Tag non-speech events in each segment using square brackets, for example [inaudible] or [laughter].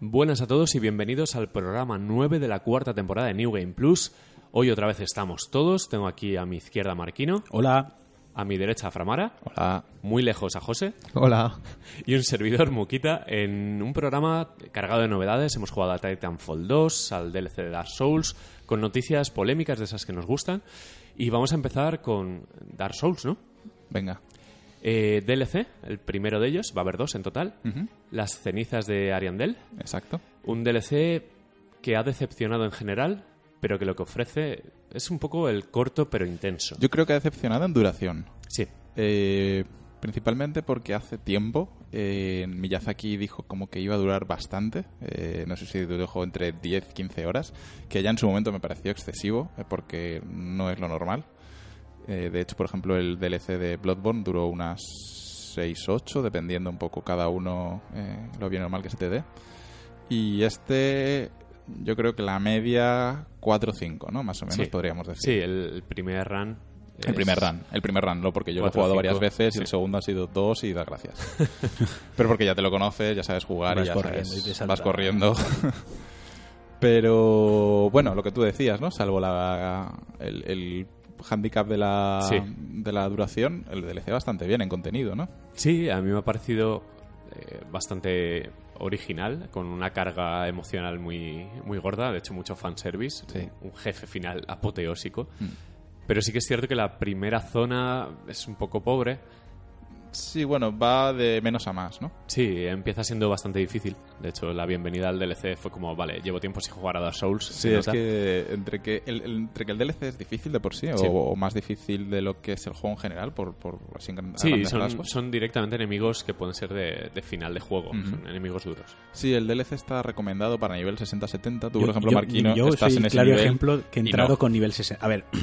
Buenas a todos y bienvenidos al programa 9 de la cuarta temporada de New Game Plus. Hoy otra vez estamos todos. Tengo aquí a mi izquierda a Marquino, Hola. a mi derecha a Framara, Hola. muy lejos a José Hola. y un servidor Muquita en un programa cargado de novedades. Hemos jugado a Titanfall 2, al DLC de Dark Souls, con noticias polémicas de esas que nos gustan. Y vamos a empezar con Dark Souls, ¿no? Venga. Eh, DLC, el primero de ellos, va a haber dos en total. Ujú. Las cenizas de Ariandel, Exacto. un DLC que ha decepcionado en general, pero que lo que ofrece es un poco el corto pero intenso. Yo creo que ha decepcionado en duración. Sí, Eh, principalmente porque hace tiempo eh, Miyazaki dijo como que iba a durar bastante. Eh, no sé si dejó entre 10 15 horas. Que ya en su momento me pareció excesivo eh, porque no es lo normal. Eh, de hecho, por ejemplo, el DLC de Bloodborne duró unas 6-8, dependiendo un poco cada uno eh, lo bien normal que se te dé. Y este, yo creo que la media 4-5, ¿no? Más o menos Sí. podríamos decir. sí, el, el primer run. El es- primer run, el primer run, no, porque yo lo he Cuatro, jugado varias cinco, veces y el segundo ha sido dos y da [laughs] gracias. Pero porque ya te lo conoces, ya sabes jugar Vas y ya corriendo sabes- y te salta. vas corriendo. [laughs] Pero bueno, lo que tú decías, ¿no? Salvo la, el, el handicap de la, Sí. de la duración, el DLC bastante bien en contenido, ¿no? Sí, a mí me ha parecido eh, bastante original, con una carga emocional muy, muy gorda, de hecho mucho fanservice, Sí. Mm. un jefe final apoteósico. Pero sí que es cierto que la primera zona es un poco pobre. Sí, bueno, va de menos a más, ¿no? Sí, empieza siendo bastante difícil. De hecho, la bienvenida al DLC fue como, vale, llevo tiempo sin jugar a Dark Souls. Sí, se es nota. que entre que el, el- entre que el DLC es difícil de por sí, Sí. O, o más difícil de lo que es el juego en general, por, por así en gran- a Sí, grandes son, rasgos. son directamente enemigos que pueden ser de, de final de juego. Ujú. Son enemigos duros. Sí, el DLC está recomendado para nivel 60-70. Tú, Yo- por ejemplo, yo- Marquino, yo estás soy en el ese claro nivel. ejemplo que he y entrado no. con nivel 60. A ver, [clears throat]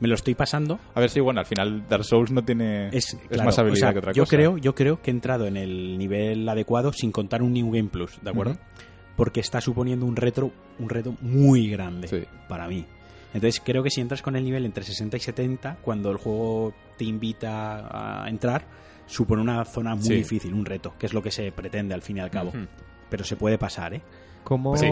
me lo estoy pasando. A ver si, bueno, al final Dark Souls no tiene... Es, Es, claro, más habilidad o sea, que otra yo cosa. Creo, yo creo que he entrado en el nivel adecuado sin contar un New Game Plus, ¿de acuerdo? Ujú. Porque está suponiendo un reto, un reto muy grande Sí. para mí. Entonces creo que si entras con el nivel entre 60 y 70, cuando el juego te invita a entrar, supone una zona muy Sí. difícil, un reto, que es lo que se pretende al fin y al cabo. Ujú. Pero se puede pasar, ¿eh? ¿Cómo, Sí.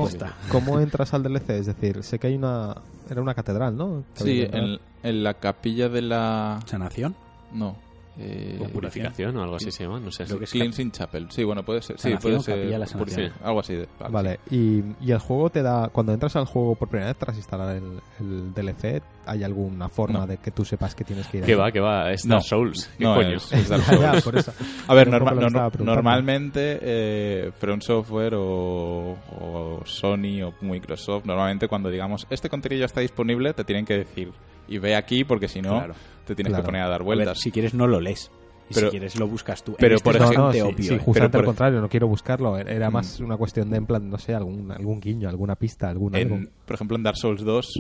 cómo entras al DLC? Es decir, sé que hay una. Era una catedral, ¿no? Que Sí, había que entrar. en, en la capilla de la... Sanación. No. Eh, O purificación o algo así se llama, no sé. Creo sí. que es Cleansing Chapel. Sí, bueno, puede ser. Sí, Sanación, puede ser. capilla de la pur- sanación. sí, algo así. de- vale. Vale, y, y el juego te da. Cuando entras al juego por primera vez tras instalar el, el DLC, ¿hay alguna forma No. de que tú sepas que tienes que ir Que ahí? va, [laughs] que va, es No. Dark Souls. ¿Qué No, coño? es- es Dark Ya, Souls. por eso. A [laughs] ver, Era un norma- poco lo que no- estaba preguntando. normalmente eh, From Software o, o Sony o Microsoft, normalmente cuando digamos este contenido ya está disponible, te tienen que decir y ve aquí porque si no Claro. te tienes Claro. que poner a dar A ver, vueltas. si quieres no lo lees. Y si Pero- quieres lo buscas tú. En pero, este por es No, ejemplo- no, bastante sí, obvio, ¿eh? sí, Pero justamente por al ej- contrario, no quiero buscarlo. Era Mm. más una cuestión de, en plan, no sé, algún, algún guiño, alguna pista, algún En- algo. por ejemplo, en Dark Souls 2,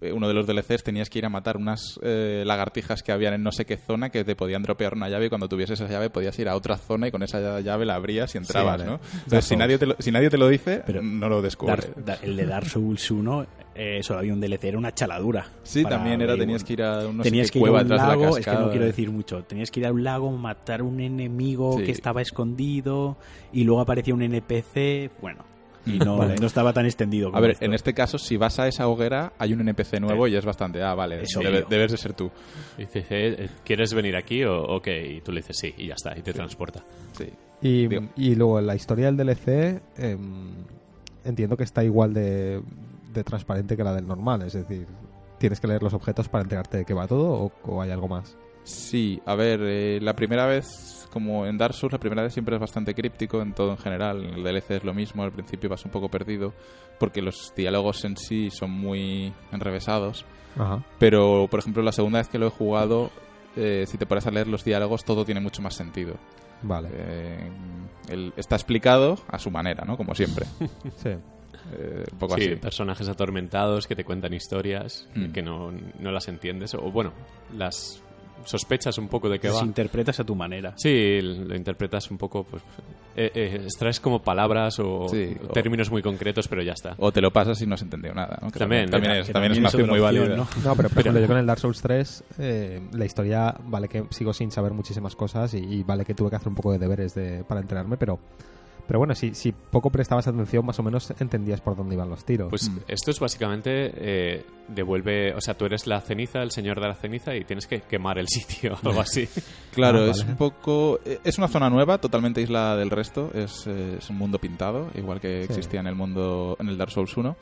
eh, uno de los DLCs tenías que ir a matar unas eh, lagartijas que habían en no sé qué zona que te podían dropear una llave y cuando tuvieses esa llave podías ir a otra zona y con esa llave la abrías y entrabas, vale. ¿no? Dark Entonces, si Souls. nadie, te lo, si nadie te lo dice, Pero no lo descubres. Dar- Dar- el de Dark Souls 1 eh, solo había un DLC, era una chaladura. Sí, para también era, Bloodborne. tenías que ir a unos Tenías que ir a cueva un atrás de la lago, es que cascada. eh. no quiero decir mucho. Tenías que ir a un lago, matar un enemigo Sí. que estaba escondido y luego aparecía un NPC. Bueno, y no, Vale. no estaba tan extendido. A como ver, esto. en este caso, si vas a esa hoguera, hay un NPC nuevo y es bastante. Ah, vale, Es debe- obvio. debes de ser tú. Y dice, eh, ¿quieres venir aquí o o qué? Y tú le dices sí, y ya está, y te transporta. Sí. Y, Digo. y luego la historia del DLC em, entiendo que está igual de, de transparente que la del normal, es decir, tienes que leer los objetos para enterarte de qué va todo o, o hay algo más. Sí, a ver, eh, la primera vez, como en Dark Souls, la primera vez siempre es bastante críptico en todo en general. En el DLC es lo mismo, al principio vas un poco perdido, porque los diálogos en sí son muy enrevesados. Ajá. Pero, por ejemplo, la segunda vez que lo he jugado, eh, si te pones a leer los diálogos, todo tiene mucho más sentido. Vale. Eh, el- está explicado a su manera, ¿no? Como siempre. Sí. Eh, un poco Sí, así. personajes atormentados que te cuentan historias Mm. que no, no las entiendes. O bueno, las sospechas un poco de qué va. Las interpretas a tu manera. Sí, lo interpretas un poco, pues. eh, eh, extraes como palabras o Sí, o- términos muy concretos, pero ya está. O te lo pasas y no has entendido nada. ¿no? Que También, también, que es, Que también es una opción otra muy opción, válida. ¿no? No, pero por ejemplo, yo con el Dark Souls 3, eh, la historia, vale que sigo sin saber muchísimas cosas y, y vale que tuve que hacer un poco de deberes de, para enterarme, pero Pero bueno, si, si poco prestabas atención, más o menos entendías por dónde iban los tiros. Mm. Pues esto es básicamente eh, devuelve, o sea, tú eres la ceniza, el señor de la ceniza y tienes que quemar el sitio o algo [laughs] así. Claro, Ah, vale. es un poco. eh, Es una zona nueva, totalmente isla del resto. Es, eh, es un mundo pintado, igual que Sí. existía en el mundo. en el Dark Souls 1.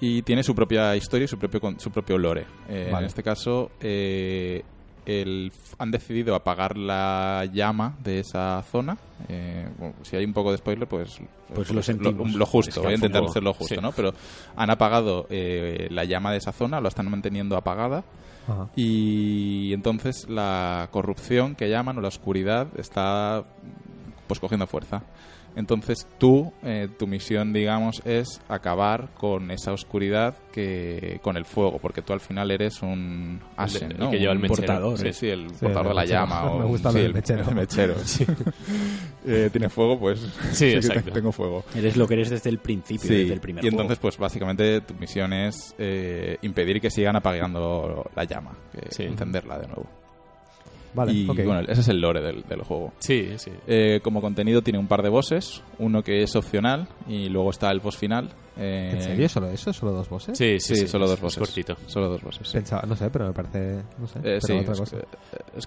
Y tiene su propia historia y su propio, con- su propio lore. Eh, En Vale. este caso, eh, el- han decidido apagar la llama de esa zona. Eh, bueno, si hay un poco de spoiler, pues. Pues lo sentimos. Lo, justo, Es que voy a intentar tampoco- ser lo justo, sí. ¿no? Pero han apagado eh, la llama de esa zona, lo están manteniendo apagada. Ajá. Y entonces la corrupción que llaman o la oscuridad está pues cogiendo fuerza. Entonces tú, eh, tu misión, digamos, es acabar con esa oscuridad que con el fuego, porque tú al final eres un El- Ashen, el ¿no? que lleva el Un mechero. portador, Sí. sí, sí, el Sí, portador el de la [laughs] mechero. llama. o Me un- gusta lo sí, del el- mechero. el mechero, sí. [laughs] Eh, Tiene fuego, pues [laughs] Sí, que exacto. tengo fuego. Eres lo que eres desde el principio, Sí, desde el primer y juego. entonces, pues básicamente tu misión es eh, impedir que sigan apagando la llama, que Sí. encenderla de nuevo. Vale, y ok. bueno, ese es el lore del, del juego. Sí, sí. Eh, como contenido tiene un par de bosses, uno que es opcional y luego está el boss final. eh, ¿En serio solo eso? ¿solo dos bosses? Sí, sí, Sí, sí, solo es- dos es bosses. cortito. Solo dos bosses. sí. Pensaba, no sé, pero me parece, no sé, Eh, pero sí, otra es, cosa. eh, es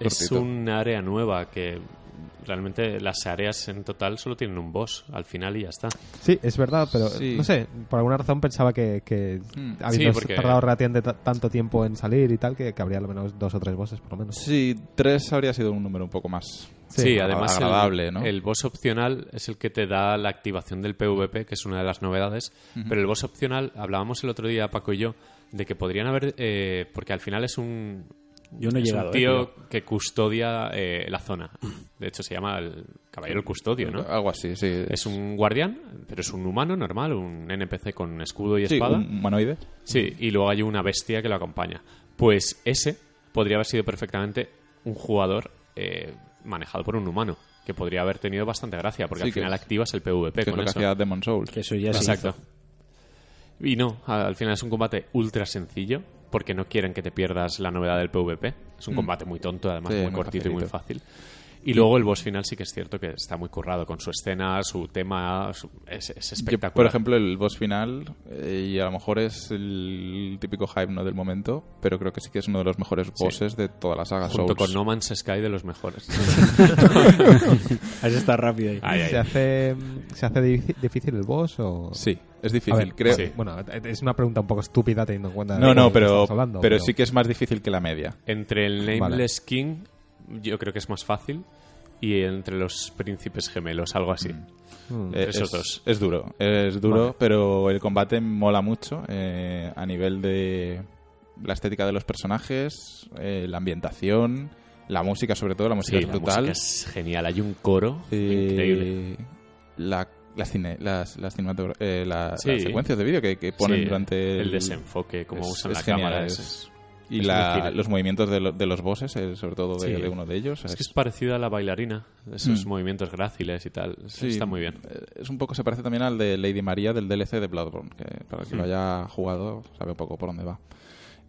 Es, cortito. un área nueva que realmente las áreas en total solo tienen un boss al final y ya está. Sí, es verdad, pero Sí. no sé, por alguna razón pensaba que, que Mm. habiendo Sí, porque- tardado relativamente ta- tanto tiempo en salir y tal, que, que habría al menos dos o tres bosses por lo menos. Sí, tres habría sido un número un poco más. Sí, agra- además el- agradable, el, ¿no? boss opcional es el que te da la activación del PvP, que es una de las novedades. Pero el boss opcional, hablábamos el otro día, Paco y yo, de que podrían haber... eh, porque al final es un... Yo no he es un llegado, eh, tío pero- que custodia eh, la zona. De hecho, se llama el Caballero del Custodio, ¿no? Algo así, sí. Es un guardián, pero es un humano normal, un NPC con escudo y Sí, espada. un humanoide. Sí, y luego hay una bestia que lo acompaña. Pues ese podría haber sido perfectamente un jugador eh, manejado por un humano, que podría haber tenido bastante gracia, porque Sí, al que final es- activas el PvP Que es con lo que eso. hacía Demon Souls. Que eso ya se Exacto. hizo. Y no, al final es un combate ultra sencillo, porque no quieren que te pierdas la novedad del PvP. Es un combate muy tonto, además Sí, muy, muy cortito y muy fácil. facilito. Y luego el boss final sí que es cierto que está muy currado con su escena, su tema, su- es, es Yo, espectacular. por ejemplo, el boss final, eh, y a lo mejor es el típico hype no del momento, pero creo que sí que es uno de los mejores bosses de toda la saga junto Souls. con No Man's Sky de los mejores. Has estado rápido ahí. Ay, ay. ¿Se hace, mm, ¿se hace difi- difícil el boss o...? Sí, es A difícil, ver, creo. sí. Bueno, es una pregunta un poco estúpida teniendo en cuenta... No, de no, lo que pero, estamos hablando, pero sí que es más difícil que la media. Entre el Nameless King, yo creo que es más fácil, y entre los príncipes gemelos, algo así. Mm. Eh, Esos es, dos. es duro, es duro, Vale. pero el combate mola mucho eh, a nivel de la estética de los personajes, eh, la ambientación, la música, sobre todo, la música Sí, es la brutal. música es genial. Hay un coro Eh, increíble. La, las, cine- las, las, cinematogra- eh, la- Sí. las secuencias de vídeo que, que ponen Sí, durante el, desenfoque, cómo es- usan es la genial, cámara. Es, es- es- y es la- un estilo. los movimientos de, lo- de los bosses, eh, sobre todo de, Sí. de uno de ellos. es que es parecida a la bailarina, esos movimientos gráciles y tal. sí, Está muy bien. eh, Es un poco, se parece también al de Lady María del DLC de Bloodborne, que para quien lo haya jugado sabe un poco por dónde va.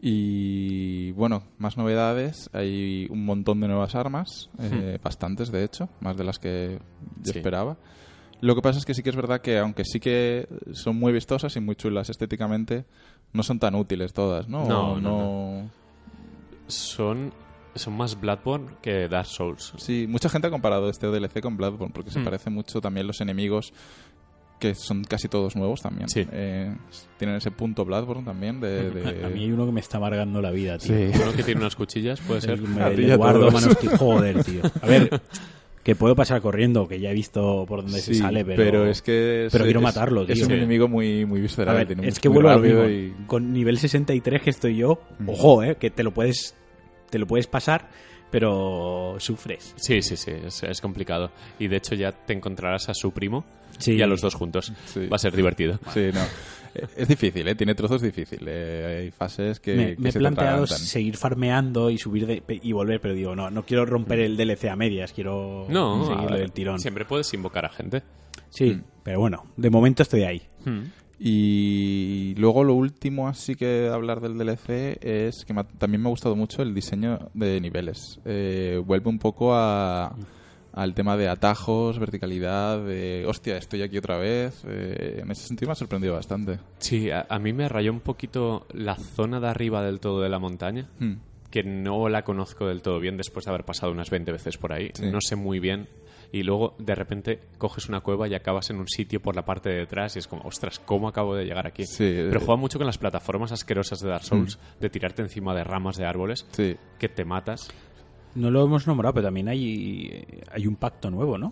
Y bueno, más novedades. Hay un montón de nuevas armas, eh, bastantes de hecho, más de las que yo Hmm. Sí. esperaba. Lo que pasa es que sí que es verdad que, aunque sí que son muy vistosas y muy chulas estéticamente, no son tan útiles todas, ¿no? No, O no, Son, son más Bloodborne que Dark [laughs] Souls. Sí, mucha gente ha comparado este DLC con Bloodborne porque se Mm. parece mucho también los enemigos que son casi todos nuevos también. Sí. Eh, tienen ese punto Bloodborne también de... de- A, a mí hay uno que me está amargando la vida, tío. Sí. Uno que tiene unas cuchillas, puede ser. El, me- A el ti y a Eduardo todos. Manos- tío, Joder, tío. [laughs] A ver, que puedo pasar corriendo, que ya he visto por dónde se Sí, sale, pero... es que... es- pero quiero es- matarlo, Es tío. un Sí. enemigo muy, muy A visceral. ver, tiene es mucho- que muy vuelvo a lo rápido mismo. y- Con nivel 63 que estoy yo, ojo, eh, que te lo puedes... Te lo puedes pasar, pero sufres. Sí, sí, sí, es, es complicado. Y de hecho ya te encontrarás a su primo Sí. y a los dos juntos. Sí. Va a ser divertido. Sí, no. [laughs] Eh, Es difícil, ¿eh? Tiene trozos difíciles. eh, Hay fases que... me, que me he se te planteado atragantan. seguir farmeando y subir de- pe- y volver, pero digo, no, no quiero romper Mm. el DLC a medias, quiero No, seguirlo a- del tirón. siempre puedes invocar a gente. Sí, Mm. pero bueno, de momento estoy ahí. Y luego lo último, así que hablar del DLC, es que me ha- también me ha gustado mucho el diseño de niveles. Eh, vuelve un poco a, al tema de atajos, verticalidad, de hostia, estoy aquí otra vez. eh, en ese sentido me ha sorprendido bastante. Sí, a, a mí me rayó un poquito la zona de arriba del todo de la montaña, Hmm. que no la conozco del todo bien después de haber pasado unas 20 veces por ahí. Sí. No sé muy bien. Y luego de repente coges una cueva y acabas en un sitio por la parte de detrás y es como, ostras, ¿cómo acabo de llegar aquí? Sí, Mm. eh, Pero juega mucho con las plataformas asquerosas de Dark Souls, de tirarte encima de ramas de árboles, Sí. que te matas. No lo hemos nombrado, pero también hay, hay un pacto nuevo, ¿no?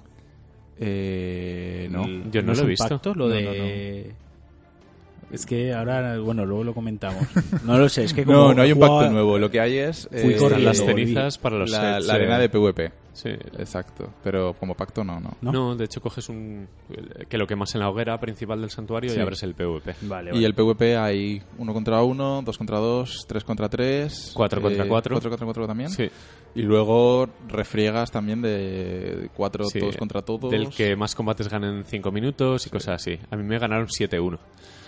Eh, no. Yo no, es lo he un visto. pacto, lo No, de... Es que ahora, bueno, luego lo comentamos. No lo sé, es que como... [laughs] No, no hay un juego a- pacto nuevo. Lo que hay es. eh, Fui Están corriendo, las volví. cenizas para los la, sets, la eh. arena de PvP. Sí. Exacto. Pero como pacto, no, no. ¿No? ¿No? de hecho coges un... el- que lo quemas en la hoguera principal del santuario y Sí. abres el PvP. Vale, Y vale. el PvP hay uno contra uno, dos contra dos, tres contra tres, eh, Cuatro contra cuatro. cuatro contra cuatro también. Sí. Y luego refriegas también de cuatro Sí, todos contra todos. Del que más combates ganan en 5 minutos y cosas así. A mí me ganaron 7-1.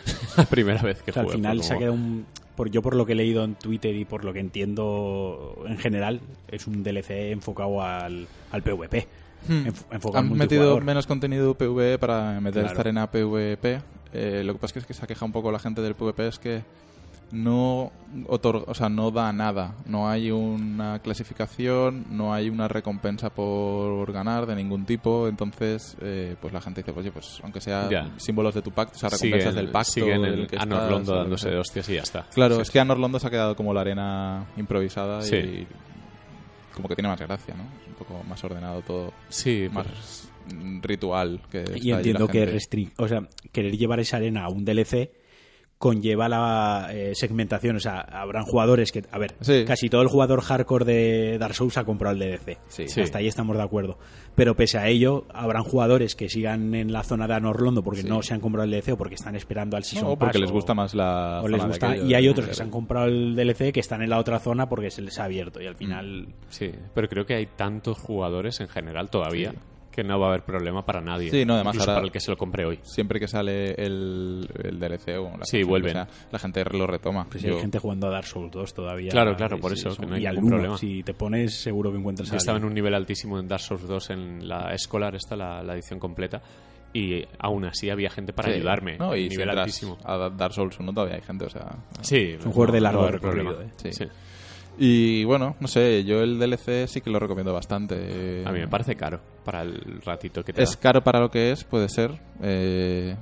[laughs] la primera vez que O sea, al jugué. final fue se ha como- quedado un... Por, yo por lo que he leído en Twitter y por lo que entiendo en general, es un DLC enfocado al, al PvP. Hmm. Enf- Han enfocado al metido multijugador. menos contenido PvE para meter Claro. esta arena PvP. Eh, lo que pasa es que se queja un poco la gente del PvP es que no otor- o sea, no da nada. No hay una clasificación, no hay una recompensa por ganar de ningún tipo. Entonces, eh, pues la gente dice, oye, pues aunque sea Ya. símbolos de tu pacto, o sea, recompensas siguen, del pacto. siguen del en- que a estás, Norlondo o lo que dándose sea. de hostias y ya está. Claro, Sí, es que Anor Londo se ha quedado como la arena improvisada Sí. y como que tiene más gracia, ¿no? Un poco más ordenado todo, Sí, pues, más mm, ritual que está allí Y la entiendo que gente. restrin- o sea, querer llevar esa arena a un DLC conlleva la eh, segmentación. O sea, habrán jugadores que. A ver, Sí. casi todo el jugador hardcore de Dark Souls ha comprado el DLC. Sí. Sí. Hasta ahí estamos de acuerdo. Pero pese a ello, habrán jugadores que sigan en la zona de Anorlondo porque Sí. no se han comprado el DLC o porque están esperando al Season No, porque Pass les o- gusta más la o zona les de gusta- aquello. y hay otros que se han comprado el DLC que están en la otra zona porque se les ha abierto y al final Mm. sí. Pero creo que hay tantos jugadores en general todavía que no va a haber problema para nadie. Sí, no, además Incluso ahora- para el que se lo compre hoy. Siempre que sale el, el DLC o la Sí, cosa que vuelven. sea, la gente lo retoma. Pues Yo- hay gente jugando a Dark Souls 2 todavía. Claro, claro, por eso, son- que no hay y al ningún uno, problema. Si te pones, seguro que encuentras Yo estaba en algo. un nivel altísimo en Dark Souls 2 en la escolar, esta, la, la edición completa. Y aún así había gente para Sí. ayudarme. No, y en si nivel entras altísimo. A Dark Souls 1 todavía hay gente, o sea... Sí, Es un juego de no- largo no va a haber recorrido, problema. Sí. ¿eh? Sí. Y bueno, no sé, yo el DLC sí que lo recomiendo bastante. A mí me parece caro para el ratito que te Es da. caro para lo que es, puede ser. eh,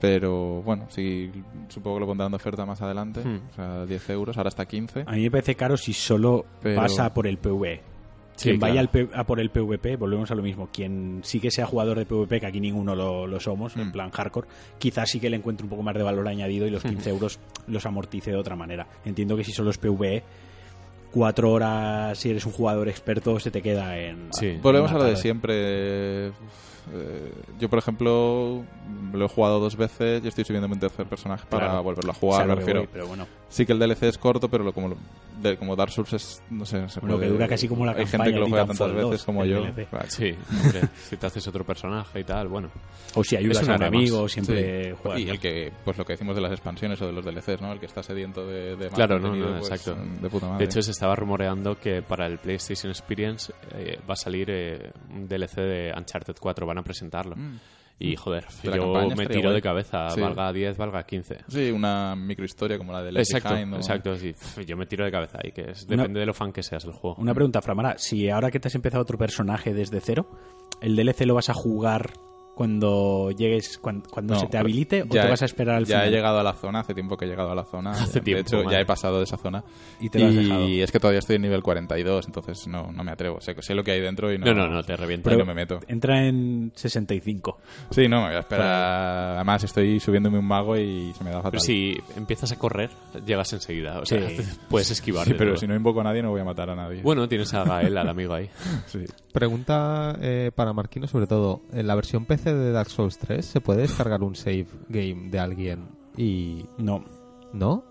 pero bueno, sí, supongo que lo pondrán de oferta más adelante. Hmm. O sea, 10 euros, ahora está 15. A mí me parece caro si solo Pero- pasa por el PvE. Sí, Quien vaya claro. al P- a por el PvP, volvemos a lo mismo. Quien sí que sea jugador de PvP, que aquí ninguno lo, lo somos, en Mm. plan hardcore, quizás sí que le encuentre un poco más de valor añadido y los 15 euros los amortice de otra manera. Entiendo que si solo es PvE, cuatro horas, si eres un jugador experto, se te queda en. Sí. en Volvemos una a lo de tarde. siempre. Eh, yo, por ejemplo, lo he jugado dos veces y estoy subiendo mi tercer personaje para Claro. volverlo a O sea, jugar. lo me que refiero. voy, pero bueno. Sí que el DLC es corto, pero lo- como, lo- de- como Dark Souls es, no sé, se Lo que puede- dura casi como la Hay gente campaña que lo juega Titanfall tantas veces 2, como el yo. DLC. Claro. Sí, hombre, si te haces otro personaje y tal, bueno. O si ayudas Es a una un arma más. amigo, siempre Sí. juegas. Y el que, pues lo que decimos de las expansiones o de los DLCs, ¿no? El que está sediento de, de más Claro, no, contenido, no, pues, exacto. De puta madre. De hecho, se estaba rumoreando que para el PlayStation Experience eh, va a salir eh, un DLC de Uncharted 4, van a presentarlo. Mm. Y joder, De la yo campaña me estaría tiro guay. de cabeza, Sí. valga 10, valga 15. Sí, una microhistoria como la de Left Exacto, Behind, ¿no? exacto, sí. Pff, Yo me tiro de cabeza ahí, que es- Una- depende de lo fan que seas del juego. Una pregunta, Framara. Si ahora que te has empezado otro personaje desde cero, ¿el DLC lo vas a jugar cuando llegues, cuan- cuando, No, se te habilite o ya te he- vas a esperar al ya he final? llegado a la zona, hace tiempo que he llegado a la [laughs] zona. Hace tiempo, de hecho, madre. ya he pasado de esa zona. Y te lo has dejado. es que todavía estoy en nivel 42, entonces no, no me atrevo. Sé, sé lo que hay dentro y no, No, no, no, te revienta. Pero- Yo no me meto. Entra en 65. Sí, no, me voy a esperar. Además, estoy subiéndome un mago y se me da fatal. Pero si empiezas a correr, llegas enseguida. O sea, Sí. puedes esquivar. Sí, de pero todo. si no invoco a nadie, no voy a matar a nadie. Bueno, tienes a Gael, al amigo ahí. Sí. Pregunta eh, para Marquino sobre todo. En la versión PC de Dark Souls 3 se puede descargar un save game de alguien y... No, ¿No?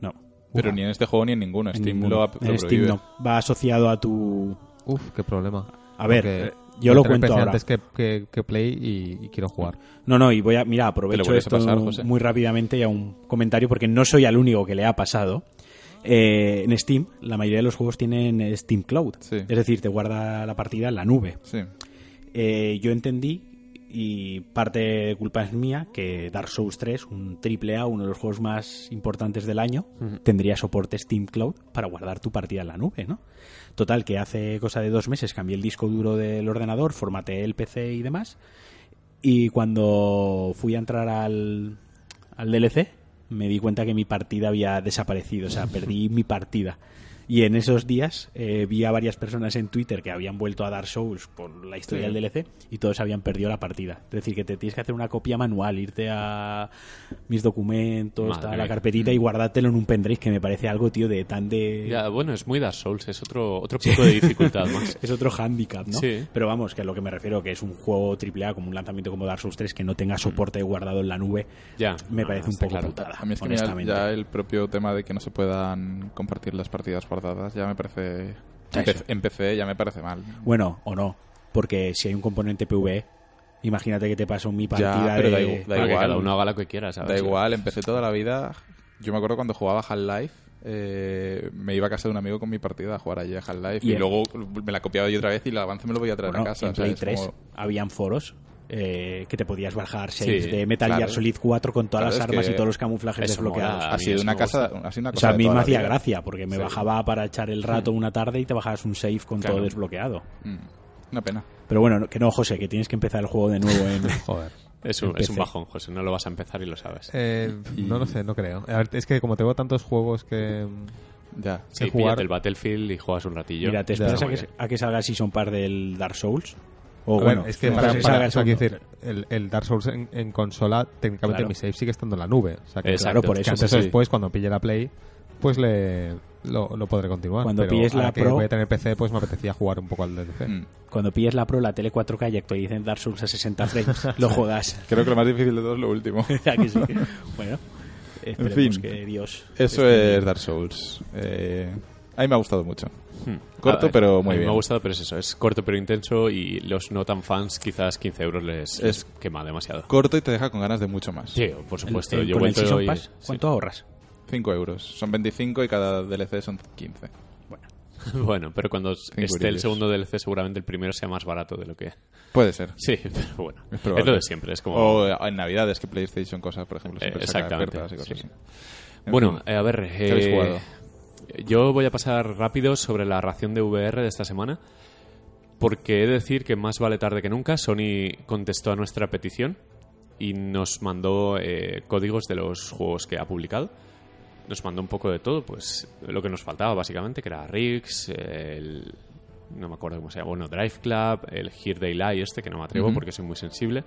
no. Pero ni en este juego ni en ninguno. en Steam ninguno. lo, En ap- lo Steam prohíbe. no. Va asociado a tu. Uf, qué problema. A ver, Porque eh, yo lo entré en cuento PC ahora. antes que, que- que Play y, y quiero jugar. No, no, y voy a. Mira, Te lo aprovecho vuelves a esto pasar, José. muy rápidamente y a un comentario porque no soy el único que le ha pasado. eh, en Steam, la mayoría de los juegos tienen Steam Cloud. Sí. Es decir, te guarda la partida en la nube. Sí. Eh, yo entendí, y parte de culpa es mía, que Dark Souls 3, un triple A, uno de los juegos más importantes del año, tendría soporte Steam Cloud para guardar tu partida en la nube, ¿no? Total, que hace cosa de dos meses cambié el disco duro del ordenador, formateé el PC y demás, y cuando fui a entrar al, al DLC, me di cuenta que mi partida había desaparecido, o [laughs] sea, perdí mi partida. Y en esos días eh, vi a varias personas en Twitter que habían vuelto a dar Souls por la historia Sí. del DLC y todos habían perdido la partida. Es decir, que te tienes que hacer una copia manual, irte a mis documentos, Madre a mía. Mm. la carpetita y guardártelo en un pendrive, que me parece algo, tío, de tan de... Ya, bueno, es muy Dark Souls, es otro, otro pico de dificultad [laughs] más. Es otro handicap, ¿no? Sí. Pero vamos, que a lo que me refiero, que es un juego AAA, como un lanzamiento como Dark Souls 3, que no tenga Mm. soporte guardado en la nube, Ya. me Ah, parece un está poco claro. putada, A mí es que mira, honestamente. ya el propio tema de que no se puedan compartir las partidas guardadas ya me parece... Ya en P- eso. En PC ya me parece mal. Bueno, o no, porque si hay un componente PvE, imagínate que te paso mi partida pero da de... igu- da Bueno, que igual. cada uno haga lo que quiera, ¿sabes? Da igual, empecé toda la vida... Yo me acuerdo cuando jugaba Half-Life, eh, me iba a casa de un amigo con mi partida a jugar allí a Half-Life Y y, en- luego me la copiaba yo otra vez y el avance me lo voy a traer Bueno, a casa. en Play ¿sabes? 3 Como- habían foros eh, que te podías bajar saves Sí, de Metal claro. Gear Solid 4 con todas Claro, las es que armas y todos los camuflajes eso desbloqueados. mola. A ha mí sido eso una me casa, gusta. ha sido una O cosa sea, a de mí toda me la hacía vida. gracia porque me Sí. Mm. bajaba para echar el rato una tarde y te bajabas un save con todo Claro. desbloqueado. Mm, Una pena. Pero bueno, no- que no, José, que tienes que empezar el juego de nuevo [laughs] en... Joder. Es un, en es un PC. bajón, José, no lo vas a empezar y lo sabes. Eh, No lo sé, no creo. A ver, es que como tengo tantos juegos que... Ya. sí, que jugar- píllate el Battlefield y juegas un ratillo. Mira, ¿te Ya. esperas a Muy que, a que salga el Season Par del Dark Souls? O A ver, bueno, es que no para, sé si para- salga el o sea, quiero segundo. decir, el, el Dark Souls en, en consola, técnicamente Claro. mi save sigue estando en la nube. O sea, que, Exacto, que Ah, por eso, antes sí. o después, cuando pille la Play, pues le lo, lo podré continuar. Cuando Pero pilles ahora la que Pro- voy a tener PC, pues me apetecía jugar un poco al DLC. Mm. Cuando pilles la Pro, la tele 4K y actualicen Dark Souls a 60 [laughs] frames, lo juegas. [laughs] Creo que lo más difícil de todo es lo último. Ya que sí. Bueno, esperemos En fin. que Dios... Eso Este esté- es Dark Souls. Eh, a mí me ha gustado mucho. Hmm. Corto, A ver, pero a muy mí bien. Me ha gustado, pero es eso. Es corto, pero intenso. Y los no tan fans, quizás 15 euros les, les quema demasiado. Corto y te deja con ganas de mucho más. Sí, por supuesto. El- el- yo he con el vuelto Season hoy- Pass, sí. ¿cuánto ahorras? 5 euros. Son 25 y cada DLC son 15. [laughs] Bueno, pero cuando esté el eurillos. segundo DLC, seguramente el primero sea más barato de lo que. [laughs] Puede ser. Sí, pero bueno. Es Es, probable. lo de siempre. Es como. O eh, en Navidades que PlayStation cosas, por ejemplo, Eh, siempre saca exactamente, ofertas y cosas sí. así. En Bueno, fin, eh, a ver. ¿qué habéis eh, jugado? Yo voy a pasar rápido sobre la ración de VR de esta semana. Porque he de decir que más vale tarde que nunca. Sony contestó a nuestra petición y nos mandó eh, códigos de los juegos que ha publicado. Nos mandó un poco de todo, pues lo que nos faltaba básicamente, que era Riggs, el. No me acuerdo cómo se llama, bueno, Drive Club, el Here They Lie, este que no me atrevo Ujú. porque soy muy sensible.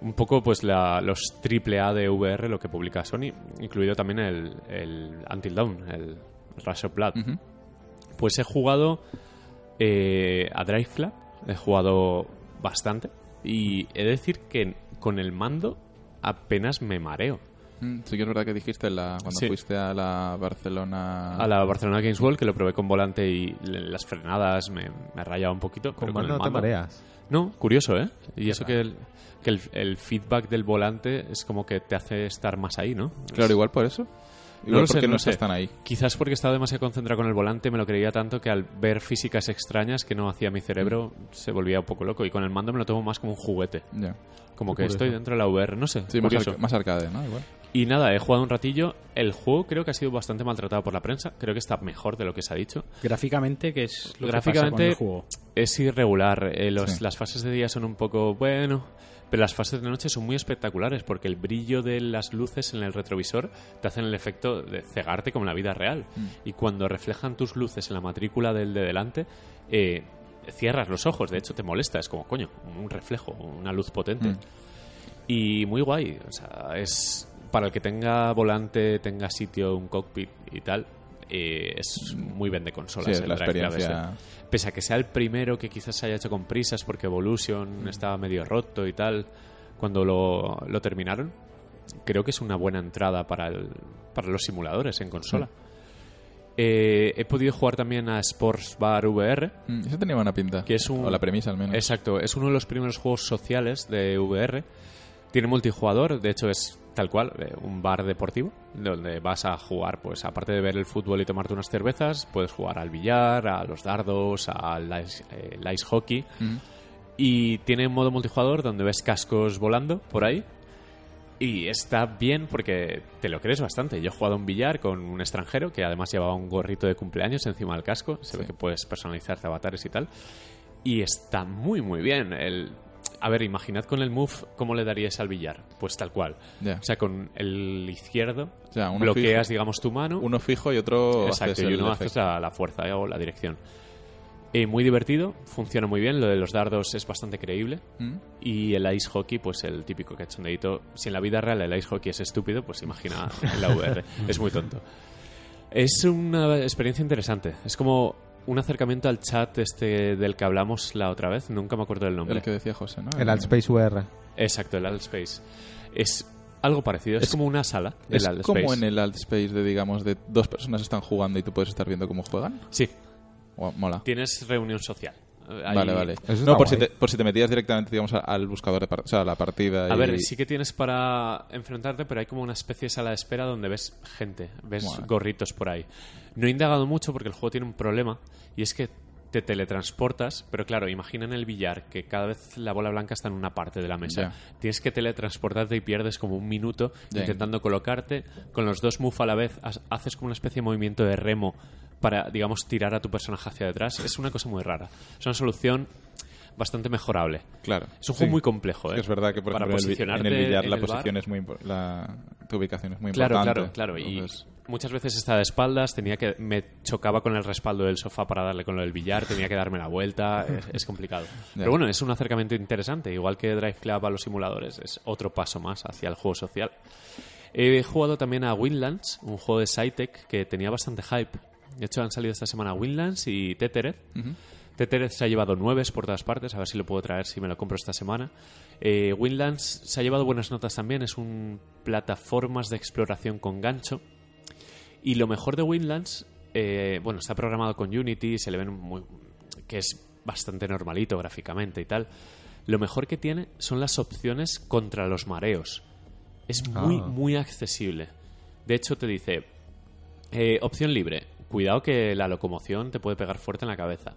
Un poco, pues, la, los AAA de VR, lo que publica Sony, incluido también el, el Until Dawn, el Rush of Blood. Ujú. Pues he jugado eh, a Drive Club, he jugado bastante y he de decir que con el mando apenas me mareo. Mm, Sí que es verdad que dijiste la, cuando Sí. fuiste a la Ah. Barcelona... A la Barcelona Games World, que lo probé con volante y le- las frenadas me, me rayaba un poquito. Con pero mando el no te mareas. No, curioso, ¿eh? Y eso que, el, que el, el feedback del volante es como que te hace estar más ahí, ¿no? Claro, Es- igual por eso. Igual lo sé, porque no no, están sé. ahí. Quizás porque estaba demasiado concentrado con el volante, me lo creía tanto que al ver físicas extrañas que no hacía mi cerebro, Mm. se volvía un poco loco. Y con el mando me lo tomo más como un juguete. Ya. Como Qué que curioso. estoy dentro de la VR, no sé. Sí, más, curioso. arca- más arcade, ¿no? Igual. Y nada, he jugado un ratillo. El juego creo que ha sido bastante maltratado por la prensa. Creo que está mejor de lo que se ha dicho. Gráficamente, que es lo Gráficamente, que pasa con el juego? Es irregular. eh, los- Sí. Las fases de día son un poco bueno, pero las fases de noche son muy espectaculares porque el brillo de las luces en el retrovisor te hacen el efecto de cegarte como en la vida real. Mm. Y cuando reflejan tus luces en la matrícula del de delante, eh, cierras los ojos. De hecho, te molesta. Es como, coño, un reflejo, una luz potente. Mm. Y muy guay. O sea, es para el que tenga volante, tenga sitio, un cockpit y tal. eh, es muy vende consolas. Sí, es el la Drive Club este experiencia... pese a que sea el primero que quizás se haya hecho con prisas porque Evolution Mm. estaba medio roto y tal, cuando lo, lo terminaron, creo que es una buena entrada para, el- para los simuladores en consola. Eh, he podido jugar también a Sports Bar VR. Mm, Eso tenía buena pinta. Que es un- O la premisa, al menos. Exacto, es uno de los primeros juegos sociales de VR Tiene multijugador, de hecho es tal cual, eh, un bar deportivo, donde vas a jugar, pues aparte de ver el fútbol y tomarte unas cervezas, puedes jugar al billar, a los dardos, al ice, eh, el ice hockey. Mm. Y tiene un modo multijugador donde ves cascos volando por ahí. Y está bien porque te lo crees bastante. Yo he jugado a un billar con un extranjero que además llevaba un gorrito de cumpleaños encima del casco. Se ve Sí. que puedes personalizarte avatares y tal. Y está muy, muy bien. El... A ver, imaginad con el move cómo le darías al billar. Pues tal cual. Ya. O sea, con el izquierdo O sea, uno bloqueas, digamos, tu mano. Uno fijo y otro Exacto, haces y el uno haces defecto. la, la fuerza eh, o la dirección. Eh, muy divertido, funciona muy bien. Lo de los dardos es bastante creíble. Mm. Y el ice hockey, pues el típico cachondeito. Si en la vida real el ice hockey es estúpido, pues imagina en la VR. es muy tonto. Es una experiencia interesante. Es como un acercamiento al chat este del que hablamos la otra vez. Nunca me acuerdo del nombre. El que decía José, ¿no? El Altspace VR. Exacto, el Altspace. Es algo parecido. Es, Es- como una sala del Es Altspace. como en el Altspace de, digamos, de dos personas están jugando y tú puedes estar viendo cómo juegan. Sí, Guau, mola. tienes reunión social. Eh, ahí- Vale, vale. Eso está no, por si, guay. te, por si te metías directamente, digamos, a- al buscador de par- o sea, a la partida. A y- ver, sí que tienes para enfrentarte, pero hay como una especie de sala de espera donde ves gente, ves Bueno. gorritos por ahí. No he indagado mucho porque el juego tiene un problema y es que te teletransportas, pero claro, imagina en el billar que cada vez la bola blanca está en una parte de la mesa. Tienes que teletransportarte y pierdes como un minuto Ya. intentando colocarte. Con los dos move a la vez has- haces como una especie de movimiento de remo para, digamos, tirar a tu personaje hacia detrás. Es una cosa muy rara. Es una solución bastante mejorable. Claro. Es un juego Sí. muy complejo, ¿eh? Es verdad que, por Para ejemplo, en el bi- posicionarte en el billar la en el posición bar. es muy impor- la Tu ubicación es muy Claro, claro, importante. claro. Y Entonces, muchas veces estaba de espaldas, tenía que me chocaba con el respaldo del sofá para darle con lo del billar, tenía que darme la vuelta, es, es complicado. Pero bueno, es un acercamiento interesante, igual que Drive Club a los simuladores, es otro paso más hacia el juego social. He jugado también a Windlands, un juego de Sci-Tech que tenía bastante hype. De hecho, han salido esta semana Windlands y Tetereth. Teterez se ha llevado nueves por todas partes, a ver si lo puedo traer si me lo compro esta semana. Eh, Windlands se ha llevado buenas notas también, es un plataformas de exploración con gancho. Y lo mejor de Windlands, eh, bueno, está programado con Unity, se le ven muy. que es bastante normalito gráficamente y tal. Lo mejor que tiene son las opciones contra los mareos. Es muy, Ah. muy accesible. De hecho, te dice, eh, opción libre. Cuidado que la locomoción te puede pegar fuerte en la cabeza.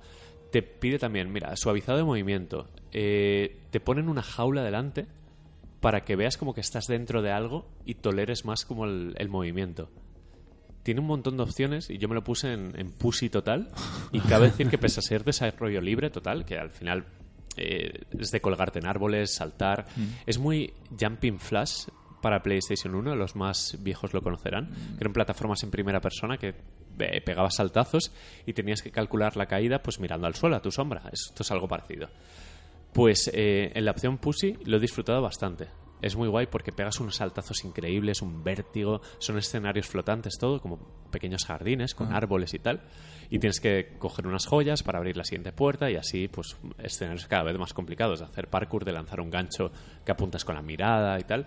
Te pide también, mira, suavizado de movimiento. Eh, te ponen una jaula delante para que veas como que estás dentro de algo y toleres más como el, el movimiento. Tiene un montón de opciones y yo me lo puse en, en Pussy total. Y cabe decir que pese a ser desarrollo libre total, que al final eh, es de colgarte en árboles, saltar, es muy Jumping Flash para PlayStation 1, los más viejos lo conocerán, que eran plataformas en primera persona que eh, pegabas saltazos y tenías que calcular la caída pues mirando al suelo, a tu sombra. Esto es algo parecido. Pues eh, en la opción Pussy lo he disfrutado bastante. Es muy guay porque pegas unos saltazos increíbles, un vértigo, son escenarios flotantes, todo, como pequeños jardines con árboles y tal. Y tienes que coger unas joyas para abrir la siguiente puerta y así, pues, escenarios cada vez más complicados, de hacer parkour, de lanzar un gancho que apuntas con la mirada y tal.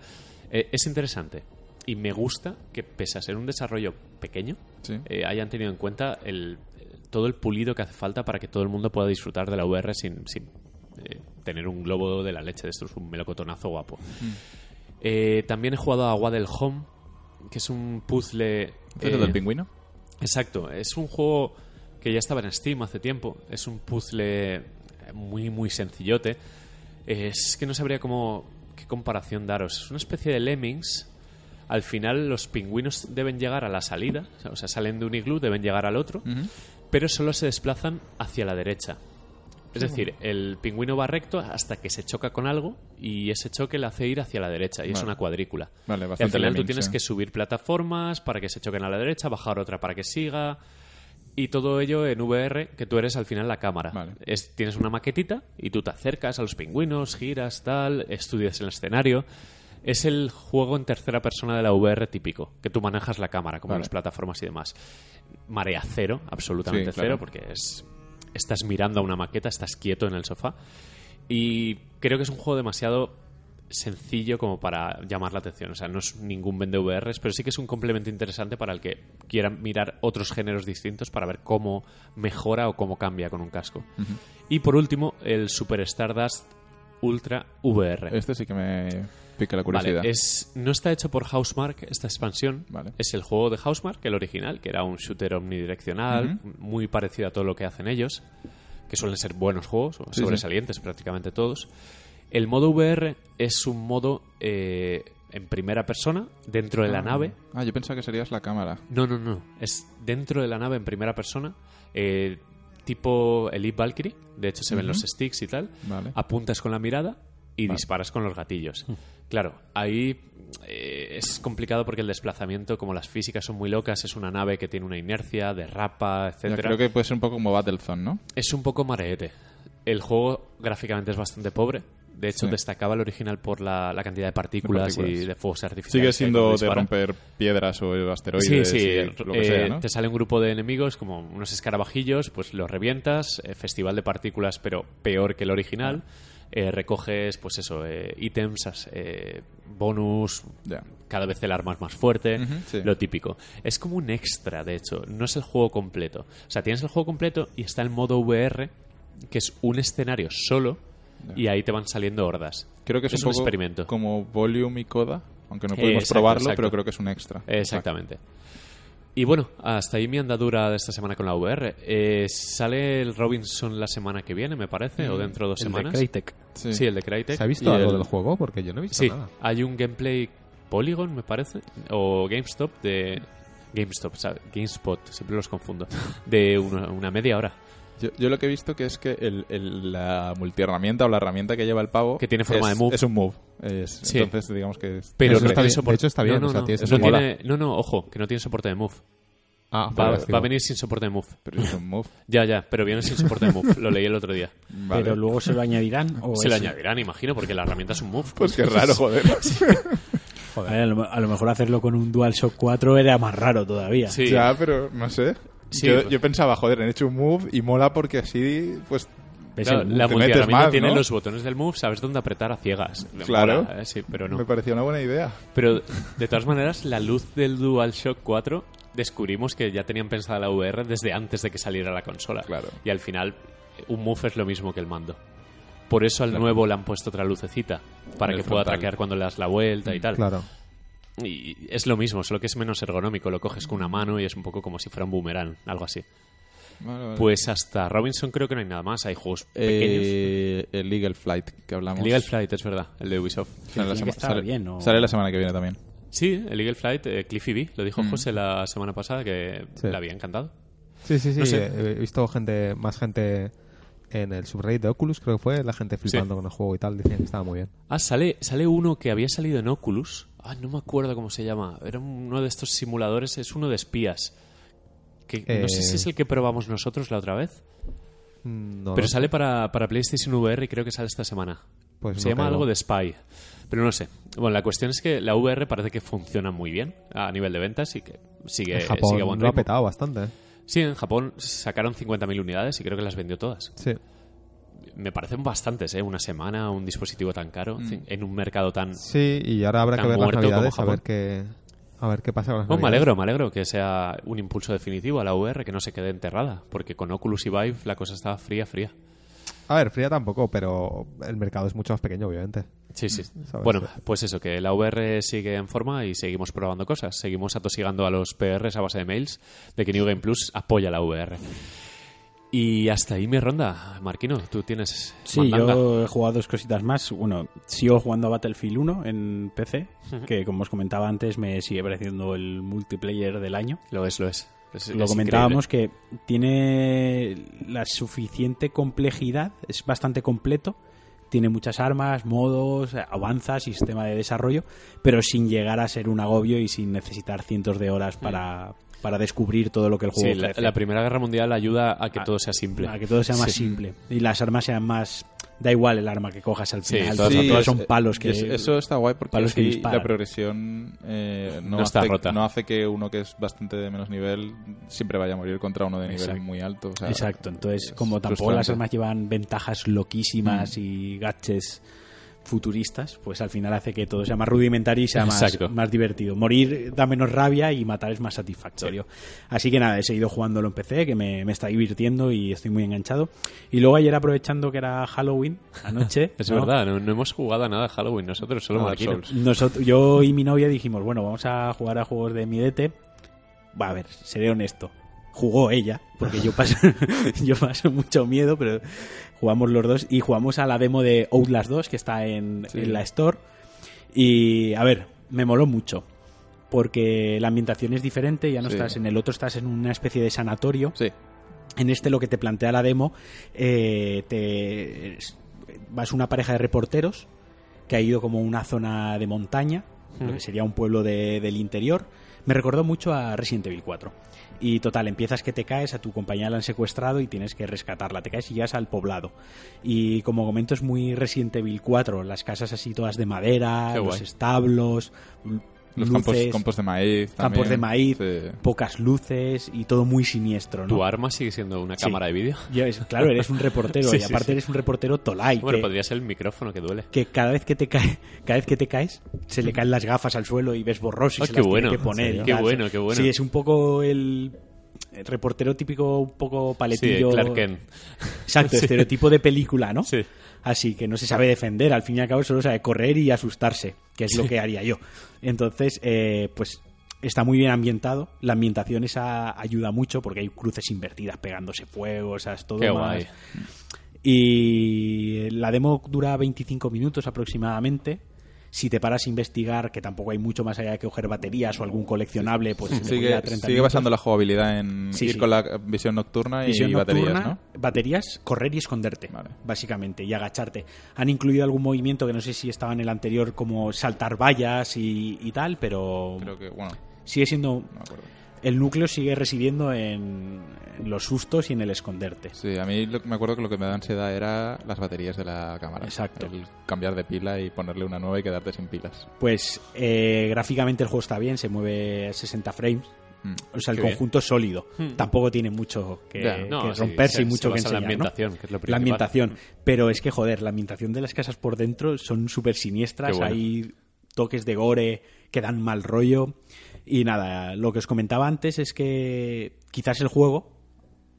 Eh, es interesante. Y me gusta que, pese a ser un desarrollo pequeño, Sí. eh, hayan tenido en cuenta el, todo el pulido que hace falta para que todo el mundo pueda disfrutar de la VR sin, sin, eh, tener un globo de la leche de estos, un melocotonazo guapo. Mm. Eh, también he jugado a Waddle Home, que es un puzzle... ¿Haces el eh, del pingüino? Exacto, es un juego que ya estaba en Steam hace tiempo. Es un puzzle eh, muy, muy sencillote. Es que no sabría cómo, qué comparación daros. Es una especie de lemmings. Al final los pingüinos deben llegar a la salida, o sea, salen de un iglú, deben llegar al otro, Ujú. pero solo se desplazan hacia la derecha. Es decir, el pingüino va recto hasta que se choca con algo y ese choque le hace ir hacia la derecha y es Vale. una cuadrícula. Vale, Y al bastante final tú lemmings, tienes sí. que subir plataformas para que se choquen a la derecha, bajar otra para que siga y todo ello en VR, que tú eres al final la cámara. Vale. Es- tienes una maquetita y tú te acercas a los pingüinos, giras, tal, estudias el escenario. Es el juego en tercera persona de la VR típico, que tú manejas la cámara, como Vale. las plataformas y demás. Marea cero, absolutamente Sí, claro. cero, porque es, estás mirando a una maqueta, estás quieto en el sofá. Y creo que es un juego demasiado sencillo como para llamar la atención. O sea, no es ningún VRs, pero sí que es un complemento interesante para el que quiera mirar otros géneros distintos para ver cómo mejora o cómo cambia con un casco. Y por último, el Super Stardust Ultra VR. Este sí que me pica la curiosidad. Vale, es, no está hecho por Housemark esta expansión. Vale. Es el juego de Housemark, el original, que era un shooter omnidireccional, muy parecido a todo lo que hacen ellos, que suelen ser buenos juegos, o Sí, sí. sobresalientes prácticamente todos. El modo VR es un modo eh, en primera persona, dentro de la nave. Ah, yo pensaba que serías la cámara. No, no, no. Es dentro de la nave en primera persona, eh, tipo Elite Valkyrie. De hecho, se ven los sticks y tal. Vale. Hm. Apuntas con la mirada y disparas con los gatillos. Claro, ahí eh, es complicado porque el desplazamiento, como las físicas son muy locas, es una nave que tiene una inercia, derrapa, Ya etcétera creo que puede ser un poco como Battlezone, ¿no? es un poco mareete. El juego gráficamente es bastante pobre. De hecho, Sí. destacaba el original por la, la cantidad de partículas, partículas. y de fuegos artificiales. que Sigue hay cuando siendo de disparan. romper piedras o asteroides. Sí, sí. y lo que eh, sea, ¿no? Te sale un grupo de enemigos, como unos escarabajillos, pues los revientas, eh, festival de partículas, pero peor que el original. Ah. Eh, recoges, pues eso, eh, ítems, as- eh, bonus, Ya. cada vez el arma es más fuerte, Ujú, sí. lo típico. Es como un extra, de hecho, no es el juego completo. O sea, tienes el juego completo y está el modo VR, que es un escenario solo, y ahí te van saliendo hordas. Creo que es, un, poco experimento. como Volume y Coda, aunque no Eh, podemos exacto, probarlo, exacto. pero creo que es un extra. Exactamente. Y bueno, hasta ahí mi andadura de esta semana con la VR. Eh, sale el Robinson la semana que viene, me parece, o dentro de dos Mm, El de semanas. Crytek. Sí. Sí, el de Crytek. ¿Se ha visto Y algo el- del juego? Porque yo no he visto Sí, nada. hay un gameplay Polygon, me parece, o GameStop de... GameStop, o sea, GameSpot, siempre los confundo. De una, una media hora. Yo, yo lo que he visto que es que el, el- la multiherramienta o la herramienta que lleva el pavo... Que tiene forma es- de move. Es un move. Es- Sí. Entonces, digamos que... es- Pero Eso no está tiene bien, soporte. de hecho está bien, No, no, o sea, no, tiene no soporte. tiene- no, no, ojo, que no tiene soporte de move. Ah, Va, fantástico. va a venir sin soporte de move. pero es un [laughs] move. Ya, ya, pero viene sin soporte de move. Lo leí el otro día. Vale. Pero luego se [laughs] lo añadirán. O Se lo es- añadirán, imagino, porque la herramienta es un move. Pues qué raro, joder. A, ver, a lo, a lo mejor hacerlo con un DualShock 4 era más raro [laughs] todavía. Sí. Ya, pero no sé. Sí. pues- Yo, yo pensaba, joder, han hecho un move y mola porque así, pues... Ves Claro, el la te metes multiherramienta más, tiene ¿no? los botones del move, sabes dónde apretar a ciegas. Me Claro. mola, ¿eh? Sí, pero no. Me parecía una buena idea. Pero de todas maneras, la luz del DualShock 4 descubrimos que ya tenían pensada la VR desde antes de que saliera la consola. Claro. Y al final, eh, un move es lo mismo que el mando. Por eso al Claro. nuevo le han puesto otra lucecita, para En el que pueda frontal. traquear cuando le das la vuelta y tal. Claro. Y es lo mismo, solo que es menos ergonómico, lo coges con una mano y es un poco como si fuera un boomerang, algo así. Vale, vale. Pues hasta Robinson creo que no hay nada más, hay juegos pequeños. Eh, el Legal Flight que hablamos. Legal Flight, es verdad, el de Ubisoft. Sale la, Tiene que sema- estar sale- bien, ¿no? sale la semana que viene también. Sí, el Legal Flight, eh, Cliffy B, lo dijo José la semana pasada que Mm. Sí. le había encantado. Sí, sí, sí. No sé. eh, He visto gente, más gente en el subreddit de Oculus, creo que fue, la gente flipando con el juego y tal, decían que estaba muy bien. Ah, sale, sale uno que había salido en Oculus. Ah, no me acuerdo cómo se llama. Era uno de estos simuladores, es uno de espías. Que, No sé Eh. si es el que probamos nosotros la otra vez. Mm, No, pero no sale para, para PlayStation VR y creo que sale esta semana. Pues se no llama caigo. algo de Spy. Pero no sé. Bueno, la cuestión es que la VR parece que funciona muy bien a nivel de ventas y que sigue, En Japón sigue a buen lo ha ritmo. petado bastante. ¿eh? Sí, en Japón sacaron 50.000 unidades y creo que las vendió todas. Sí. Me parecen bastantes, ¿eh? Una semana, un dispositivo tan caro, en un mercado tan... Mm. Sí, y ahora habrá Tan que ver las muerto como navidades a Japón. ver qué, a ver qué pasa con las Bueno, Oh, me navidades. alegro, me alegro que sea un impulso definitivo a la VR, que no se quede enterrada, porque con Oculus y Vive la cosa estaba fría, fría. A ver, fría tampoco, pero el mercado es mucho más pequeño, obviamente. Sí, sí. Sabes, Bueno, sí. pues eso, que la VR sigue en forma y seguimos probando cosas. Seguimos atosigando a los PRs a base de mails de que New Game Plus apoya la VR. Y hasta ahí mi ronda. Marquino, tú tienes Sí, mandanga. yo he jugado dos cositas más. Bueno, sigo jugando a Battlefield 1 en PC, que como os comentaba antes, me sigue pareciendo el multiplayer del año. Lo es, lo es. Es- Lo es comentábamos que tiene la suficiente complejidad, es bastante completo, tiene muchas armas, modos, avanza, sistema de desarrollo, pero sin llegar a ser un agobio y sin necesitar cientos de horas para, para descubrir todo lo que el increíble. juego Sí, la, ofrece. la Primera Guerra Mundial ayuda a que A- todo sea simple. Ah, A que todo sea más Sí. simple. Y las armas sean más. Da igual el arma que cojas al Sí, final. todas- eh, todas, sí, todas es- son palos que. es- Eso está guay porque palos que así disparan. la progresión eh, no, No está hace, rota. no hace que uno que es bastante de menos nivel siempre vaya a morir contra uno de nivel Exacto. muy alto. o sea, Exacto. Entonces, es como tampoco las frustrante. Mm. armas llevan ventajas loquísimas y gaches futuristas, pues al final hace que todo sea más rudimentario y sea más, Exacto. más divertido. Morir da menos rabia y matar es más satisfactorio. Así que nada, he seguido jugándolo en PC, que me, me está divirtiendo y estoy muy enganchado. Y luego ayer aprovechando que era Halloween, anoche. [laughs] Es ¿no? verdad, no, no hemos jugado a nada Halloween nosotros, solo Nada, Dark Souls. Souls. Nosotros, yo y mi novia dijimos, bueno, vamos a jugar a juegos de midete. Va a ver, seré honesto. Jugó ella, porque yo paso, [laughs] yo paso mucho miedo, pero jugamos los dos y jugamos a la demo de Outlast 2 que está en, Sí. en la Store. Y a ver, me moló mucho, porque la ambientación es diferente, ya no Sí. estás en el otro, estás en una especie de sanatorio. Sí, En este lo que te plantea la demo, eh, te, es- vas una pareja de reporteros que ha ido como a una zona de montaña, lo que sería un pueblo de- del interior. Me recordó mucho a Resident Evil 4. Y total, empiezas que te caes, a tu compañera la han secuestrado y tienes que rescatarla. Te caes y llegas al poblado. Y como comento es muy Resident Evil 4, las casas así todas de madera, Qué los guay. establos, l- los campos, luces, campos de maíz. También. campos de maíz, Sí. pocas luces y todo muy siniestro. ¿no? ¿Tu arma sigue siendo una Sí. cámara de vídeo? Ya ves, claro, eres un reportero [laughs] Sí, y sí, aparte sí. eres un reportero tolai. Bueno, que, podría ser el micrófono que duele. que cada vez que te cae, [laughs] cada vez que te caes, se le caen las gafas al suelo y ves borroso y Ah, se qué las bueno, tiene que poner. sí, y qué tal. bueno, qué bueno. Sí, es un poco el el reportero típico, un poco Sí, paletillo. Clark Kent. Exacto, estereotipo de película, ¿no? Sí. Así que no se sabe defender, al fin y al cabo solo sabe correr y asustarse, que es lo que haría yo. Entonces, eh, pues está muy bien ambientado, la ambientación esa ayuda mucho porque hay cruces invertidas pegándose fuego, o sea, es todo Qué más- guay. y la demo dura 25 minutos aproximadamente. Si te paras a investigar, que tampoco hay mucho más allá que coger baterías o algún coleccionable, pues se te puede ir Sigue, a 30 sigue minutos. basando la jugabilidad en Sí, ir sí. con la visión nocturna y Visión baterías, nocturna, ¿no? baterías, correr y esconderte, Vale. básicamente, y agacharte. Han incluido algún movimiento que no sé si estaba en el anterior, como saltar vallas y, y tal, pero Creo que, bueno, sigue siendo. no me acuerdo. El núcleo sigue residiendo en en los sustos y en el esconderte. Sí, a mí lo- me acuerdo que lo que me da ansiedad era las baterías de la cámara. Exacto. El cambiar de pila y ponerle una nueva y quedarte sin pilas. Pues eh, gráficamente el juego está bien, se mueve a 60 frames, Mm. O sea, el Qué bien. conjunto es sólido. Hmm. Tampoco tiene mucho que, Ya, que No, sí, romperse se- y se mucho que basa en enseñar. La ¿no? ambientación, que es lo La principal. ambientación. Pero es que, joder, la ambientación de las casas por dentro son súper siniestras. Qué bueno. Hay toques de gore que dan mal rollo. Y nada, lo que os comentaba antes es que quizás el juego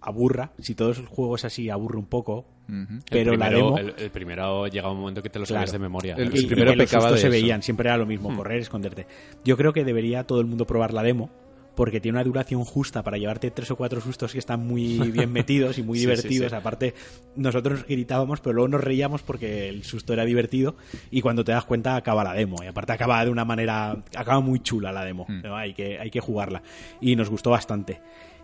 aburra. Si todo el juego es así, aburre un poco. Ujú. El Pero la primero- demo- El, el primero llega un momento que te lo Claro. sabes de memoria. El- Los Y- y primeros que los pecaba de sustos se eso. Hmm. veían, siempre era lo mismo, correr, esconderte. Yo creo que debería todo el mundo probar la demo, porque tiene una duración justa para llevarte tres o cuatro sustos que están muy [laughs] bien metidos y muy Sí, sí, divertidos. sí. Aparte, nosotros gritábamos, pero luego nos reíamos porque el susto era divertido y cuando te das cuenta acaba la demo. Y aparte acaba de una manera, acaba muy chula la demo, Hmm. Mm. ¿no? hay, que, hay que jugarla. Y nos gustó bastante.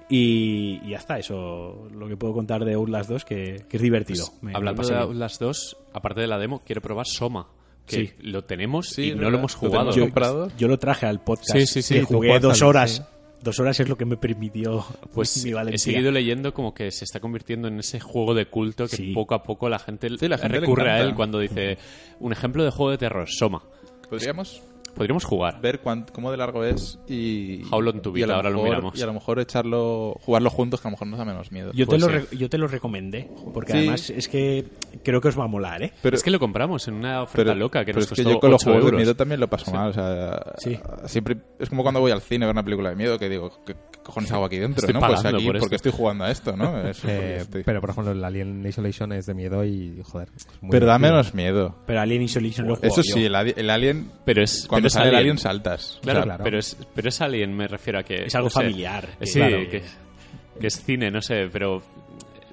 Y, y ya está, eso lo que puedo contar de Outlast 2, que, que es divertido. Me- me lo Hablando pasé pues de bien. Outlast 2, aparte de la demo, quiero probar Soma. Que Sí. lo tenemos Sí, y es no verdad. lo hemos Lo jugado. tenemos yo, comprado. yo lo traje al podcast. Sí, sí, sí, que tú jugué jugaste dos al- horas. sí. Dos horas es lo que me permitió [laughs] Pues mi valentía. he seguido leyendo como que se está convirtiendo en ese juego de culto que Sí. poco a poco la gente, Sí, la gente le recurre a encanta. él cuando dice un ejemplo de juego de terror, Soma. Podríamos Podríamos jugar. ver cuán- cómo de largo es y. How long to y a beat, ahora lo mejor- miramos. Y a lo mejor echarlo, jugarlo juntos, que a lo mejor nos da menos miedo. yo, te Pues lo sí. re- yo te lo recomendé, porque Sí. además es que creo que os va a molar, ¿eh? Pero- es que lo compramos en una oferta pero, loca que pero nos es costó que yo con los 8 juegos de euros. miedo también lo paso mal. O sea, Sí. siempre es como cuando voy al cine a ver una película de miedo que digo, ¿qué, qué cojones hago aquí dentro? Estoy ¿no? Pues pagando aquí, por esto. porque estoy jugando a esto, ¿no? Es porque Eh, estoy- pero, por ejemplo, el Alien Isolation es de miedo y, joder. es muy pero da divertido. menos miedo. Pero Alien Isolation lo jugué Eso yo. sí, el, ali- el alien. Pero es, Cuando pero es sale el Alien. alien saltas. Claro, O sea, claro. pero es, pero es Alien, me refiero a que... Es algo no sé, familiar, eh, que- sí, claro. que, que es cine, no sé, pero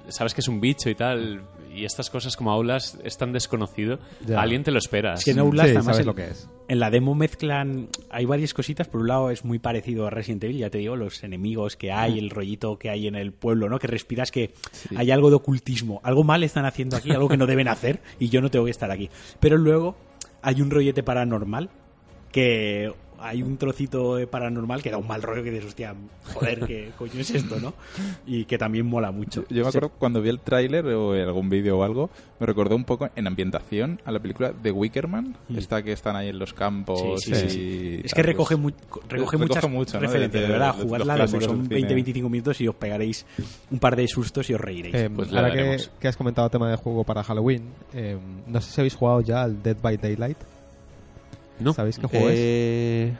sabes que es un bicho y tal, y estas cosas como aulas es tan desconocido, Ya. Alien te lo esperas. Es que en Outlast, Sí, además, sabes en- lo que es. en la demo mezclan. Hay varias cositas. Por un lado, es muy parecido a Resident Evil, ya te digo, los enemigos que Mm. hay, el rollito que hay en el pueblo, ¿no? Que respiras que hay algo de ocultismo. Algo mal están haciendo aquí, algo que no deben hacer, y yo no tengo que estar aquí. Pero luego hay un rollete paranormal. que hay un trocito de paranormal que da un mal rollo que dices, hostia, joder, ¿qué coño es esto, no? Y que también mola mucho. Yo me Sí. acuerdo cuando vi el tráiler o en algún vídeo o algo, me recordó un poco en ambientación a la película de Wickerman, Mm. esta que están ahí en los campos. Sí, sí, y sí, sí. Es tal, que pues, recoge, mu- co- recoge recoge muchas mucho, ¿no? referencias, De- de, de- verdad, de los jugadla, porque clásicos del son cine. 20-25 minutos y os pegaréis un par de sustos y os reiréis. Eh, Pues le ahora que, daremos. que has comentado tema de juego para Halloween, eh, no sé si habéis jugado ya al Dead by Daylight. No. ¿Sabéis qué juego es? eh,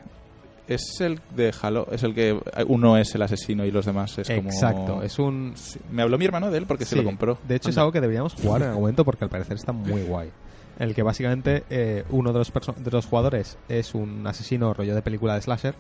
es el de Halo, es el que eh, uno es el asesino y los demás es como... Exacto, es un... Sí, Me habló mi hermano de él porque se sí. lo compró. De hecho es Anda. algo que deberíamos jugar en algún momento porque al parecer está muy guay. En el que básicamente eh, uno de los, perso- de los jugadores es un asesino rollo de película de slasher,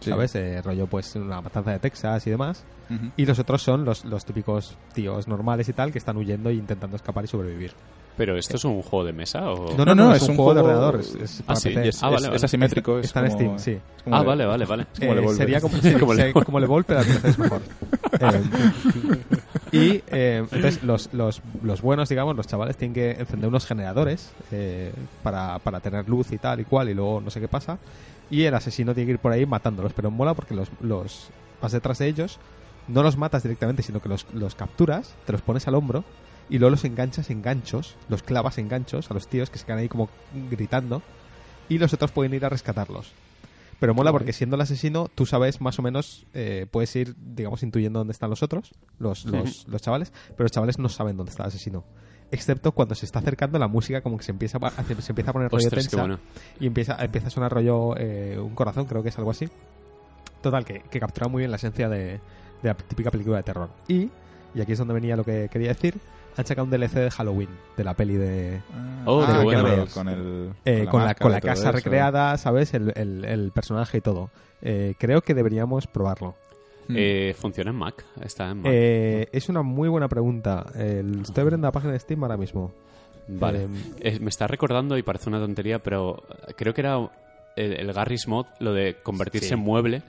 Sí. ¿sabes? Eh, rollo pues una matanza de Texas y demás. Ujú. Y los otros son los, los típicos tíos normales y tal que están huyendo e intentando escapar y sobrevivir. ¿Pero esto es un juego de mesa o...? No, no, no, es, un, juego, de ordenador. Es, es Ah, para sí, PC. Y es, Ah, vale, es- vale. es asimétrico. es Está en como- Steam, sí. es como Ah, de- vale, vale, vale. como el Eh, Evolver. [laughs] sería como, Sí, como el sería Evolver. como el Evolver, pero al parecer es mejor. Eh, y eh, entonces los, los, los buenos, digamos, los chavales tienen que encender unos generadores eh, para, para tener luz y tal y cual, y luego no sé qué pasa. Y el asesino tiene que ir por ahí matándolos, pero mola porque los, los vas detrás de ellos, no los matas directamente, sino que los, los capturas, te los pones al hombro y luego los enganchas en ganchos, los clavas en ganchos a los tíos que se quedan ahí como gritando y los otros pueden ir a rescatarlos. Pero mola porque siendo el asesino, tú sabes más o menos, eh, puedes ir, digamos, intuyendo dónde están los otros, los, los, los chavales, pero los chavales no saben dónde está el asesino. Excepto cuando se está acercando la música, como que se empieza a, se se empieza a poner rollo Ostras, qué tensa bueno. y empieza, empieza a sonar rollo eh, un corazón, creo que es algo así. Total, que, que captura muy bien la esencia de, de la típica película de terror. Y, y aquí es donde venía lo que quería decir, han sacado un DLC de Halloween, de la peli de... Ah, Oh, ah, qué bueno. claro, con el- eh, con la, con máscara la y todo casa eso. recreada, ¿sabes? El, el- el personaje y todo. Eh, creo que deberíamos probarlo. Mm. Eh, ¿Funciona en Mac? Está en Mac. Eh, es una muy buena pregunta. El- estoy abriendo la página de Steam ahora mismo. Vale. Eh, Eh, me está recordando, y parece una tontería, pero creo que era el, el Garry's Mod, lo de convertirse Sí. en mueble,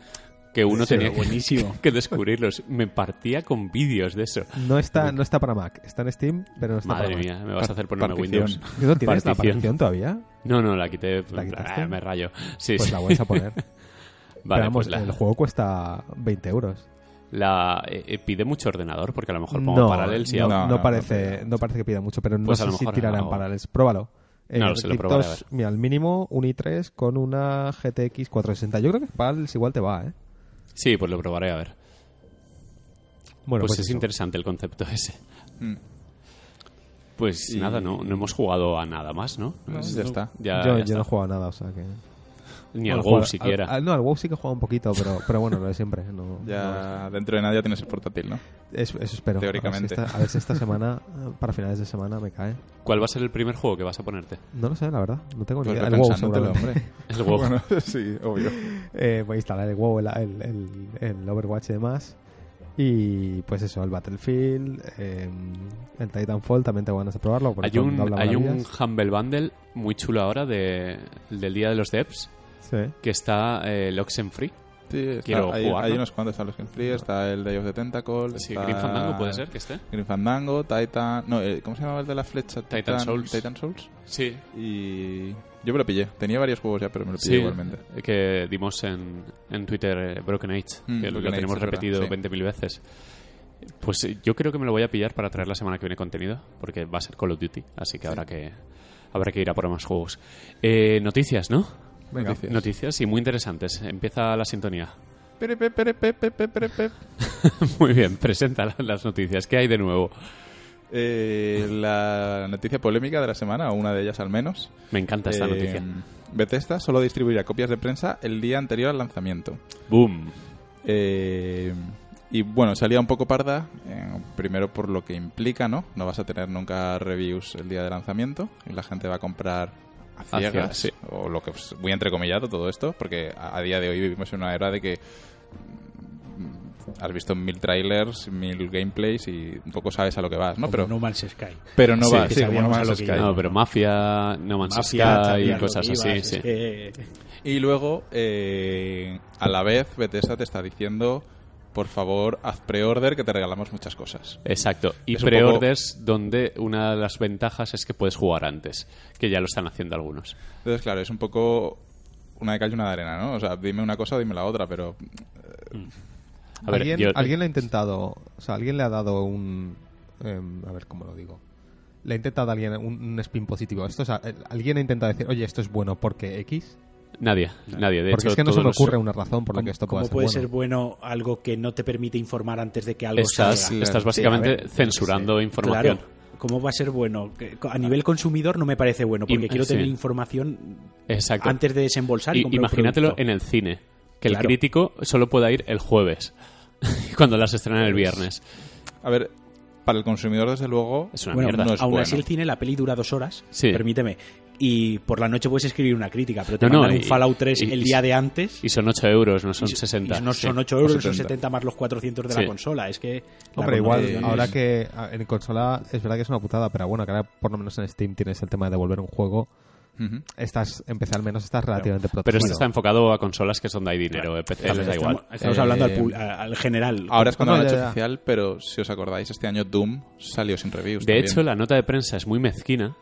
que uno Sí, tenía que, [laughs] buenísimo. [laughs] que descubrirlos. Me partía con vídeos de eso. No está, no está para Mac, está en Steam, pero no está Madre para mía, me vas a hacer ponerme Partición. Windows. Mac. ¿No tienes la Partición. aparición todavía? No, no, la quité. ¿La en plan, quitaste? ah, me rayo. Sí, Pues sí. la vuelves a poner. [laughs] Vale, Pero vamos, pues la, el juego cuesta 20 euros. la- eh, eh, pide mucho ordenador, porque a lo mejor pongo No, Parallels y no, hago- no, No, no, parece, no. no parece que pida mucho, pero no Pues a sé lo si mejor tirarán hago. paralels. Pruébalo. Eh, No lo sé, lo probaré, a ver. mira, al mínimo un i3 con una GTX 460. Yo creo que Parallels igual te va, ¿eh? Sí, pues lo probaré a ver. Bueno, pues, pues, es eso. interesante el concepto ese. Mm. Pues Y- nada, no, no hemos jugado a nada más, ¿no? No, ya está. Ya- yo, ya yo está. no he jugado nada, o sea que... Ni Bueno, al jugar- WoW siquiera. al- no, al WoW sí que he jugado un poquito, [laughs] pero, pero bueno, lo de siempre. No, no Ya dentro de nada ya tienes el portátil, ¿no? es- eso, eso espero. Teóricamente. A ver, si esta, a ver si esta semana, eh, para finales de semana, me cae. ¿Cuál va a ser el primer juego que vas a ponerte? No lo sé, la verdad. No tengo ni Pues idea. ve El WoW, pensándotelo, seguramente. [laughs] hombre. El WoW. Bueno, [laughs] sí, obvio. Eh, voy a instalar el WoW, el, el, el- el Overwatch y demás. Y pues eso, el Battlefield, eh, el Titanfall, también tengo ganas de probarlo. porque hay todo el un, mundo habla hay un maravillas. Humble Bundle muy chulo ahora de, del Día de los Devs Sí. que está eh, el Oxenfree. Sí, está- Quiero hay, jugar, hay ¿no? unos cuantos, están los Gameplay, está el Day of the Tentacle, Sí, Pues está- Green Fandango puede ser que esté. Grim Fandango, Titan... No, eh, ¿cómo se llamaba el de la flecha? Titan Souls. Titan Souls. Sí, Y yo me lo pillé. Tenía varios juegos ya, pero me lo pillé sí, igualmente. que dimos en, en Twitter eh, Broken Age, Mm, que lo- Broken lo Age, tenemos es verdad, repetido sí. 20.000 veces. Pues eh, yo creo que me lo voy a pillar para traer la semana que viene contenido, porque va a ser Call of Duty, así que habrá que habrá que ir a por más juegos. Eh, noticias, ¿no? Venga. Noticias. Noticias y muy interesantes. Empieza la sintonía. [laughs] Pere, pe, pere, pe, pe, pe, pere, pe. Muy bien, presenta la- las noticias. ¿Qué hay de nuevo? Eh, la noticia polémica de la semana, o una de ellas al menos. Me encanta esta Eh, noticia. Bethesda solo distribuirá copias de prensa el día anterior al lanzamiento. Boom. Eh, y bueno, salía un poco parda, eh, primero por lo que implica, ¿no? No vas a tener nunca reviews el día de lanzamiento y la gente va a comprar a ciegas, ciegas, sí. o lo que es muy entrecomillado todo esto, porque a, a día de hoy vivimos en una era de que mm, has visto mil trailers, mil gameplays y un poco sabes a lo que vas, ¿no? Como Pero, No Man's Sky. pero no Sí, vas, que sí, como no sabíamos a vas lo a que Sky. ibas. No, pero Mafia, No Man's Mafia, Sky y sabías lo cosas que así, ibas, sí. es que- Y luego, eh, a la vez, Bethesda te está diciendo, por favor, haz pre-order que te regalamos muchas cosas. Exacto. Y Es un pre-orders donde una de las ventajas es que puedes jugar antes, que ya lo están haciendo algunos. Entonces, claro, es un poco una de cal y una de arena, ¿no? O sea, dime una cosa, dime la otra, pero A ver, ¿Alguien, yo- alguien le ha intentado, o sea, alguien le ha dado un, em, a ver cómo lo digo, le ha intentado alguien un, un spin positivo. Esto, o sea, el- alguien ha intentado decir, oye, esto es bueno porque X, Nadie, nadie. De porque hecho, es que no se todos me los- ocurre una razón por la ¿Cómo- que esto cómo pueda ser puede bueno. ser bueno algo que no te permite informar antes de que algo Estás, salga? Claro. estás Sí, básicamente a ver, censurando información. Claro. ¿Cómo va a ser bueno? Que- A nivel consumidor no me parece bueno, porque Im- eh, quiero sí. tener información Exacto. antes de desembolsar. Y, I- comprar un imagínatelo producto. en el cine, que el Claro. crítico solo pueda ir el jueves, [laughs] cuando las estrenan el viernes. a ver, para el consumidor desde luego Es una Bueno, mierda. no es Aún bueno. así el cine, la peli dura dos horas, Sí. permíteme. Y por la noche puedes escribir una crítica, pero te No, no, mandan y- un Fallout 3 y- el y- día de antes. Y son 8 euros, no son y- 60. y no Sí. son 8 euros, son 70. 70 más los 400 de Sí. la consola. Es que. la Hombre, igual, connotación es- ahora que a- en consola es verdad que es una putada, pero bueno, que ahora por lo menos en Steam tienes el tema de devolver un juego, Ujú. estás, empezar al menos estás relativamente Pero protegido. esto está enfocado a consolas que son donde hay dinero, eh, PC les da Estamos, igual. estamos Eh, hablando al, pub- a- al general. Ahora es cuando lo No, han ya, hecho ya. oficial, pero si os acordáis, este año Doom salió sin reviews. De también. hecho, la nota de prensa es muy mezquina,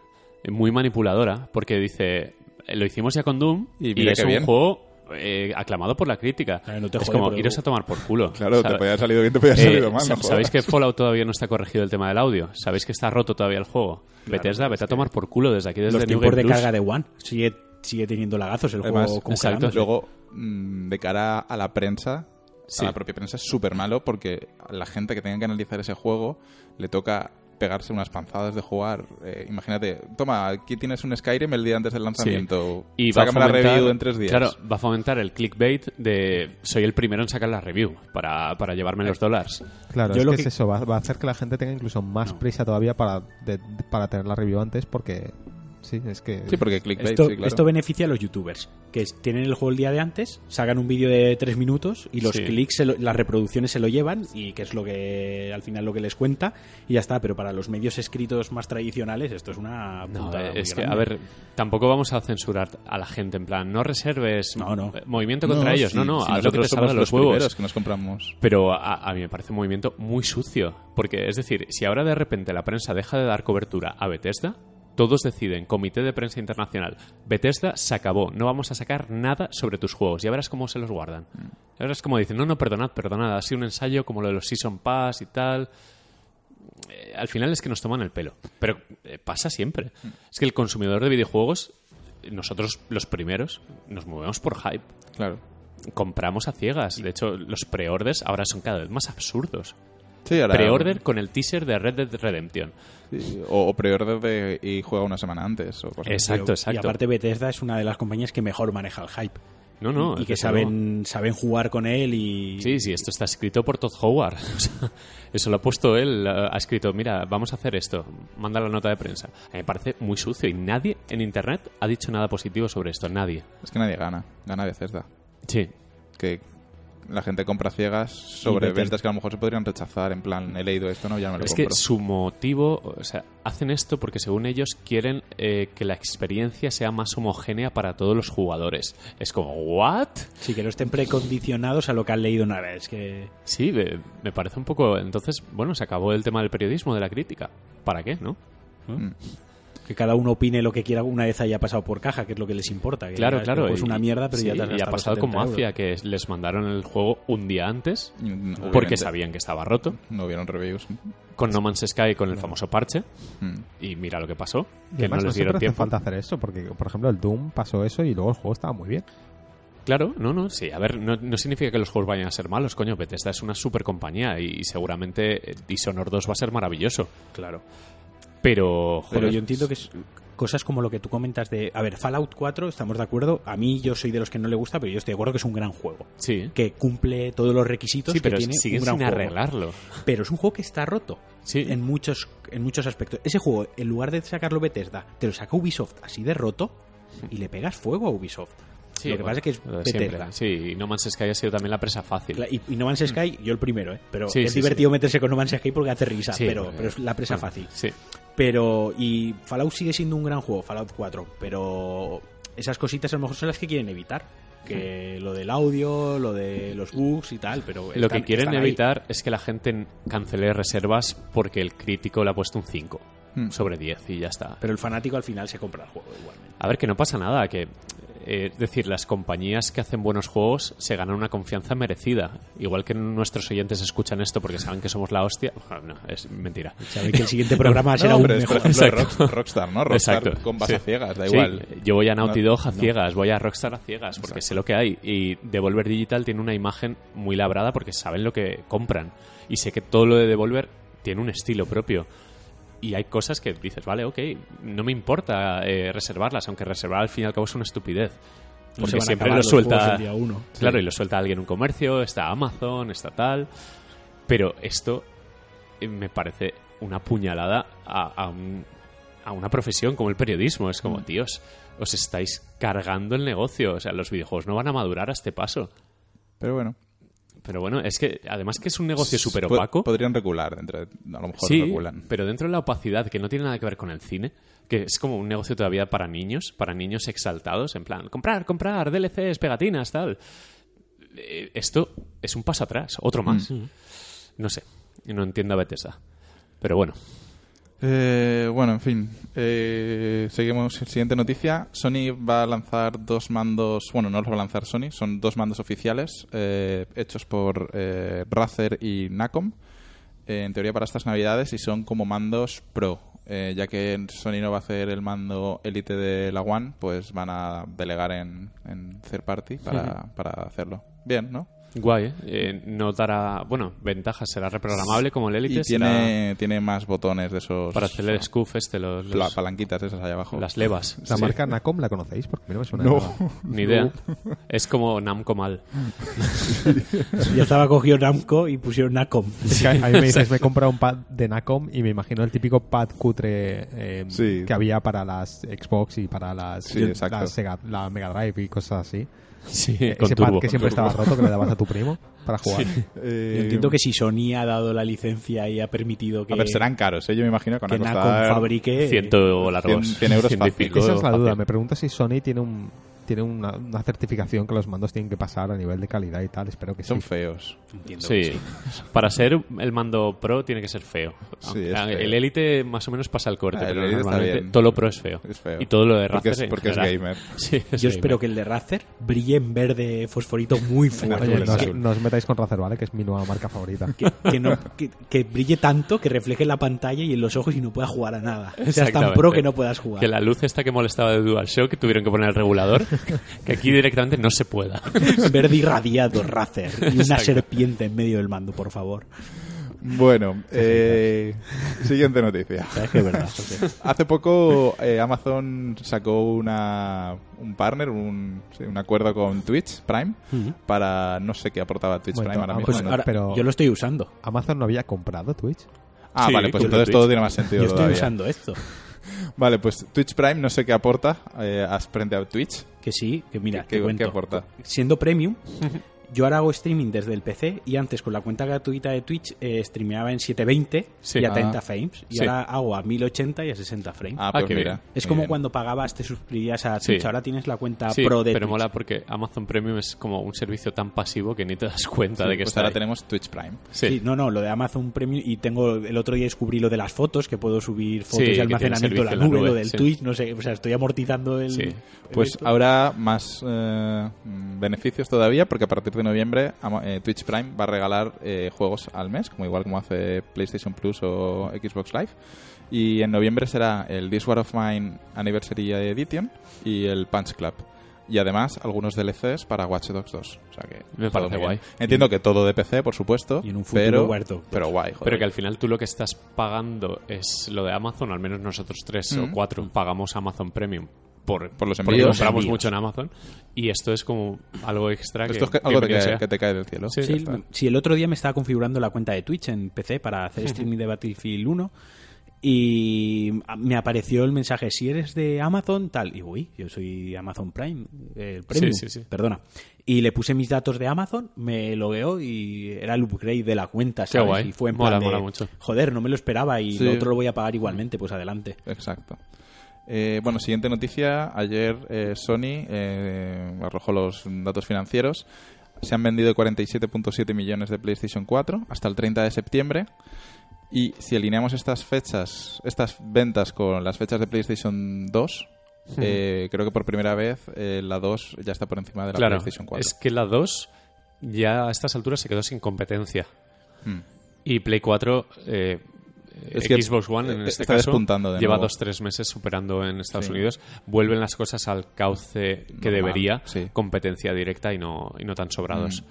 muy manipuladora, porque dice, "Eh, lo hicimos ya con Doom Y y, mira es qué un bien". juego eh, aclamado por la crítica. Claro, no te es jode como, por el iros Doom". a tomar por culo. [laughs] Claro, te ¿sabes? podía haber salido bien, te podía haber Eh, salido mal. sa- no ¿Sabéis jodas. que Fallout todavía no está corregido el tema del audio? ¿Sabéis que está roto todavía el juego? Bethesda, vete a tomar por culo desde aquí, desde los New tiempos Game de Plus. carga de One. Sigue, sigue teniendo lagazos el Además, juego exacto. congelándose. Luego, mm, de cara a la prensa, Sí. a la propia prensa, es súper malo porque a la gente que tenga que analizar ese juego le toca pegarse unas panzadas de jugar. Eh, imagínate, toma, aquí tienes un Skyrim el día antes del lanzamiento. Y va a Sácame fomentar, la review en tres días. Claro, va a fomentar el clickbait de soy el primero en sacar la review para, para llevarme los dólares. Claro, Yo es lo que, es que- eso, va, va a hacer que la gente tenga incluso más prisa todavía para, de- para tener la review antes porque... Sí, es que... Sí, porque clickbait, Esto, sí, claro. esto beneficia a los youtubers, que es- tienen el juego el día de antes, sacan un vídeo de tres minutos y los Sí. clics, se lo- las reproducciones se lo llevan y que es lo que al final lo que les cuenta y ya está. Pero para los medios escritos más tradicionales esto es una No, putada eh, muy es que, a grande. ver, tampoco vamos a censurar a la gente en plan, no reserves No, no. eh, movimiento contra ellos, si- no, no, si haz lo que nosotros te salga somos de los los huevos. primeros que nos compramos. Pero a, a mí me parece un movimiento muy sucio. Porque, es decir, si ahora de repente la prensa deja de dar cobertura a Bethesda, todos deciden, Comité de Prensa Internacional, Bethesda se acabó, no vamos a sacar nada sobre tus juegos. Ya verás cómo se los guardan. Ya verás cómo dicen, no, no, perdonad, perdonad, ha sido un ensayo como lo de los Season Pass y tal. Eh, al final es que nos toman el pelo. Pero eh, pasa siempre. Es que el consumidor de videojuegos, nosotros los primeros, nos movemos por hype Claro. compramos a ciegas. De hecho, los preorders ahora son cada vez más absurdos. Sí, ahora- Preorder con el teaser de Red Dead Redemption. sí, o, o preorder de- y juega una semana antes. O cosas así. Exacto, Y exacto. aparte Bethesda es una de las compañías que mejor maneja el hype no, no. y que desde luego. saben, saben jugar con él y... Sí, sí, esto está escrito por Todd Howard. [laughs] O sea, Eso lo ha puesto él. eh, Ha escrito, mira, vamos a hacer esto. Manda la nota de prensa. A mí Me parece muy sucio y nadie en Internet ha dicho nada positivo sobre esto. Nadie. Es que nadie gana. Gana de Cesda. Sí. que la gente compra ciegas sobre Y Bethesda- ventas que a lo mejor se podrían rechazar. En plan, he leído esto, no, ya no me lo Es que compro. su motivo, o sea, hacen esto porque según ellos quieren eh, que la experiencia sea más homogénea para todos los jugadores. Es como, ¿what? Sí, que no estén precondicionados a lo que han leído una vez. Que... Sí, me, me parece un poco. Entonces, bueno, se acabó el tema del periodismo, de la crítica. ¿Para qué, no? que cada uno opine lo que quiera una vez haya pasado por caja, que es lo que les importa. que claro, digas, claro. "Este juego Es y- una mierda, pero sí, ya te has Y ha gastado pasado con 70 euros". Mafia, que es- les mandaron el juego un día antes Y, mm, porque obviamente, sabían que estaba roto. No hubieron reviews. Con No Man's Sky, con el famoso parche. Mm. Y mira lo que pasó, y que no además les siempre dieron hace tiempo. falta hacer eso, porque por ejemplo el Doom pasó eso y luego el juego estaba muy bien. Claro, no, no, sí. A ver, no, no significa que los juegos vayan a ser malos, coño. Bethesda es una super compañía y seguramente eh, Dishonored 2 va a ser maravilloso. Claro. Pero, joder, Pero yo entiendo que es cosas como lo que tú comentas de. A ver, Fallout 4, estamos de acuerdo. A mí yo soy de los que no le gusta, pero yo estoy de acuerdo que es un gran juego. Sí, Que cumple todos los requisitos sí que pero tiene siguen un gran sin juego. arreglarlo. Pero es un juego que está roto. Sí. En muchos, en muchos aspectos. Ese juego, en lugar de sacarlo Bethesda, te lo saca Ubisoft así de roto y le pegas fuego a Ubisoft. Sí, lo que bueno, pasa es que es lo de Bethesda. siempre. Sí, y No Man's Sky ha sido también la presa fácil. Cla- Y, y No Man's Sky, yo el primero, ¿eh? Pero Sí, es sí, divertido meterse con No Man's Sky porque hace risa, Sí, pero, porque- pero es la presa bueno, fácil. Sí. Pero, y Fallout sigue siendo un gran juego, Fallout 4, pero esas cositas a lo mejor son las que quieren evitar. Que lo del audio, lo de los bugs y tal, pero. lo pues están- que quieren están ahí. evitar es que la gente cancele reservas porque el crítico le ha puesto un 5 Hmm. sobre 10 y ya está. Pero el fanático al final se compra el juego igualmente. A ver, que no pasa nada, que eh, eh, es decir, las compañías que hacen buenos juegos se ganan una confianza merecida. Igual que nuestros oyentes escuchan esto porque saben que somos la hostia. No, es mentira. Saben que [laughs] el siguiente Ah, programa será no, un pero es, mejor. por ejemplo, Exacto. Rock- Rockstar, ¿no? Rockstar Exacto. con base Sí. a ciegas, da Pues Sí, Eh, igual. Yo voy a Naughty No- Dog a ciegas, voy a Rockstar a ciegas, porque sé lo que hay. Y Devolver Digital tiene una imagen muy labrada porque saben lo que compran. Y sé que todo lo de Devolver tiene un estilo propio. Y hay cosas que dices, vale, ok, no me importa eh, reservarlas, aunque reservar al fin y al cabo es una estupidez. No se Porque van a siempre acabar lo los juegos suelta. el día uno. [laughs] Claro, y lo suelta alguien en un comercio, está Amazon, está tal. Pero esto eh, me parece una puñalada a, a un- a una profesión como el periodismo. Es como, tíos, os estáis cargando el negocio. O sea, los videojuegos no van a madurar a este paso. Pero bueno. Pero bueno, es que además que es un negocio súper Po- opaco. Podrían recular dentro de- A lo mejor Sí, reculan. pero dentro de la opacidad, que no tiene nada que ver con el cine, que es como un negocio todavía para niños, para niños exaltados, en plan, comprar, comprar, DLCs, pegatinas, tal. Eh, Esto es un paso atrás, otro más. Mm. No sé, no entiendo a Bethesda. Pero bueno, Eh, bueno, en fin. Eh, seguimos. Siguiente noticia. Sony va a lanzar dos mandos. Bueno, no los va a lanzar Sony. Son dos mandos oficiales eh, hechos por eh, Razer y Nacom. eh, en teoría para estas navidades y son como mandos pro. Eh, ya que Sony no va a hacer el mando Elite de la One, pues van a delegar en, en third party para, para hacerlo. Bien, ¿no? guay, ¿eh? Eh, no dará, bueno, ventajas, será reprogramable como el Elite, Y tiene, tiene más botones de será esos. para hacer el scoop este, los- los- pla- palanquitas esas allá abajo. las levas. La Sí, marca Nacom la conocéis porque a mí no me suena. No. de nada. Ni idea. Es como [laughs] Namcomal. Ya estaba cogido Namco y pusieron Nacom. Es que a mí [laughs] me dices, me he comprado un pad de Nacom y me imagino el típico pad cutre eh, Sí. que había para las Xbox y para las, Sí, exacto. las Sega- la Mega Drive y cosas así. Sí, [laughs] con Ese pad turbo. que siempre estaba roto que le dabas a tu primo [laughs] para jugar. Eh, Yo entiendo que si Sony ha dado la licencia y ha permitido que, A ver, serán caros, ¿eh? Yo me imagino que van que a Nacom costar... fabrique. Ciento largos. 100 euros ciento y fácil. pico, Esa es la duda. fácil. Me pregunto si Sony tiene un tiene una, una certificación que los mandos tienen que pasar a nivel de calidad y tal. Espero que Son sí. feos. Entiendo que Sí, para ser el mando pro tiene que ser feo. Sí, Aunque es feo. El Elite más o menos pasa el corte, Ah, el pero Elite está normalmente bien. todo lo pro es feo. Es feo. Y todo lo de Porque es- Razer en porque es general. gamer. [laughs] Sí, es Yo gamer. espero que el de Razer brille en verde fosforito [laughs] muy fuerte. Oye, no, que, os- no os metáis con Razer, ¿vale? Que es mi nueva marca favorita. que- que no- que- que brille tanto que refleje en la pantalla y en los ojos y no puedas jugar a nada. Seas tan Exactamente. pro que no puedas jugar. Que la luz esta que molestaba de DualShock que tuvieron que poner el regulador, que aquí directamente no se pueda. [laughs] Verde irradiado, Razer. Y una Exacto. serpiente en medio del mando, por favor. Bueno, eh, siguiente noticia. ¿Sabes que es [laughs] verdad? José? Hace poco eh, Amazon sacó una, un partner, un, sí, un acuerdo con Twitch Prime para... No sé qué aportaba Twitch Bueno, Prime ahora mismo. Pues Bueno, ¿no? ahora, pero- yo lo estoy usando. Amazon no había comprado Twitch. Ah, Sí, vale, pues yo lo entonces Twitch. todo tiene más sentido Yo estoy todavía. usando esto. Vale, pues Twitch Prime no sé qué aporta eh, as- frente a Twitch. Que sí, que mira, ¿Qué- te qué- cuento. qué aporta? Siendo premium, yo ahora hago streaming desde el PC y antes con la cuenta gratuita de Twitch eh, streameaba en 720 Sí. y a Ah. 30 frames. Y Sí. ahora hago a 1080 y a 60 frames. Ah, Ah, pues qué mira. bien. es muy como bien. cuando pagabas, te suscribías a Sí. Twitch. Ahora tienes la cuenta [laughs] Sí, pro de pero Twitch. mola porque Amazon Premium es como un servicio tan pasivo que ni te das cuenta Sí, de que pues está ahora ahí. tenemos Twitch Prime. Sí. Sí, no, no, lo de Amazon Premium. Y tengo el otro día descubrí lo de las fotos, que puedo subir fotos Sí, de que almacenamiento tiene en la servicio en la nube, lo nube, del sí. Twitch, no sé, o sea, estoy amortizando el. Sí. el Pues esto. habrá más eh, mm, beneficios todavía porque a partir de noviembre ama- eh, Twitch Prime va a regalar eh, juegos al mes, como igual como hace PlayStation Plus o Xbox Live. Y en noviembre será el This War of Mine Anniversary Edition y el Punch Club. Y además algunos DLCs para Watch Dogs 2. O sea que Me todo parece muy guay. bien. Entiendo que todo de PC, por supuesto. Y en un futuro pero, Watch Dogs. pero guay, joder. Pero que al final tú lo que estás pagando es lo de Amazon, al menos nosotros tres o Ujú. cuatro pagamos Amazon Premium por, Por Mm. los porque envíos. compramos Envíos. mucho en Amazon y esto es como algo extra Esto es que, que- algo que bienvenido sea. te, cae, que te cae del cielo. Sí. Ya Sí, está. sí, el otro día me estaba configurando la cuenta de Twitch en PC para hacer streaming de Battlefield 1 y me apareció el mensaje, si eres de Amazon, tal. Y uy, yo soy Amazon Prime, eh, el Premium, Sí, sí, sí. perdona. Y le puse mis datos de Amazon, me logueó y era el upgrade de la cuenta, ¿sabes? guay. Y fue en Mola, plan de, mola mucho. joder, no me lo esperaba y Sí. lo otro lo voy a pagar igualmente, pues adelante. Exacto. Eh, bueno, siguiente noticia. Ayer eh, Sony eh, arrojó los datos financieros. Se han vendido 47.7 millones de PlayStation 4 hasta el 30 de septiembre. Y si alineamos estas fechas, estas ventas con las fechas de PlayStation 2, Eh, creo que por primera vez eh, la 2 ya está por encima de la claro, PlayStation 4. es que la 2 ya a estas alturas se quedó sin competencia. Mm. Y Play 4, eh, Es que Xbox One en e- este está caso, despuntando de lleva nuevo. dos tres meses superando en Estados Sí. Unidos. Vuelven las cosas al cauce que Normal, debería, sí. Mm. competencia directa y no, y no tan sobrados.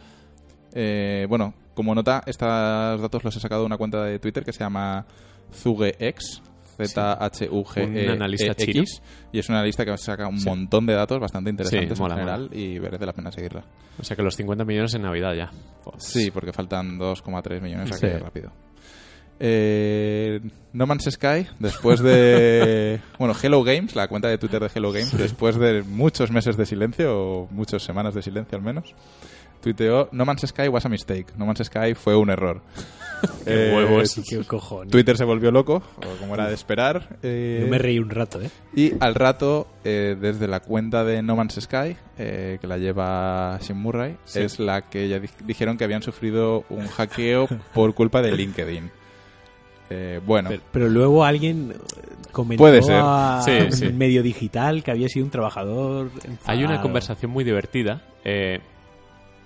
Eh, bueno, como nota, estos datos los he sacado de una cuenta de Twitter que se llama ZugeX. Z-H-U-G-E-X. Un analista chino. E Y es una analista que saca un montón de datos bastante interesantes mola, en general mola. y merece la pena seguirla. O sea que los 50 millones en Navidad ya. Sí, porque faltan 2,3 millones aquí Sí. rápido. Eh, no Man's Sky, después de. bueno, Hello Games, la cuenta de Twitter de Hello Games, después de muchos meses de silencio, o muchas semanas de silencio al menos, tuiteó: No Man's Sky was a mistake. No Man's Sky fue un error. Eh, Qué [laughs] pues. huevos. Qué cojones. Twitter se volvió loco, o como era de esperar. eh, Yo me reí un rato, ¿eh? y al rato, eh, desde la cuenta de No Man's Sky, eh, que la lleva Shin Murray, es la que ya di- dijeron que habían sufrido un hackeo por culpa de LinkedIn. Eh, bueno, Pero, pero luego alguien eh, comentó Puede ser. a Sí, un sí. medio digital que había sido un trabajador. Hay una enfadado. conversación muy divertida. Eh,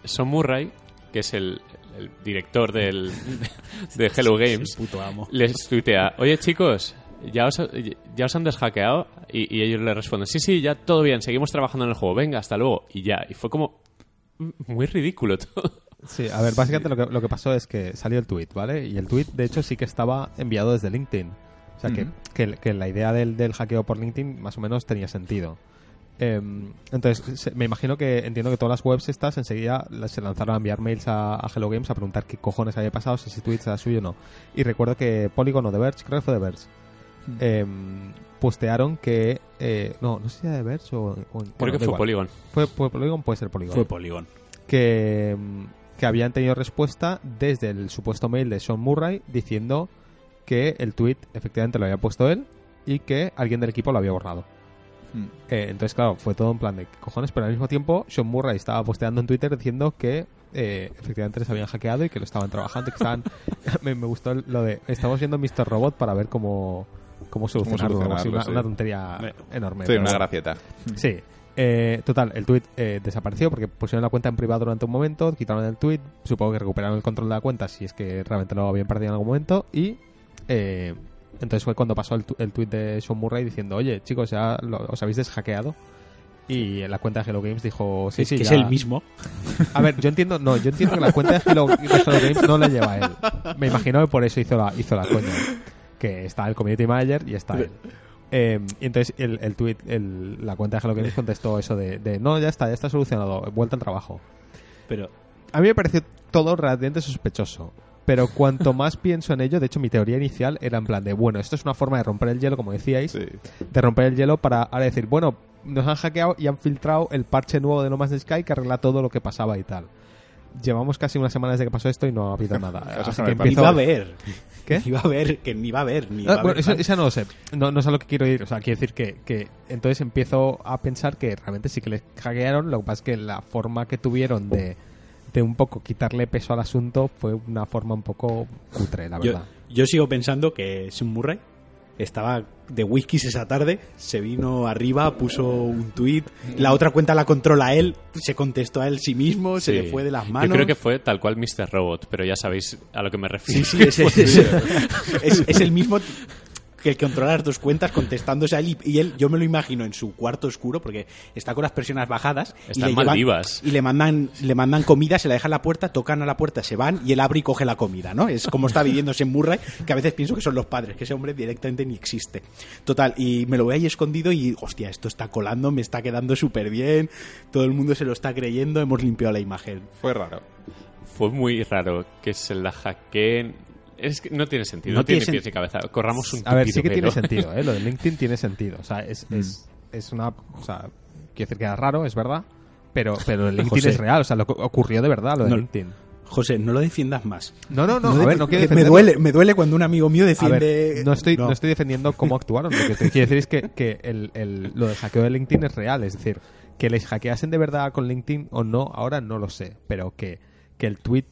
Son Murray, que es el, el director del, de Hello Games, [laughs] Sí, puto amo. les tuitea, oye chicos, ya os, ya os han deshackeado y, y ellos le responden, sí, sí, ya todo bien, seguimos trabajando en el juego, venga, hasta luego. Y ya, y fue como mm, muy ridículo todo. Sí, a ver, básicamente lo, que, lo que pasó es que salió el tweet, ¿vale? Y el tweet, de hecho, sí que estaba enviado desde LinkedIn. O sea, que- Ujú. que, que la idea del, del hackeo por LinkedIn más o menos tenía sentido. Em, entonces, se- me imagino que entiendo que todas las webs estas enseguida las- se lanzaron a enviar mails a, a Hello Games a preguntar qué cojones había pasado, si ese tweet era suyo o no. Y recuerdo que Polygon o The Verge, creo que fue The Verge, em, postearon que. eh, no, no sé si era The Verge o. o- bueno, Creo da que fue igual. Polygon. Fue, fue Polygon, puede ser Polygon Fue Polygon. que, mm, que habían tenido respuesta desde el supuesto mail de Sean Murray diciendo que el tweet efectivamente lo había puesto él y que alguien del equipo lo había borrado. mm, Eh, entonces, claro, fue todo en plan de "¿Qué cojones, pero al mismo tiempo Sean Murray estaba posteando en Twitter diciendo que eh, efectivamente les habían hackeado y que lo estaban trabajando y [laughs] que estaban... [laughs] me, me gustó el- lo de... Estamos viendo Mr. Robot para ver cómo, cómo solucionarlo. algo así, solucionarlo, una, sí. una tontería Bueno, enorme. sí, pero una bueno. gracieta. Sí. Eh, total, el tweet eh, desapareció porque pusieron la cuenta en privado durante un momento, quitaron el tweet, supongo que recuperaron el control de la cuenta si es que realmente lo habían perdido en algún momento y eh, entonces fue cuando pasó el, tu- el tweet de Sean Murray diciendo, oye chicos, ya lo- os habéis deshackeado y la cuenta de Hello Games dijo, sí, sí, que es ya". el mismo. A ver, yo entiendo, no, yo entiendo que la cuenta de Hello, de Hello Games no la lleva él. Me imagino que por eso hizo la, hizo la coña. Que está el community manager y está él. Eh, y entonces el, el tweet, el- la cuenta de Hello Games contestó eso de, de, no, ya está, ya está solucionado, vuelta al trabajo. Pero A mí me pareció todo realmente sospechoso. Pero cuanto más pienso en ello, de hecho mi teoría inicial era en plan de, bueno, esto es una forma de romper el hielo, como decíais, Sí. de romper el hielo para ahora decir, bueno, nos han hackeado y han filtrado el parche nuevo de No Man's Sky que arregla todo lo que pasaba y tal. Llevamos casi una semana desde que pasó esto y no ha habido nada. Cosas Así que que me ni empiezo- va a haber. ¿Qué? Ni va a haber, que ni va a haber. Ni va Ah, a bueno, haber eso- tal. esa no lo sé. No, no sé a lo que quiero ir. O sea, quiero decir que, que entonces empiezo a pensar que realmente sí que les hackearon. Lo que pasa es que la forma que tuvieron de, de un poco quitarle peso al asunto fue una forma un poco cutre, la yo, verdad. yo sigo pensando que Sean Murray estaba de whiskies esa tarde, se vino arriba, puso un tweet, la otra cuenta la controla él, se contestó a él sí mismo, se Sí. le fue de las manos. Yo creo que fue tal cual Mr. Robot, pero ya sabéis a lo que me refiero. Sí, sí, es, es- [laughs] es- es- es el mismo t- que el que controla las dos cuentas contestándose a él y, y él, yo me lo imagino en su cuarto oscuro porque está con las personas bajadas y Está le, en llevan- Maldivas. y le mandan le mandan comida, se la dejan en la puerta, tocan a la puerta, se van y él abre y coge la comida, ¿no? Es como está viviéndose en Murray, que a veces pienso que son los padres, que ese hombre directamente ni existe. Total, y me lo veo ahí escondido y hostia, esto está colando, me está quedando súper bien, todo el mundo se lo está creyendo, hemos limpiado la imagen. Fue raro. Fue muy raro que se la hackeen. Es que no tiene sentido, No no, tiene tiene pies ni cabeza. Corramos un A ver, sí que tupido tiene velo. [laughs] sentido, ¿eh? [laughs] Lo de LinkedIn tiene sentido. O sea, es, Mm. es, es una... O sea, quiero decir que era raro, es verdad. Pero, [laughs] pero el LinkedIn José. es real. O sea, lo que ocurrió de verdad, lo de No. LinkedIn. José, no lo defiendas más. No, no, no. a de- ver, no quiero que eh, me defenderlo. duele, me duele cuando un amigo mío A ver, defiende. no, estoy, no. estoy defendiendo cómo actuaron. Lo que te quiero decir es que, que el, el- lo del hackeo de LinkedIn es real. Es decir, que les hackeasen de verdad con LinkedIn o no, ahora no lo sé. Pero que, que el tweet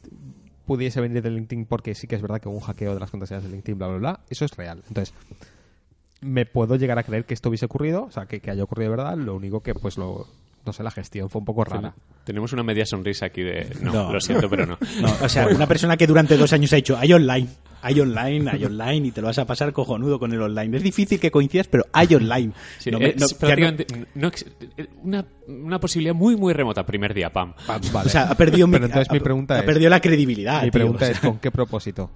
pudiese venir de LinkedIn porque sí que es verdad que hubo un hackeo de las contraseñas de LinkedIn, bla, bla, bla, eso es real. Entonces, me puedo llegar a creer que esto hubiese ocurrido, o sea, que, que haya ocurrido de verdad, lo único que, pues, lo, no sé, la gestión fue un poco rara. Tenemos una media sonrisa aquí de... No, No. lo siento, pero no. No, o sea, una persona que durante dos años ha hecho hay online, hay online, hay online y te lo vas a pasar cojonudo con el online. Es difícil que coincidas, pero hay online. Sí, eh, No me- eh, es no- ya no- prácticamente no ex- una, una posibilidad muy, muy remota, primer día, pam. Pa- vale. O sea, ha perdido mi- [laughs] Pero entonces ha- mi pregunta ha es- perdido la ah, credibilidad. Mi tío. pregunta O es, sea, ¿con qué propósito?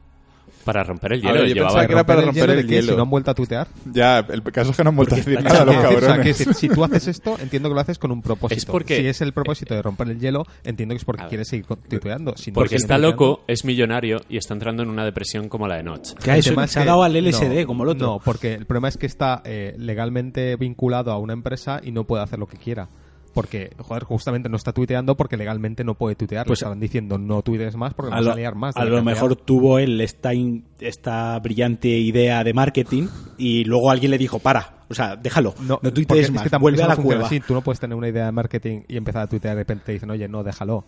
Para romper el A ver, hielo. yo llevaba pensaba que era para romper el de qué? hielo. Si no han vuelto a tutear. Ya, el caso es que no han vuelto a [laughs] decir O sea, nada, los quiero decir, o sea, cabrones. quiero decir, si tú haces esto, entiendo que lo haces con un propósito. Es porque- si es el propósito de romper el hielo, entiendo que es A porque ver. quieres seguir tuteando. Si no porque sigues está tuteando- loco, es millonario y está entrando en una depresión como la de Notch. que a El eso tema es se ha que- dado al LSD no, como el otro. No, porque el problema es que está eh, legalmente vinculado a una empresa y no puede hacer lo que quiera. Porque, joder, justamente no está tuiteando porque legalmente no puede tuitear. Pues- Le estarán diciendo no tuitees más porque a vas lo, a liar más. de a la lo cantidad". mejor tuvo él esta, in- esta brillante idea de marketing y luego alguien le dijo, para, o sea, déjalo, no, porque tuitees es más, que tampoco vuelve eso a la no funciona cueva. así. Tú no puedes tener una idea de marketing y empezar a tuitear de repente y dicen, oye, no, déjalo.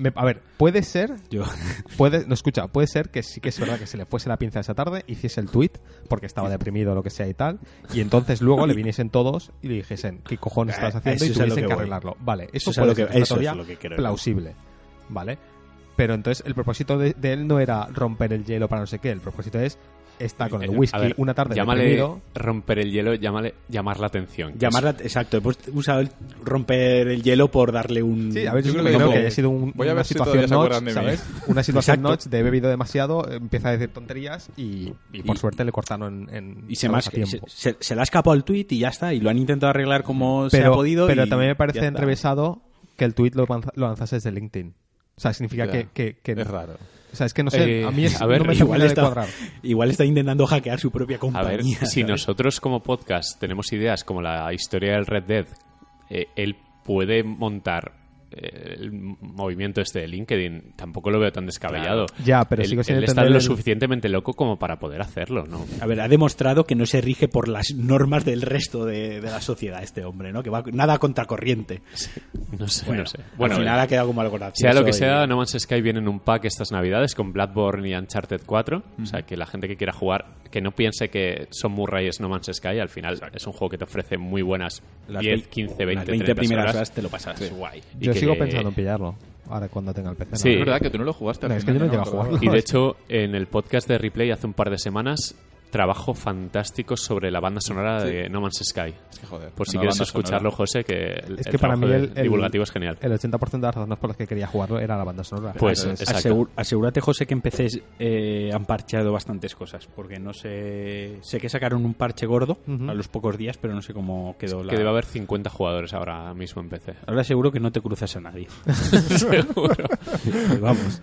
Me- a ver, puede ser, Yo- puede, no escucha, puede ser que sí que es verdad que se le fuese la pinza esa tarde, hiciese el tweet porque estaba deprimido o lo que sea y tal, y entonces luego le viniesen todos y le dijesen, ¿qué cojones estás Eh, haciendo? eso Y es a lo tuviesen que que, voy. arreglarlo. Vale, Eso eso, es a puede lo ser que- eso una es teoría lo que creo yo. plausible, ¿vale? Pero entonces el propósito de, de él no era romper el hielo para no sé qué, el propósito es estar Ah, con el Eh, whisky a ver, una tarde llámale deprimido. romper el hielo, llámale llamar la atención. que Llamar la- exacto, hemos usado el romper el hielo por darle un... Sí, a ver, yo Yo creo, creo que no. que haya sido un- Voy a una ver si situación todavía se notch, acuerdan de mí. ¿sabes? Una situación Exacto. notch de he bebido demasiado, empieza a decir tonterías y, y por Y- suerte le cortaron en, en y se, ¿sabes? más, a se, tiempo. se- se le ha escapado el tweet y ya está, y lo han intentado arreglar como se ha pero, podido. pero y también me ya parece está. entrevesado que el tweet lo, lanza- lo lanzas desde LinkedIn. O sea, [laughs] significa Ya, que, que- que- Es raro. O sea, es que no sé, Eh, a mí es, a ver, no me igual, termina de está, cuadrar. igual está intentando hackear su propia A compañía. ver, si ¿sabes? nosotros como podcast tenemos ideas como la historia del Red Dead, eh, él puede montar eh, el movimiento este de LinkedIn. Tampoco lo veo tan descabellado. Ya, pero él, sigo sin él está entender lo el- suficientemente loco como para poder hacerlo, ¿no? [laughs] A ver, ha demostrado que no se rige por las normas del resto de, de la sociedad este hombre, ¿no? Que va nada a contracorriente. No sé, no sé. eh, al eh, final ha quedado como algo Sea gracioso lo que y- sea, No Man's Sky viene en un pack estas navidades con Bloodborne y Uncharted 4. O sea, que la gente que quiera jugar, que no piense que son Murray es No Man's Sky, al final es un juego que te ofrece muy buenas Las 10, ve- 15, 20, las 20 30 primeras horas. horas te lo pasas. guay. Y Yo que- sigo pensando en pillarlo, ahora cuando tenga el PC. ¿no? Sí. Es verdad que tú no lo jugaste. al No, es final, que yo no llego a me acordaba. jugarlo. Y de hecho, en el podcast de Replay hace un par de semanas, trabajo fantástico sobre la banda sonora de No Man's Sky. Es que joder. Por si una quieres banda escucharlo, sonora. José, que el, Es el que para mí trabajo el, de- el- divulgativo es genial. El 80% de las razones por las que quería jugarlo era la banda sonora. Pues, Entonces, exacto. Asegu- asegúrate, José, que en PC eh, han parcheado bastantes cosas, porque no sé... Sé que sacaron un parche gordo Ujú. a los pocos días, pero no sé cómo quedó la... Que debe haber 50 jugadores ahora mismo en [laughs] PC. Ahora seguro que no te cruzas a nadie. [laughs] Seguro. Pues vamos.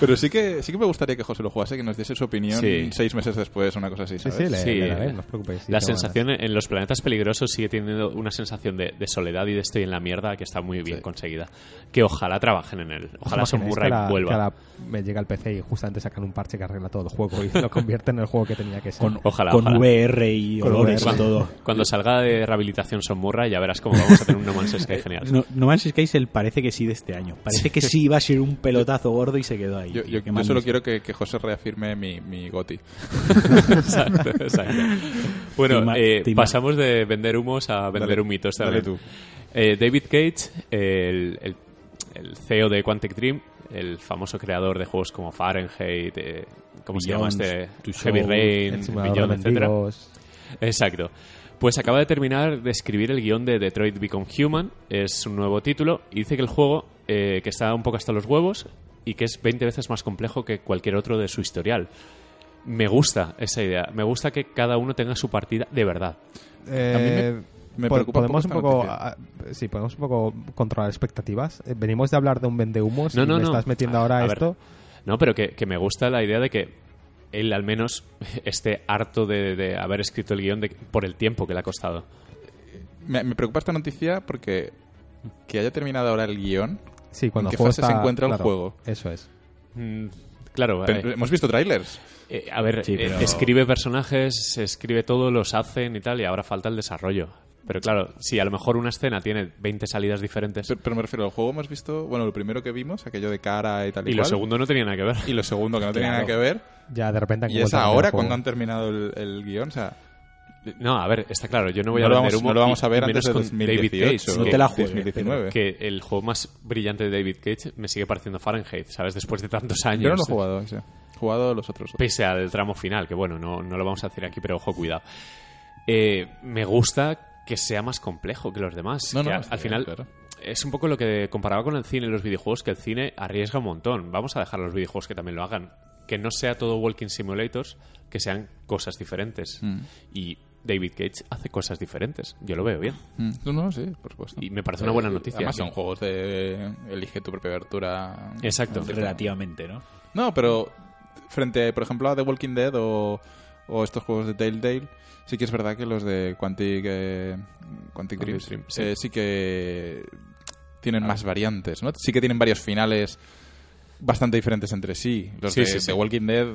Pero sí que, sí que me gustaría que José lo jugase, que nos diese su opinión Sí. seis meses después, una cosa así, sí, ¿sabes? sí, le, Sí. le eh, daré, no os preocupéis. sí, la tengo ganas. sensación en los planetas peligrosos sigue teniendo una sensación de, de soledad y de estoy en la mierda que está muy bien Sí. conseguida. Que ojalá trabajen en él. ¿Os Ojalá Son imagináis Murray que ahora- vuelva. que ahora me llega el PC y justamente sacan un parche que arregla todo el juego y lo convierte en el juego que tenía que ser. Ojalá, Con ojalá. VR y Con olores VR. y todo. Cuando salga de rehabilitación Son Murray ya verás cómo vamos a tener un No Man's Sky genial. No, no Man's Sky es el parece que sí de este año. Parece que sí iba a ser un pelotazo gordo y se quedó ahí. Yo, yo- Qué yo mal solo mes. quiero que, que José reafirme mi, mi goti. [laughs] exacto, exacto. Bueno, Te ima- eh, te ima- pasamos de vender humos a vender Dale, humitos dale también. tú. Eh, David Cage, el, el- el CEO de Quantic Dream, el famoso creador de juegos como Fahrenheit, eh, ¿cómo se llama Beyond, este? Two Heavy Souls, Rain, El simulador de Beyond, etcétera. mendigos. Exacto. Pues acaba de terminar de escribir el guión de Detroit Become Human, es un nuevo título, y dice que el juego eh, que está un poco hasta los huevos y que es 20 veces más complejo que cualquier otro de su historial. Me gusta esa idea, me gusta que cada uno tenga su partida de verdad. Eh, A mí me- me po- preocupa un podemos un poco poco, esta ah, sí, podemos un poco controlar expectativas. Eh, Venimos de hablar de un vendehumos No, y no, me no. estás metiendo A- ahora a ver. esto. No, pero que, que me gusta la idea de que él al menos [laughs] esté harto de, de haber escrito el guión de- por el tiempo que le ha costado. Me, me preocupa esta noticia porque que haya terminado ahora el guión. Sí, cuando ¿En qué el juego fase se está- encuentra el claro, juego? Eso es. Mm, claro, eh, Pero Hemos visto trailers. Eh, a ver, Sí, eh, pero- escribe personajes, escribe todo, los hacen y tal, y ahora falta el desarrollo. Pero claro, si a lo mejor una escena tiene 20 salidas diferentes Pero, pero me refiero al juego, hemos visto, bueno, lo primero que vimos, aquello de cara y tal y, y lo cual, segundo no tenía nada que ver. Y lo segundo que no tenía Claro. nada que ver. Ya de repente han Y es vuelto a meter el ahora juego. cuando han terminado el, el guión. O sea, No, a ver, está claro, yo no voy No a lo vender vamos- humo no lo y vamos a ver antes menos de con 2018, David Cage, no que- te la juegues, 2019. que el juego más brillante de David Cage me sigue pareciendo Fahrenheit, ¿sabes? Después de tantos años. Yo no lo he jugado ese. He jugado los otros dos. Pese al tramo final, que bueno, no, no lo vamos a hacer aquí, pero ojo, cuidado. Eh, me gusta que sea más complejo que los demás. No, no, que al, está al bien, final claro. es un poco lo que comparaba con el cine y los videojuegos, que el cine arriesga un montón. Vamos a dejar a los videojuegos que también lo hagan. Que no sea todo Walking Simulators, que sean cosas diferentes. Mm. Y David Cage hace cosas diferentes. Yo lo veo bien. Mm. No, no, sí, por supuesto. Y me parece una buena Eh, noticia. Además, son juegos de. Elige tu propia abertura. Exacto. Relativamente, ¿no? No, pero frente, por ejemplo, a The Walking Dead o, o estos juegos de Telltale, sí que es verdad que los de Quantic, eh, Quantic Dream, Dream, sí. Ah. sí. que tienen más variantes, ¿no? Sí que tienen varios finales bastante diferentes entre sí. Los Sí, de sí, sí. The Walking Dead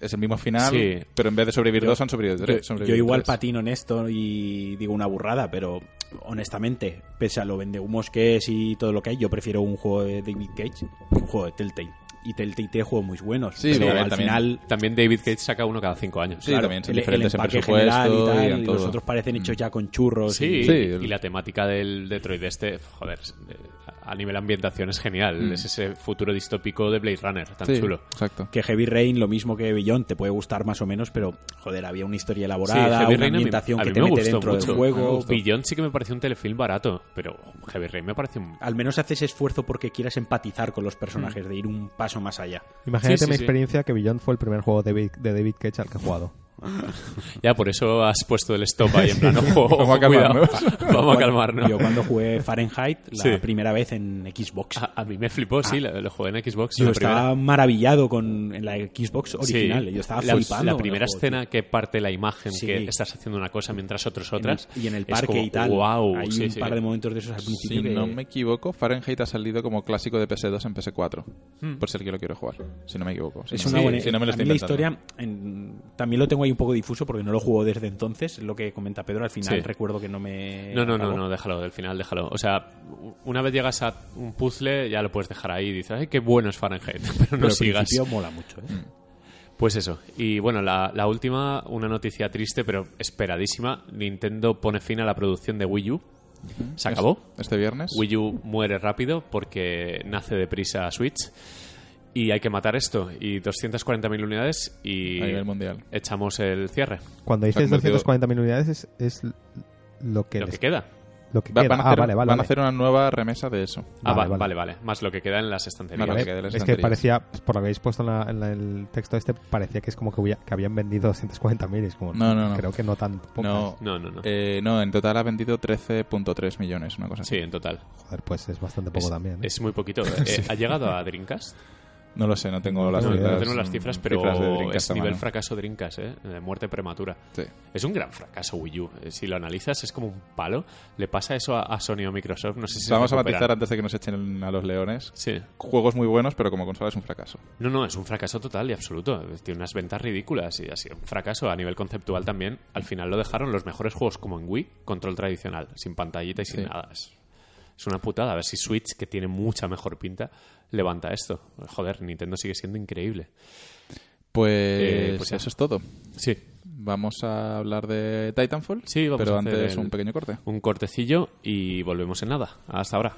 es el mismo final, Sí. pero en vez de sobrevivir dos han sobrevivido tres. Yo, sobrevivido igual tres. patino en esto y digo una burrada, pero honestamente, pese a lo vendehumos que es y todo lo que hay, yo prefiero un juego de David Cage que un juego de Telltale. Y Telltale tiene juegos muy buenos, Sí, pero pero al también- final También David Cage saca uno cada cinco años. Sí, también son el- el diferentes en empaque presupuesto general y y, en tal, y los todo. otros parecen hechos Mm. ya con churros. Sí, y- Sí, y el- la temática del Detroit de este, joder, es- eh, a nivel ambientación es genial. Mm. Es ese futuro distópico de Blade Runner, tan Sí, chulo. Exacto. que Heavy Rain, lo mismo que Beyond, te puede gustar más o menos, pero joder, había una historia Sí, elaborada, Heavy una Rain a mí- ambientación a mí que te me mete gustó dentro mucho, del a mí me juego. gustó. Beyond sí que me pareció un telefilm barato, pero Heavy Rain me parece un... Al menos haces esfuerzo porque quieras empatizar con los Mm. personajes, de ir un paso más allá. Imagínate Sí, sí, mi sí. experiencia que Beyond fue el primer juego de David, de David Cage al que he jugado. Ya, por eso has puesto el stop ahí en [laughs] plan, ojo, ojo, Vamos a cuidado. calmarnos. Vamos a Cuando- calmarnos. Yo cuando jugué Fahrenheit, la Sí. primera vez en Xbox, A, a mí me flipó, sí, la- lo, jugué en Xbox. Ah. yo la primera. estaba maravillado con en la Xbox Sí. original. Yo estaba la, flipando. La con el primera juego, escena que parte la imagen, Sí. que estás haciendo una cosa mientras otros tío. En el- otras. y en el es parque como, y tal. Wow, hay sí, un sí. par de momentos de esos al Si principio que- no me equivoco, Fahrenheit ha salido como clásico de PS2 en PS4. Por si alguien lo quiere jugar, si no me equivoco. Si Hmm. Es no- una sí, buena si no me lo a estoy mí la inventando. historia en- también lo tengo ahí un poco difuso porque no lo juego desde entonces. Lo que comenta Pedro al final Sí. recuerdo que no me. No, no, no, acabó. no, déjalo, del final déjalo. O sea, u- una vez llegas a un puzzle, ya lo puedes dejar ahí y dices, ay, qué bueno es Fahrenheit, [laughs] pero no Pero al sigas. principio mola mucho. ¿eh? Pues eso. Y bueno, la, la última, una noticia triste, pero esperadísima. Nintendo pone fin a la producción de Wii U. Se acabó. Este viernes. Wii U muere rápido porque nace deprisa a Switch. Y hay que matar esto. Y 240.000 unidades y A nivel mundial. echamos el cierre. Cuando Se ha dices convertido- 240.000 unidades es, es lo que, Lo les- que queda. lo que Va- queda. van a Ah, hacer, vale, vale. van a vale. hacer una nueva remesa de eso. Ah, Vale, va- vale, vale. vale, Más lo que queda en las estanterías. Vale. Vale, lo que de las es que estanterías. parecía, pues, por lo que habéis puesto en, la- en la- el texto este, parecía que es como que, hubiera- que habían vendido 240.000. Es como, No, no, no. Creo que no tan pocas. No, No, no, no. eh, no, en total ha vendido 13.3 millones, una cosa Sí, así. en total. Joder, pues es bastante poco es, también. ¿eh? es muy [laughs] poquito. Eh, ¿Ha llegado a Dreamcast? No lo sé, no tengo [laughs] las No, no cifras. tengo las cifras, pero cifras de Dreamcast es a nivel mano. fracaso Dreamcast, ¿eh? De muerte prematura. Sí. Es un gran fracaso Wii U. Eh, Si lo analizas, es como un palo. Le pasa eso a, a Sony o Microsoft. No sé si. se Vamos a recuperan. matizar antes de que nos echen a los leones. Sí. Juegos muy buenos, pero como consola es un fracaso. No, no, es un fracaso total y absoluto. Eh, Tiene unas ventas ridículas y ha sido un fracaso a nivel conceptual también. Al final lo dejaron los mejores juegos como en Wii, control tradicional, sin pantallita y sin Sí. nada. Es, es una putada. A ver si Switch, que tiene mucha mejor pinta, levanta esto. Joder, Nintendo sigue siendo increíble. Pues, Eh, pues ya. eso es todo. Sí, Vamos a hablar de Titanfall. Sí, vamos pero a hacer antes el- un pequeño corte. un cortecillo y volvemos en nada. Hasta ahora.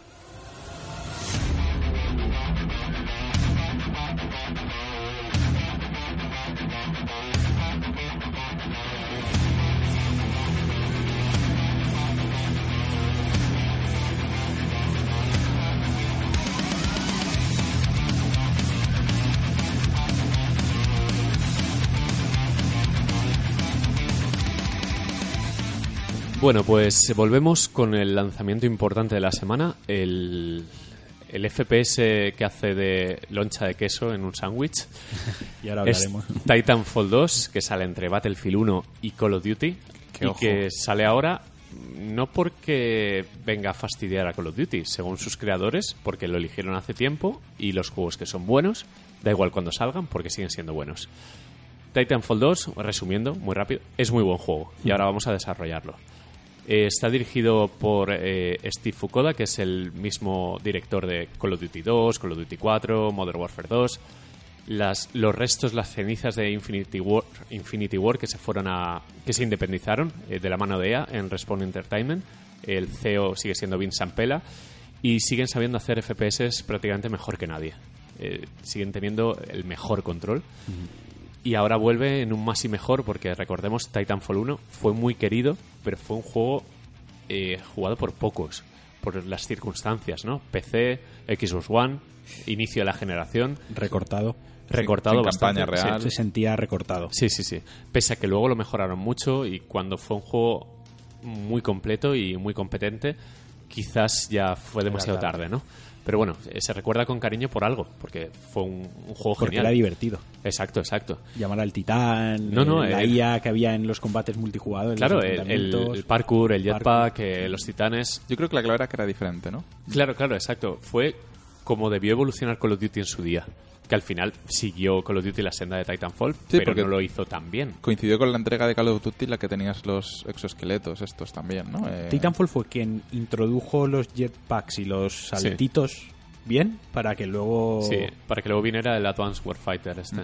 Bueno, pues volvemos con el lanzamiento importante de la semana, el, el FPS que hace de loncha de queso en un sándwich. Y ahora Es hablaremos. Titanfall 2, que sale entre Battlefield 1 y Call of Duty, y Qué ojo. que sale ahora no porque venga a fastidiar a Call of Duty, según sus creadores, porque lo eligieron hace tiempo y los juegos que son buenos, da igual cuando salgan, porque siguen siendo buenos. Titanfall 2, resumiendo, muy rápido, es muy buen juego y ahora vamos a desarrollarlo. Eh, está dirigido por eh, Steve Fukoda, que es el mismo director de Call of Duty 2, Call of Duty 4, Modern Warfare 2 las, los restos, las cenizas de Infinity War, Infinity War que se fueron a, que se independizaron eh, de la mano de EA en Respawn Entertainment. El CEO sigue siendo Vincent Pela y siguen sabiendo hacer FPS prácticamente mejor que nadie. Eh, siguen teniendo el mejor control. Y ahora vuelve en un más y mejor porque recordemos Titanfall 1 fue muy querido, pero fue un juego eh, jugado por pocos, por las circunstancias, ¿no? PC, Xbox One, inicio de la generación, Recortado. recortado sin bastante. campaña Sí. real. Se sentía recortado. Sí, sí, sí. Pese a que luego lo mejoraron mucho y cuando fue un juego muy completo y muy competente, quizás ya fue demasiado tarde. tarde, ¿no? Pero bueno, eh, se recuerda con cariño por algo, porque fue un, un juego Porque genial. era divertido. Exacto, exacto. Llamar al titán, No, no, eh, la eh, IA que había en los combates multijugador. en Claro, los el, el- enfrentamientos. el parkour, el Parkour. jetpack, eh, los titanes. Yo creo que la clave era que era diferente, ¿no? Claro, claro, exacto. Fue como debió evolucionar Call of Duty en su día. Que al final siguió Call of Duty la senda de Titanfall, pero porque- no lo hizo tan bien. Coincidió con la entrega de Call of Duty la que tenías los exoesqueletos estos también, ¿no? Eh, Titanfall fue quien introdujo los jetpacks y los saltitos bien para que luego Sí, para que luego viniera el Advanced Warfighter este.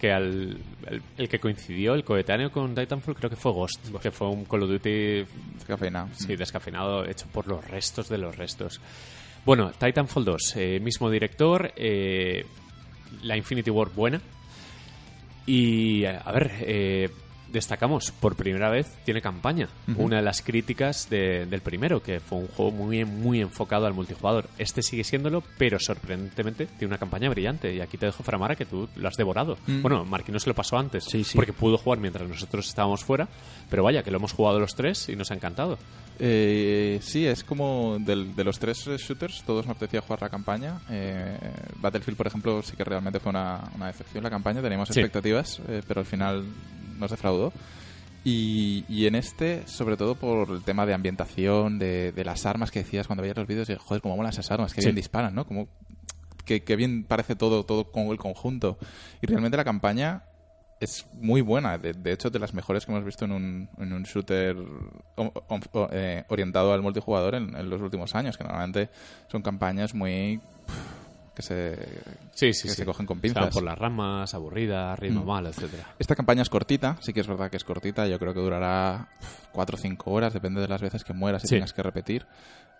Que al, el, el que coincidió, el coetáneo con Titanfall, creo que fue Ghost, que fue un Call of Duty cafeína. sí, descafeinado hecho por los restos de los restos. Bueno, Titanfall 2, eh, mismo director, eh, la Infinity War buena. Y, eh, a ver, eh, destacamos, por primera vez tiene campaña. Una de las críticas de- del primero, que fue un juego muy, muy enfocado al multijugador. Este sigue siéndolo, pero sorprendentemente tiene una campaña brillante. Y aquí te dejo, Framara, que tú lo has devorado. Bueno, Marquino se lo pasó antes, Mm. Sí, sí. porque pudo jugar mientras nosotros estábamos fuera. Pero vaya, que lo hemos jugado los tres y nos ha encantado. Eh, sí, es como del- de los tres eh, shooters, todos me apetecía jugar la campaña. Eh, Battlefield, por ejemplo, sí que realmente fue una, una decepción la campaña, teníamos Sí. expectativas, eh, pero al final nos defraudó. Y, y en este, sobre todo por el tema de ambientación, de, de las armas que decías cuando veías los vídeos, y, joder, cómo molan esas armas, que Sí. bien disparan, ¿no? Como, que, que bien parece todo, todo con el conjunto. Y realmente la campaña es muy buena. De, de hecho, de las mejores que hemos visto en un, en un shooter o- o- o- eh, orientado al multijugador en, en los últimos años, que normalmente son campañas muy... que se, Sí, sí, sí. que se cogen con Se van pinzas. por las ramas, aburrida, ritmo malo, etcétera. Esta campaña es cortita, sí que es verdad que es cortita, yo creo que durará 4 o 5 horas, depende de las veces que mueras y Sí. tengas que repetir.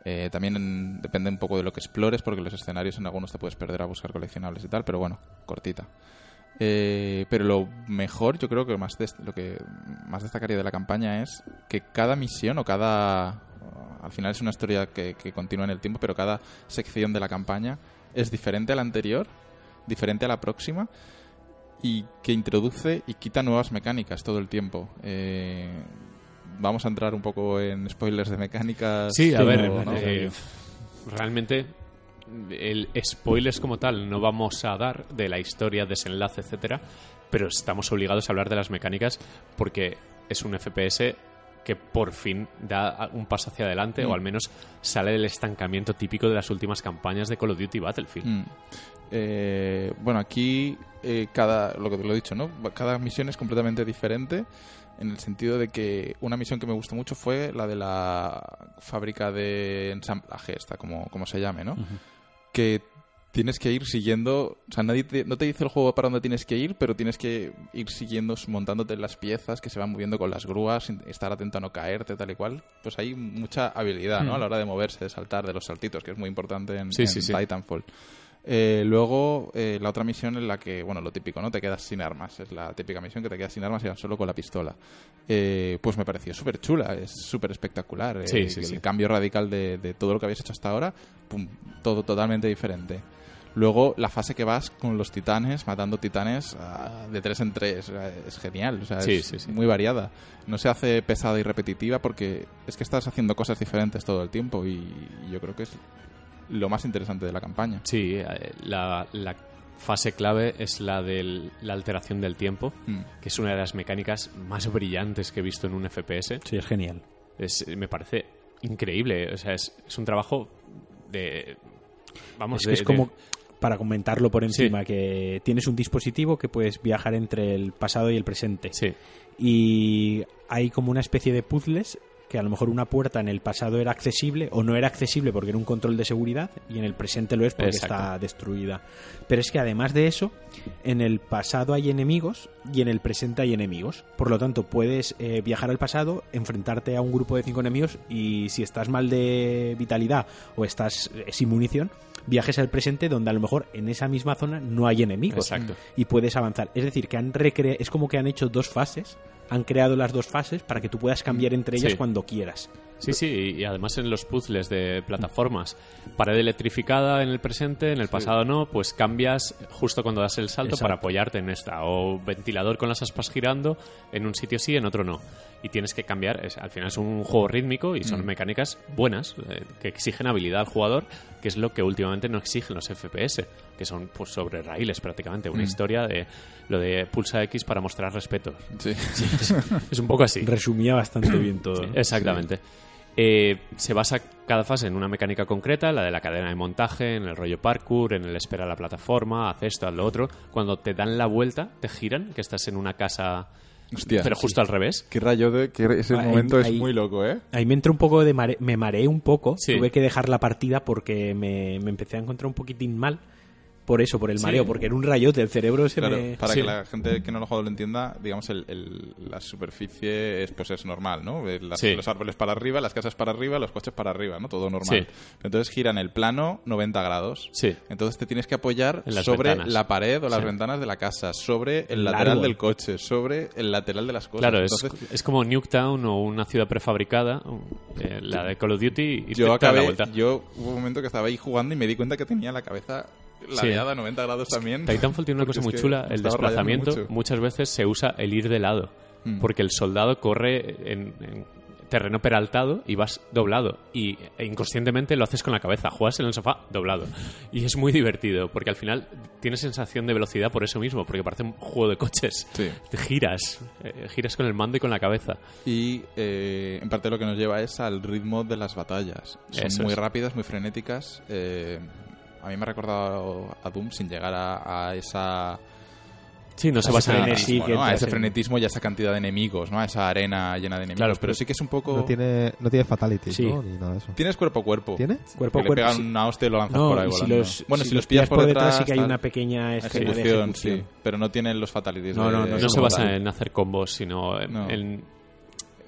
Eh, también en- depende un poco de lo que explores, porque los escenarios en algunos te puedes perder a buscar coleccionables y tal, pero bueno, cortita. Eh, pero lo mejor, yo creo que más des- lo que más destacaría de la campaña es que cada misión o cada... uh, Al final es una historia que, que continúa en el tiempo, pero cada sección de la campaña es diferente a la anterior, diferente a la próxima y que introduce y quita nuevas mecánicas todo el tiempo. Eh, vamos a entrar un poco en spoilers de mecánicas. Sí, a Sí, ver, no, no, eh, realmente el spoilers como tal no vamos a dar de la historia, desenlace, etcétera, pero estamos obligados a hablar de las mecánicas porque es un FPS que por fin da un paso hacia adelante o al menos sale del estancamiento típico de las últimas campañas de Call of Duty y Battlefield. Mm. Eh, bueno, aquí eh, cada lo que te lo he dicho, ¿no? Cada misión es completamente diferente en el sentido de que una misión que me gustó mucho fue la de la fábrica de ensamblaje, esta como, como se llame, ¿no? Que tienes que ir siguiendo, o sea, nadie te- no te dice el juego para dónde tienes que ir, pero tienes que ir siguiendo, montándote en las piezas que se van moviendo con las grúas, sin- estar atento a no caerte, tal y cual. Pues hay mucha habilidad, ¿no? A la hora de moverse, de saltar, de los saltitos, que es muy importante en, Mm. Sí, en sí, sí. Titanfall. Eh, luego, eh, la otra misión en la que, bueno, lo típico, ¿no? Te quedas sin armas. Es la típica misión que te quedas sin armas y vas solo con la pistola. Eh, pues me pareció súper chula, es súper espectacular. eh, Sí, sí, el sí. cambio radical de, de todo lo que habías hecho hasta ahora, pum, todo totalmente diferente. Luego, la fase que vas con los titanes, matando titanes ah, de tres en tres, o sea, es genial. o sea, Sí, es sí, sí. muy variada. No se hace pesada y repetitiva porque es que estás haciendo cosas diferentes todo el tiempo y yo creo que es lo más interesante de la campaña. Sí, eh, la, la fase clave es la de la alteración del tiempo, Mm. que es una de las mecánicas más brillantes que he visto en un FPS. sí es genial. Es- me parece increíble. O sea, es, es un trabajo de. Vamos, es que de- es como de- para comentarlo por Sí. encima que tienes un dispositivo que puedes viajar entre el pasado y el presente sí, y hay como una especie de puzzles que a lo mejor una puerta en el pasado era accesible o no era accesible porque era un control de seguridad y en el presente lo es porque Exacto. está destruida. Pero es que además de eso, en el pasado hay enemigos y en el presente hay enemigos. Por lo tanto, puedes eh, viajar al pasado, enfrentarte a un grupo de cinco enemigos y si estás mal de vitalidad o estás eh, sin munición, viajes al presente donde a lo mejor en esa misma zona no hay enemigos Exacto. y puedes avanzar. Es decir, que han recre es como que han hecho dos fases, han creado las dos fases para que tú puedas cambiar entre ellas Sí. cuando quieras. Sí, sí, y- y además en los puzzles de plataformas, pared electrificada en el presente, en el pasado no, pues cambias justo cuando das el salto Exacto. para apoyarte en esta, o ventilador con las aspas girando, en un sitio sí, en otro no. Y tienes que cambiar, es- al final es un juego rítmico y son mecánicas buenas, eh, que exigen habilidad al jugador, que es lo que últimamente no exigen los FPS, que son pues, sobre raíles prácticamente, una historia de lo de pulsa X para mostrar respeto. Sí. Es un poco así. Resumía bastante bien todo. ¿no? Exactamente. Eh, se basa cada fase en una mecánica concreta, la de la cadena de montaje, en el rollo parkour, en el espera a la plataforma, haz esto, haz lo otro. Cuando te dan la vuelta, te giran, que estás en una casa, [laughs] Hostia. pero justo al revés. Qué rayo de... que ese Ah, momento ahí- es muy loco, ¿eh? Ahí me entró un poco de mare- me mareé un poco, Sí. tuve que dejar la partida porque me, me empecé a encontrar un poquitín mal por eso, por el mareo, porque era un rayote, el cerebro se Claro, me... para sí. que la gente que no lo ha jugado lo entienda, digamos, el- el- la superficie es, pues es normal, ¿no? Eh, las- Sí. Los árboles para arriba, las casas para arriba, los coches para arriba, ¿no? Todo Sí. normal. Entonces giran el plano 90 grados. Sí. Entonces te tienes que apoyar En las sobre ventanas. la pared o las Sí. ventanas de la casa, sobre el El lateral árbol. del coche, sobre el lateral de las cosas. Claro, es, Pues Entonces, es como Nuketown o una ciudad prefabricada, eh, la de Call of Duty, y yo te da la acabé, vuelta. yo hubo un momento que estaba ahí jugando y me di cuenta que tenía la cabeza ladeada a 90 grados también. Titanfall tiene una Porque cosa es muy que chula, el me estaba rayando desplazamiento. mucho. Muchas veces se usa el ir de lado, Mm. porque el soldado corre en, en terreno peraltado y vas doblado. Y e, inconscientemente lo haces con la cabeza, juegas en el sofá doblado. Y es muy divertido, porque al final tienes sensación de velocidad por eso mismo, porque parece un juego de coches. Sí. Te Giras, eh, giras con el mando y con la cabeza. Y eh, en parte lo que nos lleva es al ritmo de las batallas. Son Eso muy es. rápidas, muy frenéticas. eh, a mí me ha recordado a Doom sin llegar a, a esa Sí, no se a ese basa en... frenesí. frenetismo, que ¿no? a entras ese en- frenetismo y a esa cantidad de enemigos, ¿no? a esa arena llena de enemigos. Claro, pero pues- sí que es un poco. No tiene, no tiene fatality, Sí. pues, ¿no? Ni nada de eso. Tienes cuerpo a cuerpo. ¿Tiene? Cuerpo a Que le cuerpo, pegan sí. una hostia y lo lanzas No, por ahí y si volando. los, bueno, si si los pillas por detrás, sí que hay tal. una pequeña escena de ejecución, ejecución. sí. Pero no tienen los fatalities. No, de- no, No no, se como basa tal. en hacer combos, sino en, No. en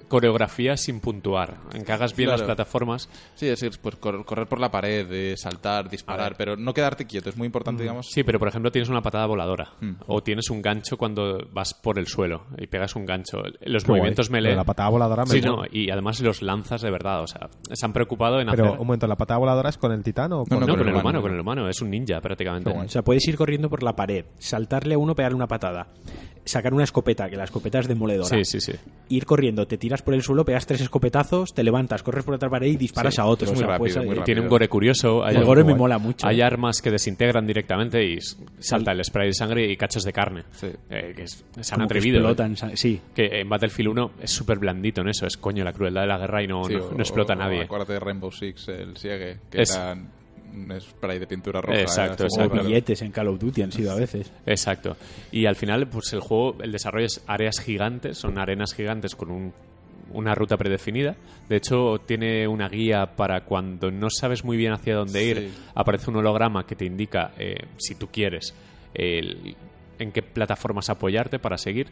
coreografía sin puntuar. En que hagas bien las Claro. plataformas. Sí, es decir, pues cor- correr por la pared, eh, saltar, disparar, pero no quedarte quieto. Es muy importante, digamos, Mm. Sí, pero por ejemplo tienes una patada voladora. Mm. O tienes un gancho cuando vas por el suelo y pegas un gancho. Los Qué guay. movimientos Lo de melee... La patada voladora me Sí, mola. no, y además los lanzas de verdad. O sea, se han preocupado en Pero hacer... un momento, ¿la patada voladora es con el titán o con No, no, con, el humano, con el humano. Es un ninja prácticamente. O sea, puedes ir corriendo por la pared, saltarle a uno, pegarle una patada, sacar una escopeta, que la escopeta es demoledora. Sí, sí, sí. Ir corriendo, te tiras por el suelo, pegas tres escopetazos, te levantas, corres por otra pared y disparas Sí, a otro. es muy o sea, pues, eh, puedes- rápido, muy rápido. Tiene un gore curioso. Hay El algo gore me guay. mola mucho. eh. Hay armas que desintegran directamente y s- salta el spray de sangre y cachos de carne. Sí. Eh, que es- se han como que atrevido. ¿eh? explotan, sa- sí. Que en Battlefield 1 es súper blandito en eso. Es coño la crueldad de la guerra y no, Sí, no- o- no explota a o nadie. Acuérdate de Rainbow Six, el Siegue, que Es- eran un spray de pintura roja. Exacto, era O como- exacto. billetes en Call of Duty han sido a veces. Exacto. Y al final, pues el juego, el desarrollo es áreas gigantes, son arenas gigantes con un- una ruta predefinida. De hecho, tiene una guía para cuando no sabes muy bien hacia dónde Sí. ir, aparece un holograma que te indica, eh, si tú quieres, el- en qué plataformas apoyarte para seguir. Sí,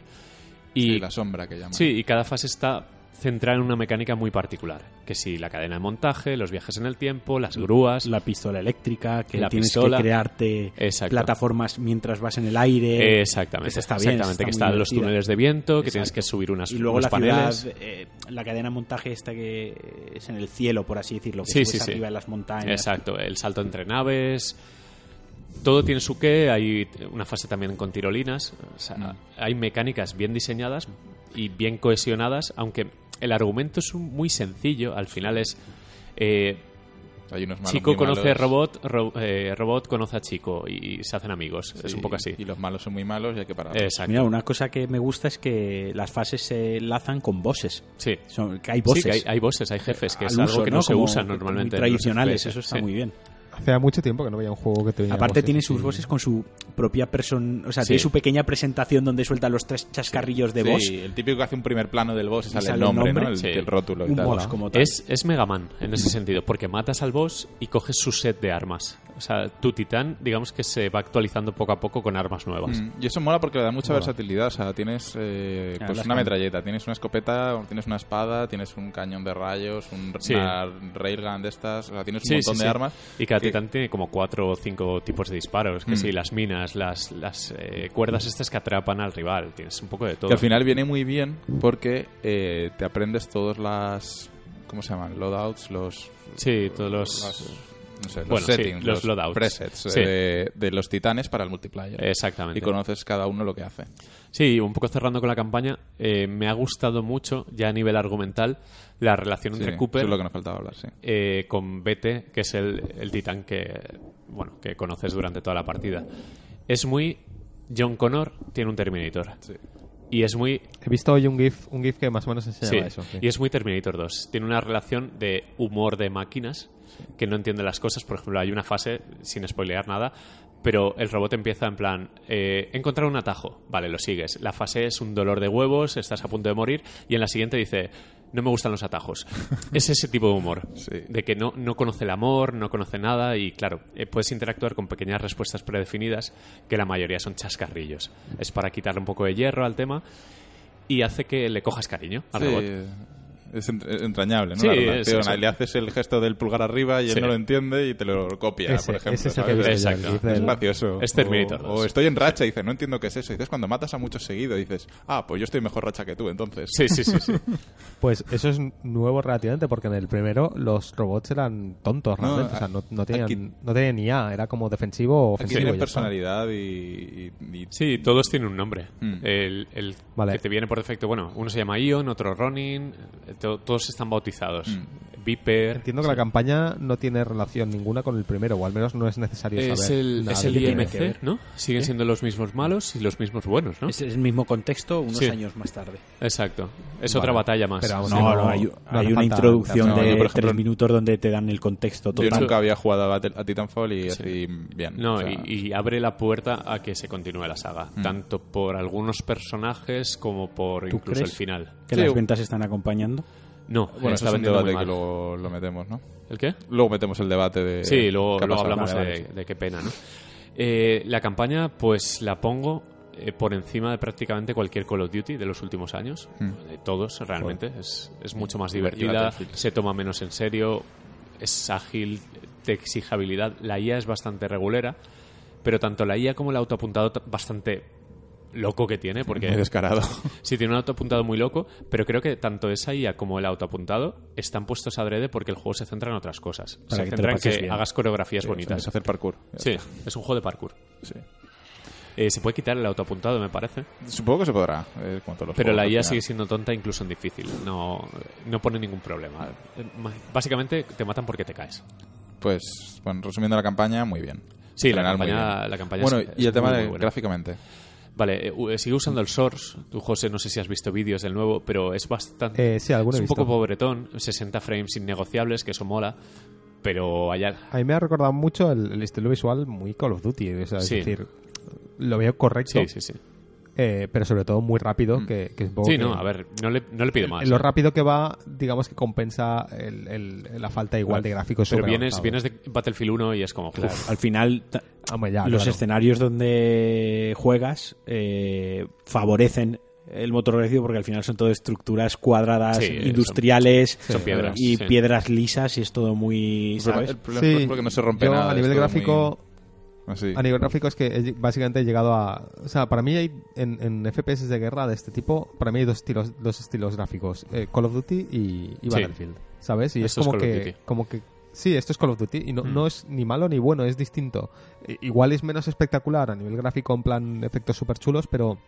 Y la sombra que llaman. Sí, y cada fase está centrada en una mecánica muy particular. Que si la cadena de montaje, los viajes en el tiempo, las grúas. La pistola eléctrica, que La tienes pistola. que crearte Exacto. plataformas mientras vas en el aire. Exactamente, Eso Pues está bien, exactamente, está que muy están los divertida. túneles de viento, que Exacto. tienes que subir unas y luego unos la paneles. ciudad, eh, la cadena de montaje esta que es en el cielo, por así decirlo, que Sí, subes sí, sí. arriba en las montañas. Exacto, el salto entre naves. Todo tiene su qué, hay una fase también con tirolinas. o sea, Mm. Hay mecánicas bien diseñadas y bien cohesionadas, aunque el argumento es un- muy sencillo. Al final es. eh, Hay unos malos chico muy conoce malos, a robot, ro- eh, robot conoce a chico y, y se hacen amigos. sí, es un poco así. Y los malos son muy malos y hay que parar. Exacto. Mira, una cosa que me gusta es que las fases se enlazan con voces. sí. Son, que hay Sí, voces. que hay, hay bosses, hay jefes, que al es algo uso, que no, se Como usa normalmente. muy en los tradicionales, FPS, eso está sí. muy bien. Hace mucho tiempo que no veía un juego que tuviera. Aparte voces tiene así. sus voces con su propia persona, o sea, Sí. tiene su pequeña presentación donde suelta los tres chascarrillos de Sí, voz. el típico que hace un primer plano del boss y sale, sale el el nombre, nombre. ¿no? El, Sí. el rótulo y Un tal. boss como tal. Es, es Mega Man en ese sentido, porque matas al boss y coges su set de armas. O sea, tu titán, digamos que se va actualizando poco a poco con armas nuevas. Mm, Y eso mola porque le da mucha versatilidad. O sea, tienes eh, Ah, pues las una cam- metralleta, tienes una escopeta, tienes una espada, tienes un cañón de rayos, un, Sí. una railgun de estas. O sea, tienes un Sí, montón sí, de sí. armas. Y cada que- titán tiene como cuatro o cinco tipos de disparos. Que Mm. sí, las minas, las, las eh, cuerdas estas que atrapan al rival. Tienes un poco de todo. Que al final viene muy bien porque eh, te aprendes todas las. ¿Cómo se llaman? Loadouts, los. Sí, todos los- las- no sé, los Bueno, sí, settings, los loadouts. presets Sí. eh, de, de los titanes para el multiplayer. Exactamente. Y conoces cada uno lo que hace. Sí, un poco cerrando con la campaña, eh, me ha gustado mucho, ya a nivel argumental, la relación Sí, entre eso Cooper es lo que nos faltaba hablar, sí. eh, con Bete, que es el, el titán que, bueno, que conoces durante toda la partida. Es muy... John Connor tiene un Terminator. Sí. Y es muy He visto hoy un GIF, un GIF que más o menos enseñaba Sí, eso. sí. Y es muy Terminator 2. Tiene una relación de humor de máquinas que no entiende las cosas. Por ejemplo, hay una fase, sin spoilear nada, pero el robot empieza en plan, eh, encontrar un atajo. Vale, lo sigues. La fase es un dolor de huevos, estás a punto de morir. Y en la siguiente dice, no me gustan los atajos. es ese tipo de humor. Sí. De que no, no conoce el amor, no conoce nada. Y claro, eh, puedes interactuar con pequeñas respuestas predefinidas que la mayoría son chascarrillos. Es para quitarle un poco de hierro al tema. Y hace que le cojas cariño al Sí, robot. Ah, Es entr- es entrañable, ¿no? Sí, La es relación. eso. Le haces el gesto del pulgar arriba y él Sí. no lo entiende y te lo copia, Ese- por ejemplo. ese es el que he ¿sabes? visto Exacto. yo, el GIF Es del- gracioso. Es Terminator O, 2. o estoy en racha y dices, no entiendo qué es eso. Y dices, cuando matas a muchos seguidos, dices, ah, pues yo estoy mejor racha que tú, entonces. Sí, sí, sí. sí. Pues eso es nuevo relativamente, porque en el primero los robots eran tontos No, realmente. o sea, a- no, no tenían, aquí- no tenían IA, era como defensivo Aquí o ofensivo. tienen y pues ya está. personalidad y, y- y- [laughs] Sí, todos tienen un nombre. Mm. El, el Vale. que te viene por defecto, bueno, uno se llama Ion, otro Ronin, eh, to- todos están bautizados. Mm. Viper. Entiendo que la campaña no tiene relación ninguna con el primero, o al menos no es necesario es saber. el, nada es de el ello. tiene que IMC, ver. ¿no? Siguen siendo los mismos malos y los mismos buenos, ¿no? Es el mismo contexto unos Sí. años más tarde. Exacto. Es Vale. otra batalla más. Pero aún Sí. así No, no- no, hay, no hay hace una falta introducción tanto. No, de yo, por ejemplo, tres minutos donde te dan el contexto Yo total. nunca había jugado a, Battle- a Titanfall y así bien. No, o sea, y, y abre la puerta a que se continúe la saga, tanto por algunos personajes como por ¿Tú incluso crees? el final. Que Sí. las ventas están acompañando. No, Bueno, eso está es un vendiendo muy debate que mal. luego lo metemos, ¿no? ¿El qué? Luego metemos el debate de. Sí, luego, qué ha luego pasado. hablamos Vale, de, eh, vale. de qué pena, ¿no? Eh, la campaña, pues la pongo eh, por encima de prácticamente cualquier Call of Duty de los últimos años. Mm. De todos, realmente. Es, es mucho más Iba- iba a divertida, Battlefield. se toma menos en serio, es ágil, te exige habilidad. La IA es bastante regulera, pero tanto la IA como el autoapuntado, t- bastante loco que tiene, porque Muy descarado. [laughs] Sí, tiene un autoapuntado muy loco, pero creo que tanto esa IA como el autoapuntado están puestos adrede porque el juego se centra en otras cosas. Para se que te centra lo en pases que bien. hagas coreografías [laughs] bonitas. Es hacer parkour. Ya Sí, es un juego de parkour. está. Sí. Eh, se puede quitar el autoapuntado, me parece, Supongo que se podrá. eh, cuanto a los pero juegos la al IA final. sigue siendo tonta incluso en difícil. No, no pone ningún problema. Eh, ma- Básicamente te matan porque te caes. Pues, bueno, resumiendo la campaña, muy bien. Sí, En la general, muy campaña- bien. la campaña Bueno, es- y es el tema muy, de muy buena. gráficamente. Vale, eh, u- eh, sigue usando el Source. Tú, José, no sé si has visto vídeos del nuevo, pero es bastante. Eh, sí, alguno es he un visto. poco pobretón, 60 frames innegociables, que eso mola, pero allá. A mí me ha recordado mucho el, el estilo visual muy Call of Duty. o sea, Sí. Es decir, lo veo correcto, Sí, sí, sí. eh, pero sobre todo muy rápido, que, que es un poco Sí, que- no, a ver, no le, no le pido más. ¿eh? Lo rápido que va, digamos que compensa el- el- la falta igual de gráficos. Pero sobre vienes, avanzado. vienes de Battlefield 1 y es como, Claro, uf, Al final, ta- Hombre, ya, los Ah, claro. escenarios donde juegas eh, favorecen el motor gráfico porque al final son todo estructuras cuadradas, Sí, son- industriales son piedras, y sí. piedras lisas y es todo muy... El problema- ¿sabes? El problema Sí, es porque no se rompe yo nada. a es nivel todo gráfico... muy- así. A nivel gráfico es que he- básicamente he llegado a... O sea, para mí hay en, en FPS de guerra de este tipo, para mí hay dos estilos, dos estilos gráficos, eh, Call of Duty y, Sí. y Battlefield, ¿sabes? Y Esto es es como Call of que... Duty. como que Sí, esto es Call of Duty y no, Mm. no es ni malo ni bueno, es distinto. I- Igual es menos espectacular a nivel gráfico, en plan efectos súper chulos, pero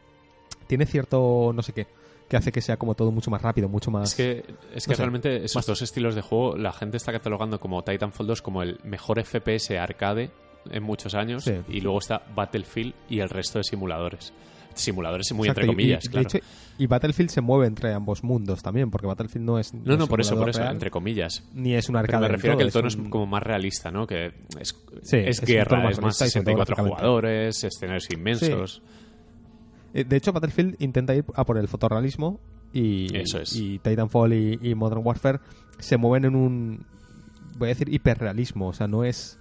tiene cierto no sé qué, que hace que sea como todo mucho más rápido, mucho más... es que, es que no sé, realmente esos dos estilos de juego la gente está catalogando como Titanfall 2 como el mejor FPS arcade en muchos años. Sí. Y luego está Battlefield y el resto de simuladores. Simuladores muy Exacto, entre y- comillas, y, de claro. hecho, y Battlefield se mueve entre ambos mundos también, porque Battlefield no es. no, es no, un por eso, por simulador eso, real, entre comillas. Ni es un arcade. Pero me del refiero a todo, que el tono es, un- como más realista, ¿no? Que es, Sí, es es un tono guerra, más es más realista y 64 fotográficamente. jugadores, escenarios inmensos. Eh, De hecho, Battlefield intenta ir a por el fotorrealismo y, Eso es. y Titanfall y, y Modern Warfare se mueven en un, voy a decir, hiperrealismo. O sea, no es,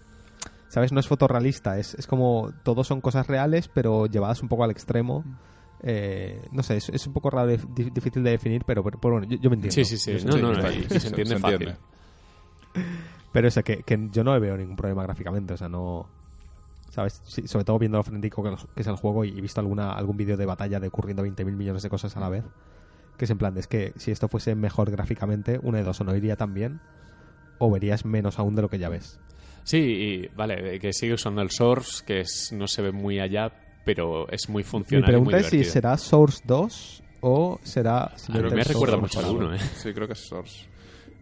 ¿sabes? No es fotorrealista. Es, es como, todo son cosas reales, pero llevadas un poco al extremo. Eh, no sé, es, es un poco raro, de- di- difícil de definir, pero, pero, pero bueno, yo, yo me entiendo. Sí, sí, sí. Yo sé No, que no, está no, ahí. y- y se entiende fácil. Pero eso, que, que yo no le veo ningún problema gráficamente, o sea, no... ¿Sabes? Sí, sobre todo viendo lo frenético que los- que es el juego y he visto alguna, algún vídeo de batalla de ocurriendo 20.000 millones de cosas a la vez. Que es en plan, de, es que si esto fuese mejor gráficamente, una de dos, o no iría tan bien, o verías menos aún de lo que ya ves. Sí, y, vale, eh, que sigue usando el Source, que es- no se ve muy allá, pero es muy Mi funcional. y pregunta muy es si divertido. será Source 2 o será... Pero simplemente me el Source recuerda Source, mucho a claro. uno, ¿eh? Sí, creo que es Source.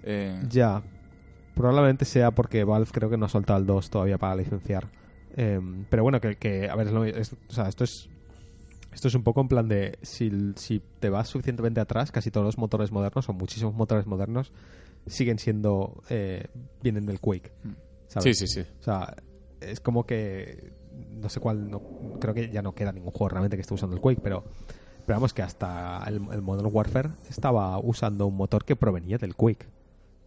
Eh, Ya. Probablemente sea porque Valve creo que no ha soltado el 2 todavía para licenciar. Em, pero bueno, que, que, a ver, es lo- es- o sea, esto es esto es un poco en plan de si, si te vas suficientemente atrás, casi todos los motores modernos o muchísimos motores modernos siguen siendo eh, vienen del Quake. ¿sabes? Mm. Sí, sí, sí. O sea, es como que no sé cuál, no, creo que ya no queda ningún juego realmente que esté usando el Quake, pero pero vamos que hasta el, el Modern Warfare estaba usando un motor que provenía del Quake,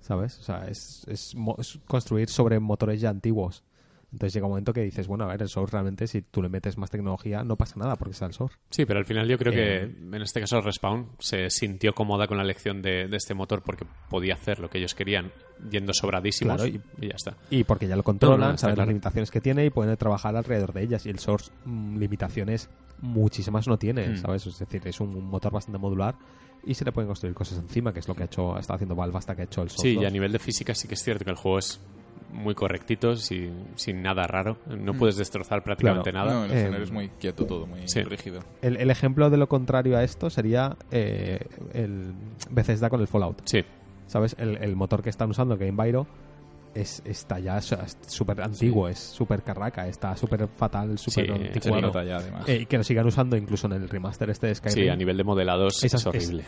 ¿sabes? O sea, es, es mo- es construir sobre motores ya antiguos. Entonces llega un momento que dices, bueno, a ver, el Source realmente, si tú le metes más tecnología, no pasa nada porque sea el Source. Sí, pero al final yo creo que Eh, en este caso Respawn se sintió cómoda con la elección de, de este motor porque podía hacer lo que ellos querían yendo sobradísimos Claro, y, y- ya está. Y porque ya lo controlan, No, no, está saben las claro. limitaciones que tiene y pueden trabajar alrededor de ellas. Y el Source mm, limitaciones muchísimas no tiene, Mm. ¿sabes? Es decir, es un motor bastante modular y se le pueden construir cosas encima, que es lo que ha hecho, está haciendo Valve hasta que ha hecho el Source. Sí, y a 2. nivel de física sí que es cierto que el juego es muy correctito, sin, sin nada raro. No puedes destrozar prácticamente Mm. Claro. nada. No, el Eh, escenario es muy quieto todo, muy sí. rígido. el, el ejemplo de lo contrario a esto sería eh, el Bethesda con el Fallout. Sí, ¿Sabes? El, el motor que están usando, el Game Byro, es, está ya o sea, es súper antiguo, es súper carraca, está súper fatal, súper Sí, Se Bueno. nota ya, además. Eh, y que lo sigan usando incluso en el remaster este de Skyrim. sí, a nivel de modelados Esa es es- horrible.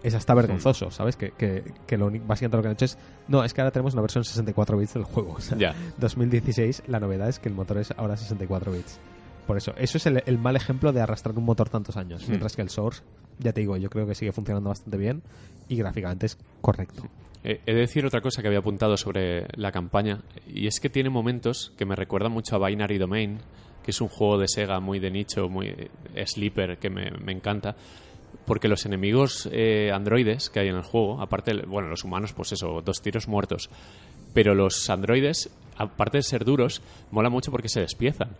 Es hasta vergonzoso, ¿sabes? Que, que, que lo único- básicamente lo que han hecho es... No, es que ahora tenemos una versión 64 bits del juego. O sea, Ya. 2016, la novedad es que el motor es ahora 64 bits. Por eso, eso es el, el mal ejemplo de arrastrar un motor tantos años. Hmm. Mientras que el Source, ya te digo, yo creo que sigue funcionando bastante bien y gráficamente es correcto. Eh, he de decir otra cosa que había apuntado sobre la campaña, y es que tiene momentos que me recuerdan mucho a Binary Domain, que es un juego de Sega muy de nicho, muy eh, sleeper, que me, me encanta, porque los enemigos eh, androides que hay en el juego, aparte, bueno, los humanos, pues eso, dos tiros muertos, pero los androides, aparte de ser duros, mola mucho porque se despiezan.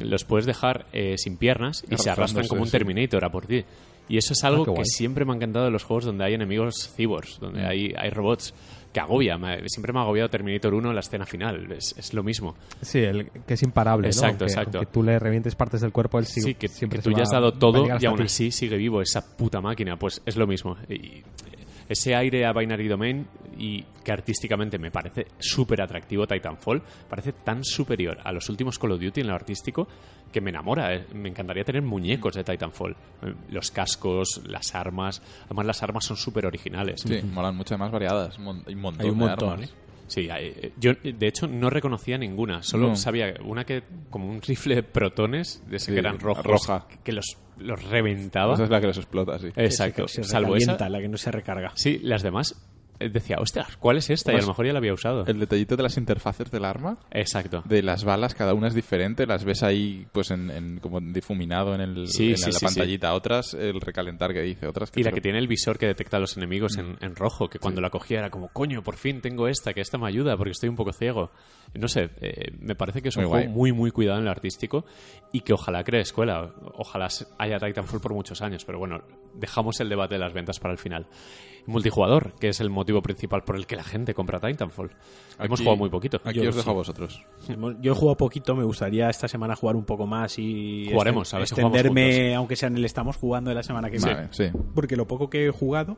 Los puedes dejar eh, sin piernas y se arrastran Arrastrándose, como un sí. Terminator a por ti. Y eso es algo Ah, qué que guay. Mm. siempre me ha encantado de los juegos donde hay enemigos cyborgs, donde hay, hay robots que agobia. Me- siempre me ha agobiado Terminator 1 en la escena final. Es, es lo mismo. Sí, el, que es imparable, Exacto, exacto. Que tú le revientes partes del cuerpo, él Sí, sigue- que, siempre que tú se ya va- has dado va a todo llegar y hasta aún ti. así sigue vivo esa puta máquina. Pues es lo mismo. Y ese aire a Binary Domain y que artísticamente me parece súper atractivo Titanfall, parece tan superior a los últimos Call of Duty en lo artístico que me enamora. eh. Me encantaría tener muñecos de Titanfall. Eh, Los cascos, las armas. Además las armas son súper originales. Sí, molan mucho, además variadas. mon- Hay un montón, Hay un de montón, armas. ¿eh? Sí, hay- yo de hecho no reconocía ninguna, solo No. sabía una que como un rifle de protones, de ese Sí, que eran rojos, roja. que los, los reventaba. Esa es la que los explota, sí. Exacto, Se salvo recalienta, esa. la que no se recarga. Sí, las demás eh, decía, ostras, ¿cuál es esta? Y a lo Además, mejor ya la había usado. El detallito de las interfaces del arma, Exacto. de las balas, cada una es diferente. Las ves ahí, pues, en, en- como difuminado en, el, Sí, en sí, sí, la sí. pantallita. Otras, el recalentar que dice. Otras Mm. Y la se- que tiene el visor que detecta a los enemigos en, en rojo, que cuando la cogía era como, coño, por fin tengo esta, que esta me ayuda porque estoy un poco ciego. No sé, eh, me parece que es un Muy juego guay. muy, muy cuidado en lo artístico y que ojalá cree escuela. Ojalá se- haya Titanfall por muchos años, pero bueno, dejamos el debate de las ventas para el final. Multijugador, que es el motivo principal por el que la gente compra Titanfall. Hemos Aquí- jugado muy poquito. Aquí Yo os dejo sí. a vosotros. Yo he jugado poquito, me gustaría esta semana jugar un poco más y Jugaremos, a ver si jugamos extenderme, aunque sea en el estamos jugando de la semana que viene. Vale, sí. Porque lo poco que he jugado,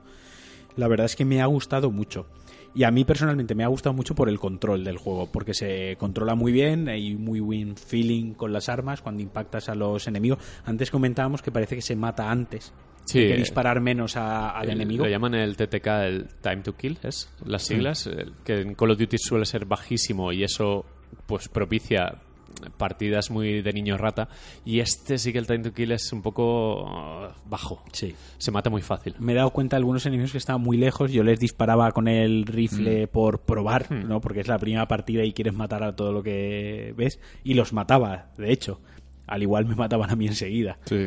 la verdad es que me ha gustado mucho. Y a mí personalmente me ha gustado mucho por el control del juego, porque se controla muy bien, hay muy buen feeling con las armas cuando impactas a los enemigos. Antes comentábamos que parece que se mata antes. Sí, hay que eh, disparar menos a- al El- enemigo. Lo llaman el TTK, el Time to Kill, es las siglas, el- que en Call of Duty suele ser bajísimo y eso pues propicia partidas muy de niño rata. Y este sí que el Time to Kill es un poco uh, bajo. Sí. Se mata muy fácil. me he dado cuenta de algunos enemigos que estaban muy lejos. Yo les disparaba con el rifle Mm. por probar, Hmm. ¿no? Porque es la primera partida y quieres matar a todo lo que ves. Y los mataba, de hecho. Al igual me mataban a mí enseguida. Sí.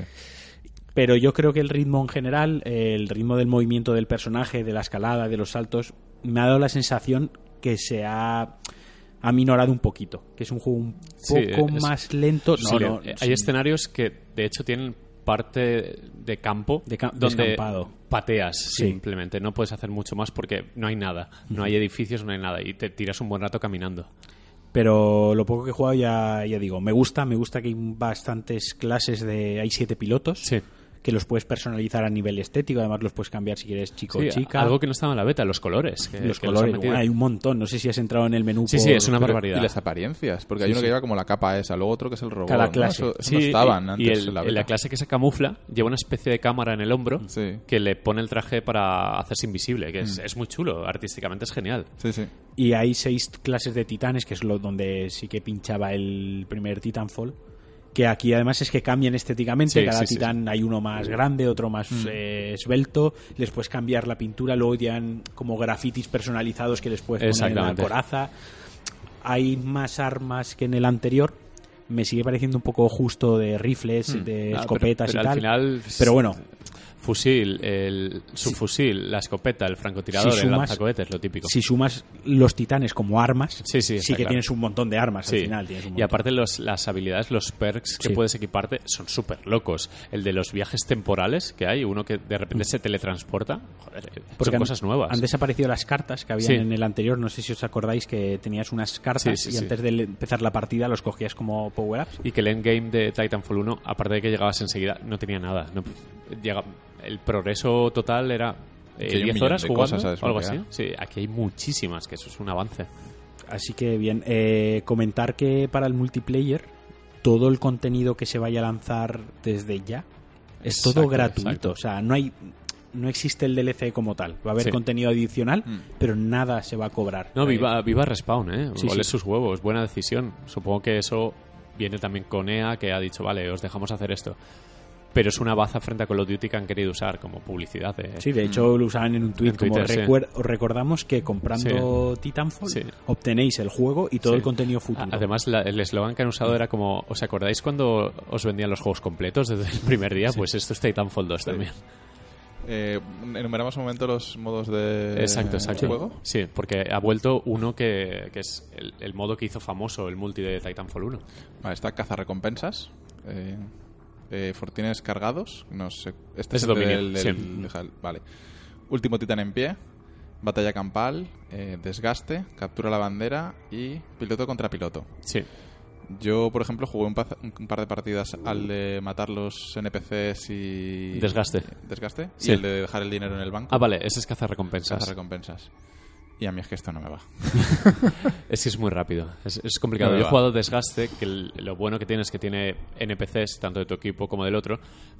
Pero yo creo que el ritmo en general, eh, el ritmo del movimiento del personaje, de la escalada, de los saltos, me ha dado la sensación que se ha aminorado un poquito. Que es un juego un Sí, poco es- más lento. No, Sí, no, eh, hay sí. escenarios que de hecho tienen parte de campo De ca- donde descampado. pateas Sí. simplemente no puedes hacer mucho más porque no hay nada no hay edificios no hay nada y te tiras un buen rato caminando Pero lo poco que he jugado ya, ya digo, me gusta, me gusta que hay bastantes clases de... Hay siete pilotos Sí. que los puedes personalizar a nivel estético, además los puedes cambiar si quieres chico o Sí, chica. algo que no estaba en la beta los colores que- los que han colores, metido. bueno, hay un montón, no sé si has entrado en el menú. Sí, sí, por- es una Pero- barbaridad. Y las apariencias, porque hay Sí, uno que sí. lleva como la capa esa, luego otro que es el robot. Cada ¿no? clase. Eso, eso Sí, no estaban y- antes y el- en la beta. clase que se camufla lleva una especie de cámara en el hombro Sí. Mm. que le pone el traje para hacerse invisible, que es, es muy chulo, artísticamente es genial. Sí, sí. Y hay seis clases de titanes, que es lo donde sí que pinchaba el primer Titanfall. Que aquí además es que cambian estéticamente. Sí, Cada sí, sí, Mm. titán hay uno más grande, otro más eh, esbelto. Les puedes cambiar la pintura, luego llevan como grafitis personalizados que les puedes poner en la Exactamente. coraza. Hay más armas que en el anterior. Me sigue pareciendo un poco justo de rifles, de Ah, Eh, escopetas pero- pero y tal. al final- pero bueno, Fusil, el subfusil, la escopeta, el francotirador, Si el sumas- lanzacohetes, lo típico. si sumas los titanes como armas, Sí, sí, está que claro. tienes un montón de armas Sí. al final. tienes un y montón. aparte los- las habilidades, los perks que Sí. puedes equiparte son súper locos. El de los viajes temporales que hay, uno que de repente se teletransporta, joder, eh, Mm. Porque son han- cosas nuevas. Han desaparecido las cartas que habían Sí. en el anterior. No sé si os acordáis que tenías unas cartas Sí, sí, y sí. antes de le- empezar la partida los cogías como power-ups. y que el endgame de Titanfall 1, aparte de que llegabas enseguida, no tenía nada. No, llega, el progreso total era eh, Que hay un 10 millón horas de jugando cosas a o algo así. desbloquear. Sí, aquí hay muchísimas, que eso es un avance. Así que bien, eh, comentar que para el multiplayer todo el contenido que se vaya a lanzar desde ya es todo Exacto, gratuito. exacto. O sea, no hay... No existe el DLC como tal. Va a haber Sí. contenido adicional, Mm. pero nada se va a cobrar. No, Eh, viva, viva Respawn, ¿eh? sí, Goles sí. sus huevos, buena decisión. Supongo que eso viene también con EA, que ha dicho, vale, os dejamos hacer esto. Pero es una baza frente a Call of Duty que han querido usar como publicidad. eh. de- Sí, de hecho lo usaban en un tweet En como Twitter, sí. recuer- os recordamos que comprando Titanfall Sí. obtenéis el juego y todo Sí. Ah, el contenido A- futuro. Además, la- el eslogan que han usado era como, ¿os acordáis cuando os vendían los juegos completos desde el primer día? Pues esto es Titanfall 2 también. Eh, enumeramos un momento los modos de Exacto, exacto. Eh, juego. Sí, porque ha vuelto uno que, que es el, el modo que hizo famoso el multi de Titanfall 1. Vale, está cazarrecompensas. Eh, eh, fortines cargados. No sé. Este Es es el dominio, del- del- sí. del- Vale. Último titán en pie. Batalla campal. eh, desgaste. Captura la bandera. Y piloto contra piloto. Sí. Yo, por ejemplo, jugué un, pa- un par de partidas al de matar los NPCs y. Desgaste. Desgaste. Sí. Y el de dejar el dinero en el banco. Ah, vale, ese es cazarrecompensas. Cazarrecompensas. Y a mí es que esto no me va. Es que es muy rápido, es, es complicado. No, Yo he va. jugado Desgaste, que el- lo bueno que tiene es que tiene NPCs, tanto de tu equipo como del otro,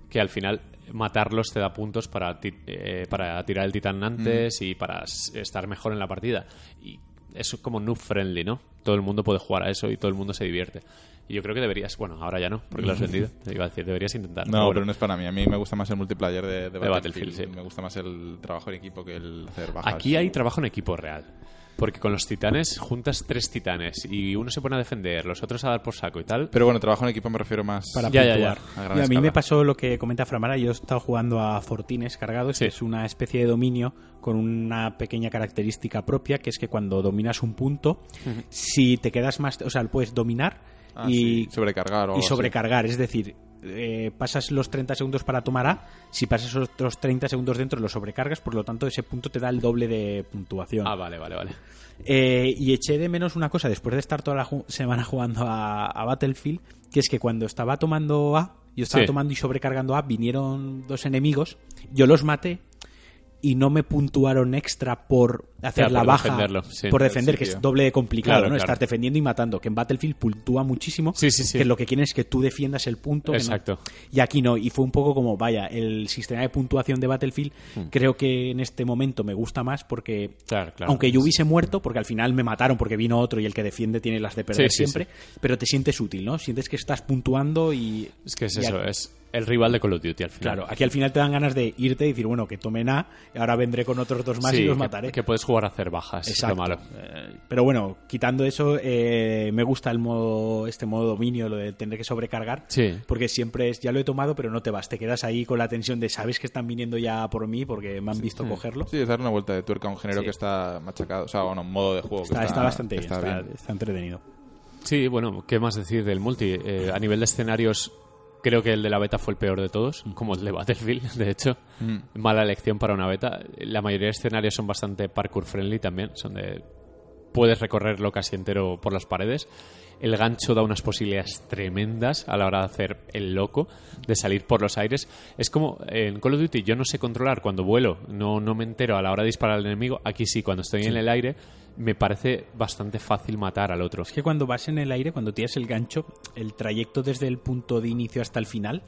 que al final matarlos te da puntos para, ti- eh, para tirar el titán antes y para s- estar mejor en la partida. Y es como noob friendly, ¿no? Todo el mundo puede jugar a eso y todo el mundo se divierte. Y yo creo que deberías, bueno, ahora ya no, porque lo has vendido. Te iba a decir, deberías intentar. No, bueno, pero no es para mí. A mí me gusta más el multiplayer de, de De Battlefield, Battlefield. sí. Me gusta más el trabajo en equipo que el hacer bajas. Aquí hay trabajo en equipo real. Porque con los titanes juntas tres titanes y uno se pone a defender, los otros a dar por saco y tal. Pero bueno, trabajo en equipo me refiero más... para Ya, ya, puntuar. ya. A gran Y a, mí escala. me pasó lo que comenta Framara, yo he estado jugando a Fortines cargados, Sí. que es una especie de dominio con una pequeña característica propia, que es que cuando dominas un punto, si te quedas más, o sea, lo puedes dominar Ah, y, sí, sobrecargar o y algo sobrecargar, es decir, eh, pasas los 30 segundos para tomar A, si pasas otros 30 segundos dentro lo sobrecargas, por lo tanto ese punto te da el doble de puntuación. Ah, vale, vale, vale. Eh, y eché de menos una cosa después de estar toda la ju- semana jugando a, a Battlefield, que es que cuando estaba tomando A, yo estaba Sí. tomando y sobrecargando A, vinieron dos enemigos, yo los maté y no me puntuaron extra por hacer Ya, la por baja, defenderlo, sí, por en defender, ese que es sentido. doble de complicado, Claro, ¿no? claro. Estar defendiendo y matando, que en Battlefield puntúa muchísimo, Sí, sí, sí. que lo que quieren es que tú defiendas el punto. que no- Exacto. y aquí no, y fue un poco como, vaya, el sistema de puntuación de Battlefield Hmm. creo que en este momento me gusta más porque, Claro, claro. aunque yo hubiese muerto, porque al final me mataron porque vino otro y el que defiende tiene las de perder Sí, sí, siempre, pero te sientes útil, ¿no? Sientes que estás puntuando y... Es que es y eso, aquí- es el rival de Call of Duty al final. Claro, aquí al final te dan ganas de irte y decir, bueno, que tomen A, y ahora vendré con otros dos más Sí, y los que- mataré. Que, puedes jugar a hacer bajas, es lo Exacto. malo. Eh, Pero bueno, quitando eso, eh, me gusta el modo, este modo dominio, lo de tener que sobrecargar. Sí. Porque siempre es, ya lo he tomado, pero no te vas. Te quedas ahí con la tensión de sabes que están viniendo ya por mí porque me han visto Mm. cogerlo. Sí, es darle una vuelta de tuerca a un género Sí. que está machacado, o sea, bueno, un modo de juego que Está, está bastante bien, está, bien. está entretenido. Sí, bueno, ¿qué más decir del multi? Eh, a nivel de escenarios, creo que el de la beta fue el peor de todos, [laughs] como el de Battlefield, de hecho. Mala elección para una beta. La mayoría de escenarios son bastante parkour friendly también, son de... Puedes recorrerlo casi entero por las paredes. El gancho da unas posibilidades tremendas a la hora de hacer el loco, de salir por los aires. Es como eh, en Call of Duty yo no sé controlar cuando vuelo, no, no me entero a la hora de disparar al enemigo. Aquí sí, cuando estoy en el aire, me parece bastante fácil matar al otro. Es que cuando vas en el aire, cuando tiras el gancho, el trayecto desde el punto de inicio hasta el final,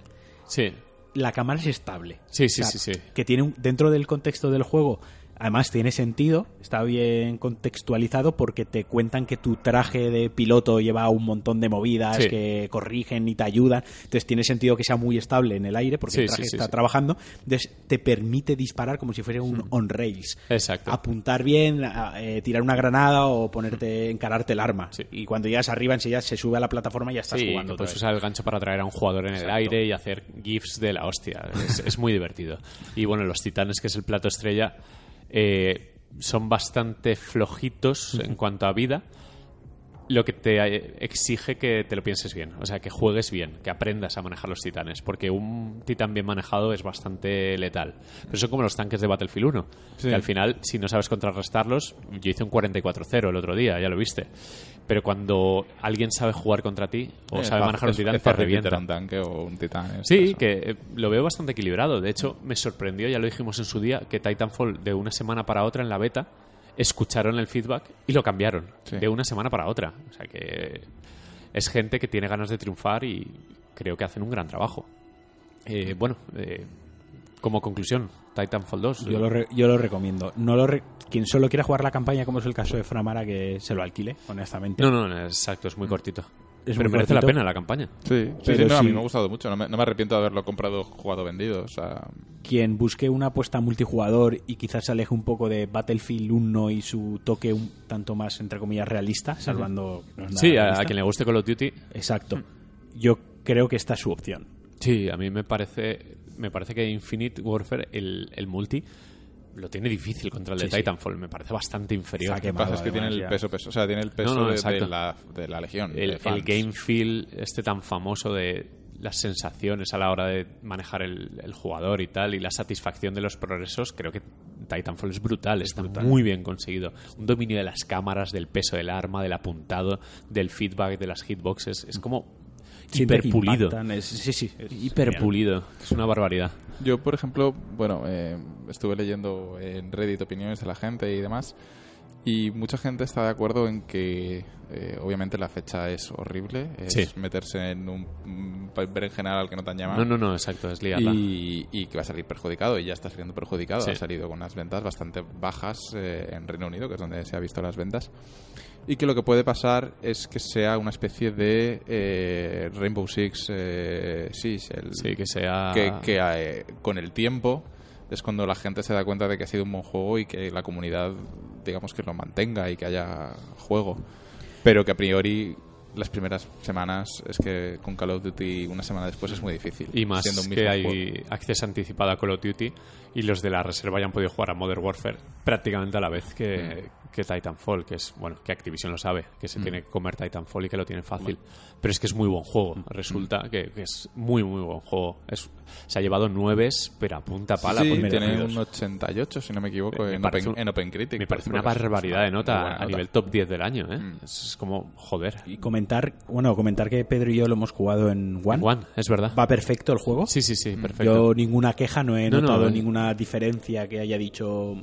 Sí, la cámara es estable. Sí, sí, sí, sí. Que tiene un- dentro del contexto del juego, además tiene sentido, está bien contextualizado porque te cuentan que tu traje de piloto lleva un montón de movidas Sí. que corrigen y te ayudan. Entonces tiene sentido que sea muy estable en el aire porque Sí, el traje sí, sí, está sí. trabajando. Entonces te permite disparar como si fuera un on rails. Exacto. Apuntar bien, a- eh, tirar una granada o ponerte, encararte el arma. Mm. Sí. Y cuando llegas arriba enseguida se sube a la plataforma y ya estás Sí, jugando. que otra puedes vez. usar el gancho para atraer a un jugador en el aire y hacer gifs de la hostia. Es, es muy divertido. Y bueno, los titanes, que es el plato estrella, eh, son bastante flojitos en cuanto a vida. Lo que te eh, exige que te lo pienses bien, o sea, que juegues bien, que aprendas a manejar los titanes, porque un titán bien manejado es bastante letal. Pero son como los tanques de Battlefield 1, Sí. que al final, si no sabes contrarrestarlos, yo hice un 44-0 el otro día, ya lo viste. Pero cuando alguien sabe jugar contra ti, o Eh, sabe es manejar un fácil- titán, es te fácil quitar revienta. un tanque o un titán. en Sí, este caso. que eh, lo veo bastante equilibrado. De hecho, me sorprendió, ya lo dijimos en su día, que Titanfall de una semana para otra en la beta escucharon el feedback y lo cambiaron. Sí. De una semana para otra. O sea que es gente que tiene ganas de triunfar y creo que hacen un gran trabajo. Eh, bueno, eh, como conclusión, Titanfall 2. Yo lo, re- yo lo recomiendo. No lo re- Quien solo quiera jugar la campaña, como es el caso de Framara, que se lo alquile, honestamente. No, no, no, exacto, es muy cortito. Mm. Es Pero muy merece la cortito. pena la campaña. Sí, sí, Pero sí, no, a mí sí. me ha gustado mucho. No me, no me arrepiento de haberlo comprado, jugado, vendido. O sea, Quien busque una apuesta multijugador y quizás se aleje un poco de Battlefield 1 y su toque un tanto más, entre comillas, realista, salvando... que no es nada Sí, a, realista. a quien le Mm. guste Call of Duty, Exacto. Yo creo que esta es su opción. Sí, a mí me parece, me parece que Infinite Warfare, el, el multi, lo tiene difícil contra el de Sí, sí. Titanfall. Me parece bastante inferior. Está lo que quemado, pasa es que tiene además, el ya. peso, peso. O sea, tiene el peso no, de- de, exacto. la, de la legión. de El, fans. el game feel este tan famoso de las sensaciones a la hora de manejar el, el jugador y tal, y la satisfacción de los progresos, creo que Titanfall es brutal, está muy bien conseguido. Un dominio de las cámaras, del peso del arma, del apuntado, del feedback, de las hitboxes, es como Siente que hiperpulido. impactan, es- sí, sí. es genial. Hiperpulido, es una barbaridad. Yo, por ejemplo, bueno, eh, estuve leyendo en Reddit opiniones de la gente y demás, y mucha gente está de acuerdo en que, eh, obviamente, la fecha es horrible, es Sí. meterse en un, mm, un pa- berenjenal al que no te han llamado. No, no, no, exacto, es liarla. Y, y que va a salir perjudicado, y ya está saliendo perjudicado. Sí. Ha salido con unas ventas bastante bajas eh, en Reino Unido, que es donde se ha visto las ventas. Y que lo que puede pasar es que sea una especie de eh, Rainbow Six eh, Siege, el, Sí, que sea... que, que, eh, con el tiempo es cuando la gente se da cuenta de que ha sido un buen juego y que la comunidad, digamos, que lo mantenga y que haya juego. Pero que a priori las primeras semanas es que con Call of Duty una semana después es muy difícil. Y más siendo un mismo que hay juego. acceso anticipado a Call of Duty y los de la reserva ya han podido jugar a Modern Warfare prácticamente a la vez que, Mm. que Titanfall, que es, bueno, que Activision lo sabe, que se tiene que comer Titanfall y que lo tiene fácil. Pero es que es muy buen juego. Mm. Resulta que, que es muy, muy buen juego. Es, se ha llevado nueves, pero a punta pala. sí, por tiene merecidos. un 88, si no me equivoco, Me en, parece Open, un- en OpenCritic. Me parece Porque una es barbaridad de nota muy buena Mm. a nivel top 10 del año, ¿eh? Es como, joder. Y comentar, bueno, comentar que Pedro y yo lo hemos jugado en One. One, es verdad. Va perfecto el juego. Sí, sí, Mm. sí, perfecto. Yo ninguna queja, no he No, no, notado no. ninguna diferencia que haya dicho.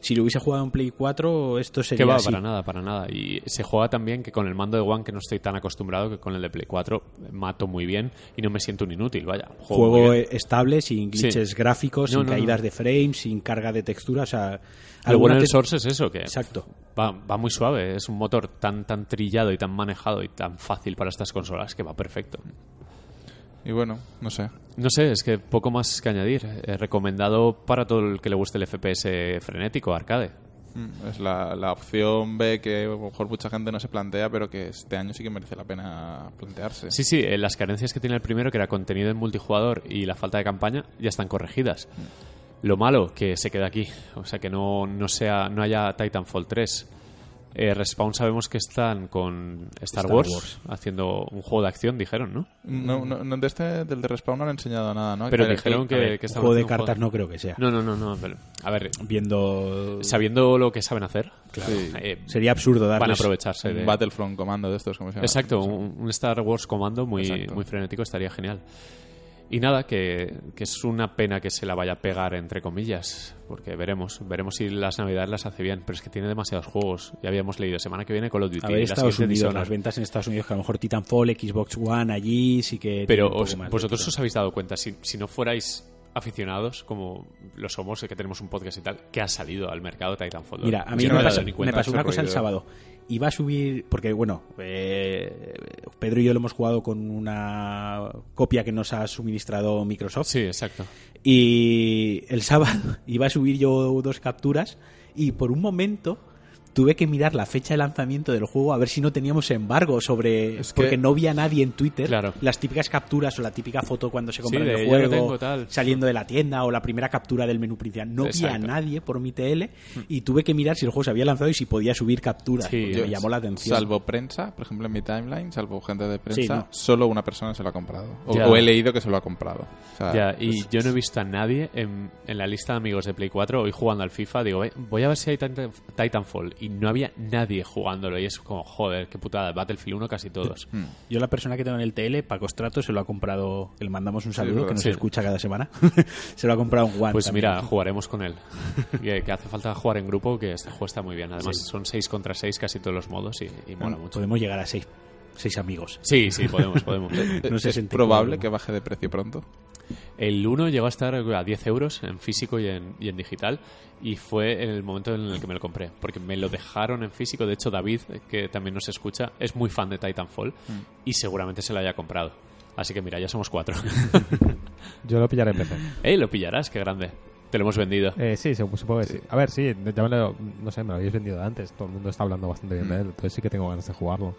Si lo hubiese jugado en Play 4, esto sería Que va, así". para nada, para nada. Y se juega también que con el mando de One, que no estoy tan acostumbrado, que con el de Play 4 mato muy bien y no me siento un inútil, vaya. Juego, eh, muy bien. estable, sin glitches Sí. gráficos, No, sin no, caídas no. de frames, sin carga de textura. O sea, Lo bueno alguna del te- Source es eso, que Exacto. va, va muy suave. Es un motor tan, tan trillado y tan manejado y tan fácil para estas consolas que va perfecto. Y bueno, no sé. No sé, es que poco más que añadir. Eh, recomendado para todo el que le guste el FPS frenético, arcade. Mm, Es la, la opción B que a lo mejor mucha gente no se plantea, pero que este año sí que merece la pena plantearse. Sí, sí, eh, las carencias que tiene el primero, que era contenido en multijugador y la falta de campaña, ya están corregidas. Lo malo, que se queda aquí. O sea, que no, no, sea, no haya Titanfall 3. Eh, Respawn sabemos que están con Star, Star Wars, Wars. haciendo un juego de acción, dijeron, ¿no? No, no, no, de este, del de Respawn no han enseñado nada, ¿no? Pero Que- dijeron a que, ver, que Un estaban juego de haciendo un cartas juego- no creo que sea. No, no, no, no. pero, a ver, Viendo. sabiendo lo que saben hacer, Sí. eh, Sería absurdo van a darles aprovecharse de... Un Battlefront Comando de estos, ¿cómo se llama? Exacto, No sé. un, un Star Wars comando muy, Exacto. muy frenético estaría genial. Y nada, que, que es una pena que se la vaya a pegar, entre comillas, porque veremos, veremos si las navidades las hace bien, pero es que tiene demasiados juegos. Ya habíamos leído, semana que viene Call of Duty, A ver, la Estados siguiente Unidos, Dishonored. las ventas en Estados Unidos, que a lo mejor Titanfall, Xbox One, allí sí que. tiene Pero un poco os- más de vosotros tirón. os habéis dado cuenta, si, si no fuerais aficionados, como lo somos, que tenemos un podcast y tal, que ha salido al mercado Titanfall. Pues Mira, a mí Yo no me, he dado pasó, ni me cuenta. pasó eso una cosa el rollo. sábado. Iba a subir, porque bueno, eh, Pedro y yo lo hemos jugado con una copia que nos ha suministrado Microsoft. Sí, exacto. Y el sábado [laughs] iba a subir yo dos capturas y por un momento tuve que mirar la fecha de lanzamiento del juego a ver si no teníamos embargo sobre... Es que- porque no vi a nadie en Twitter. Claro. Las típicas capturas o la típica foto cuando se compra Sí, de, el "Ya lo juego, tengo, tal". saliendo de la tienda o la primera captura del menú principal. No vi Exacto. Hmm. a nadie por mi TL y tuve que mirar si el juego se había lanzado y si podía subir capturas. Sí, porque yo- me llamó la atención. Salvo prensa, por ejemplo, en mi timeline, salvo gente de prensa, Sí, no. solo una persona se lo ha comprado. O, Ya. o he leído que se lo ha comprado. O Ah, sea, Ya, y pues es- yo no he visto a nadie en, en la lista de amigos de Play 4 hoy jugando al FIFA. Digo, "Eh, voy a ver si hay Titan- Titanfall. Y no había nadie jugándolo. Y es como, joder, qué putada. Battlefield 1 casi todos. Mm. Yo la persona que tengo en el TL, Paco Strato, se lo ha comprado, que le mandamos un saludo, verdad. que nos Sí. escucha cada semana, [laughs] se lo ha comprado un One. Pues también. mira, jugaremos con él. [laughs] que, que hace falta jugar en grupo, que este juego está muy bien. Además, son 6 contra 6 casi todos los modos y, y mola mucho. Podemos llegar a seis, seis amigos. Sí, sí, podemos, [laughs] podemos. Eh, No es 64. probable que baje de precio pronto. El 1 llegó a estar a 10 euros en físico y en, y en digital y fue el momento en el que me lo compré, porque me lo dejaron en físico. De hecho, David, que también nos escucha, es muy fan de Titanfall y seguramente se lo haya comprado. Así que mira, ya somos cuatro. [laughs] Yo lo pillaré en PC. ¡Ey, lo pillarás! ¡Qué grande! Te lo hemos vendido. Eh, sí, se- supongo que sí. A ver, sí, ya me lo, no sé, me lo habéis vendido de antes. Todo el mundo está hablando bastante bien de él, entonces sí que tengo ganas de jugarlo.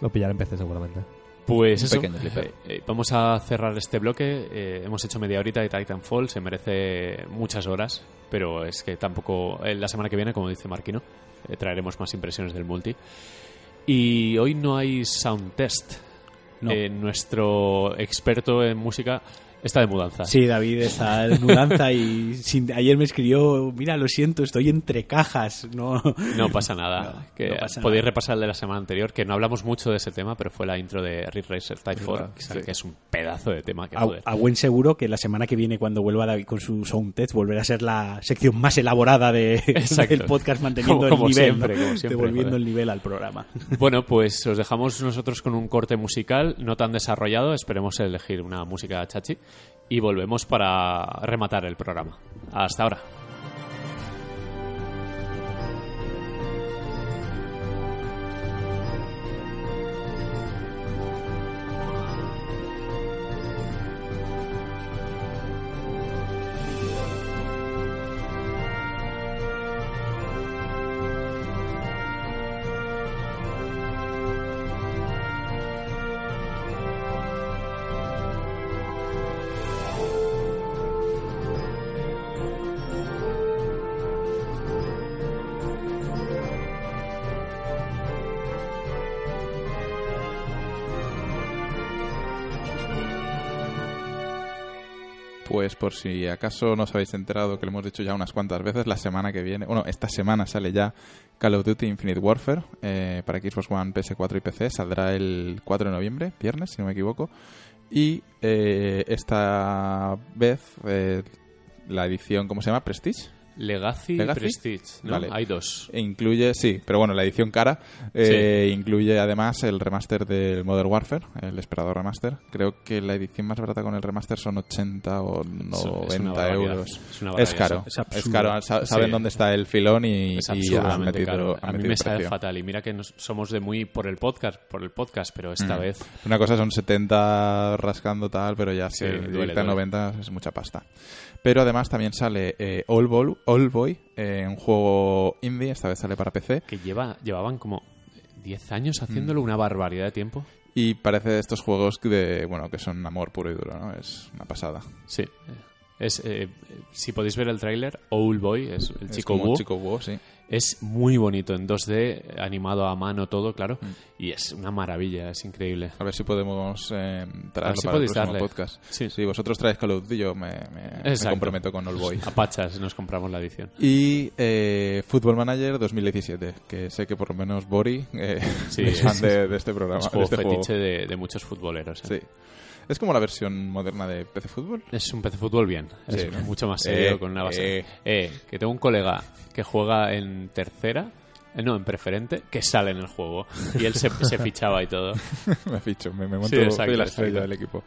Lo pillaré en PC seguramente. Pues Un eso, pequeño flipper. eh, eh, vamos a cerrar este bloque. Eh, hemos hecho media horita de Titanfall, se merece muchas horas, pero es que tampoco. eh, la semana que viene, como dice Marquino, eh, traeremos más impresiones del multi. Y hoy no hay sound test. No. Eh, nuestro experto en música está de mudanza. Sí, David está en mudanza y sin- ayer me escribió, mira, lo siento, estoy entre cajas. No, No pasa nada. No, que no pasa podéis nada. repasar el de la semana anterior, que no hablamos mucho de ese tema, pero fue la intro de Ridge Racer Type 4, verdad, que, sí. que es un pedazo de tema que a, joder. a buen seguro que la semana que viene, cuando vuelva David con su sound test, volverá a ser la sección más elaborada de, [laughs] Exacto. del podcast, manteniendo Como- como el nivel, siempre, ¿no? como siempre, devolviendo joder. el nivel al programa. Bueno, pues os dejamos nosotros con un corte musical no tan desarrollado. Esperemos elegir una música chachi y volvemos para rematar el programa. Hasta ahora. pues por si acaso no os habéis enterado, que lo hemos dicho ya unas cuantas veces, la semana que viene, bueno, esta semana sale ya Call of Duty Infinite Warfare eh, para Xbox One, PS4 y PC, saldrá el 4 de noviembre, viernes, si no me equivoco, y eh, esta vez eh, la edición, ¿cómo se llama? Prestige. Legacy, Legacy. Prestige, ¿no? Vale. Hay dos. E Incluye, sí, pero bueno, la edición cara eh, incluye además el remaster del Modern Warfare, el esperado remaster. Creo que la edición más barata con el remaster son 80 o Es una 90 barbaridad. euros. Es una Es barbaridad, caro, es es, absurdo. caro. sa- Saben Sí. dónde está el filón y, Es y han absurdamente metido, caro. han A mí metido me sale precio. fatal. Y mira que nos- somos de muy por el podcast, por el podcast, pero esta Mm. vez Una cosa son 70 rascando tal, pero ya Sí, se duele, directa a duele. 90 es mucha pasta. Pero además también sale eh, All, Bol- All Boy, eh, un juego indie, esta vez sale para PC. que lleva, llevaban como 10 Mm. años haciéndolo una barbaridad de tiempo. Y parece de estos juegos de, bueno, que son amor puro y duro, ¿no? Es una pasada. Sí. Es, eh, si podéis ver el tráiler, Old Boy, es el Es chico como búho. Chico Búho, sí. Es muy bonito en 2D, animado a mano todo, claro. Mm. Y es una maravilla, es increíble. A ver si podemos eh, A ver si traerlo para el podéis próximo darle. podcast. Sí. Si vosotros traéis Call of Duty, yo me, me- me Exacto. comprometo con All Boy. A pachas nos compramos la edición. Y eh, Football Manager 2017, que sé que por lo menos Bori eh, Sí, es fan es- de, de este programa. Es de juego este juego. fetiche de, de muchos futboleros. ¿eh? Sí. Es como la versión moderna de PC Fútbol. Es un PC fútbol bien. Es Sí, ¿no? mucho más serio Eh, con una base. eh. Eh. que tengo un colega que juega en tercera, eh, no, en preferente, que sale en el juego. Y él se, se fichaba y [laughs] todo. me ficho, me, me monto Sí, exacto, soy la estrella exacto. del equipo.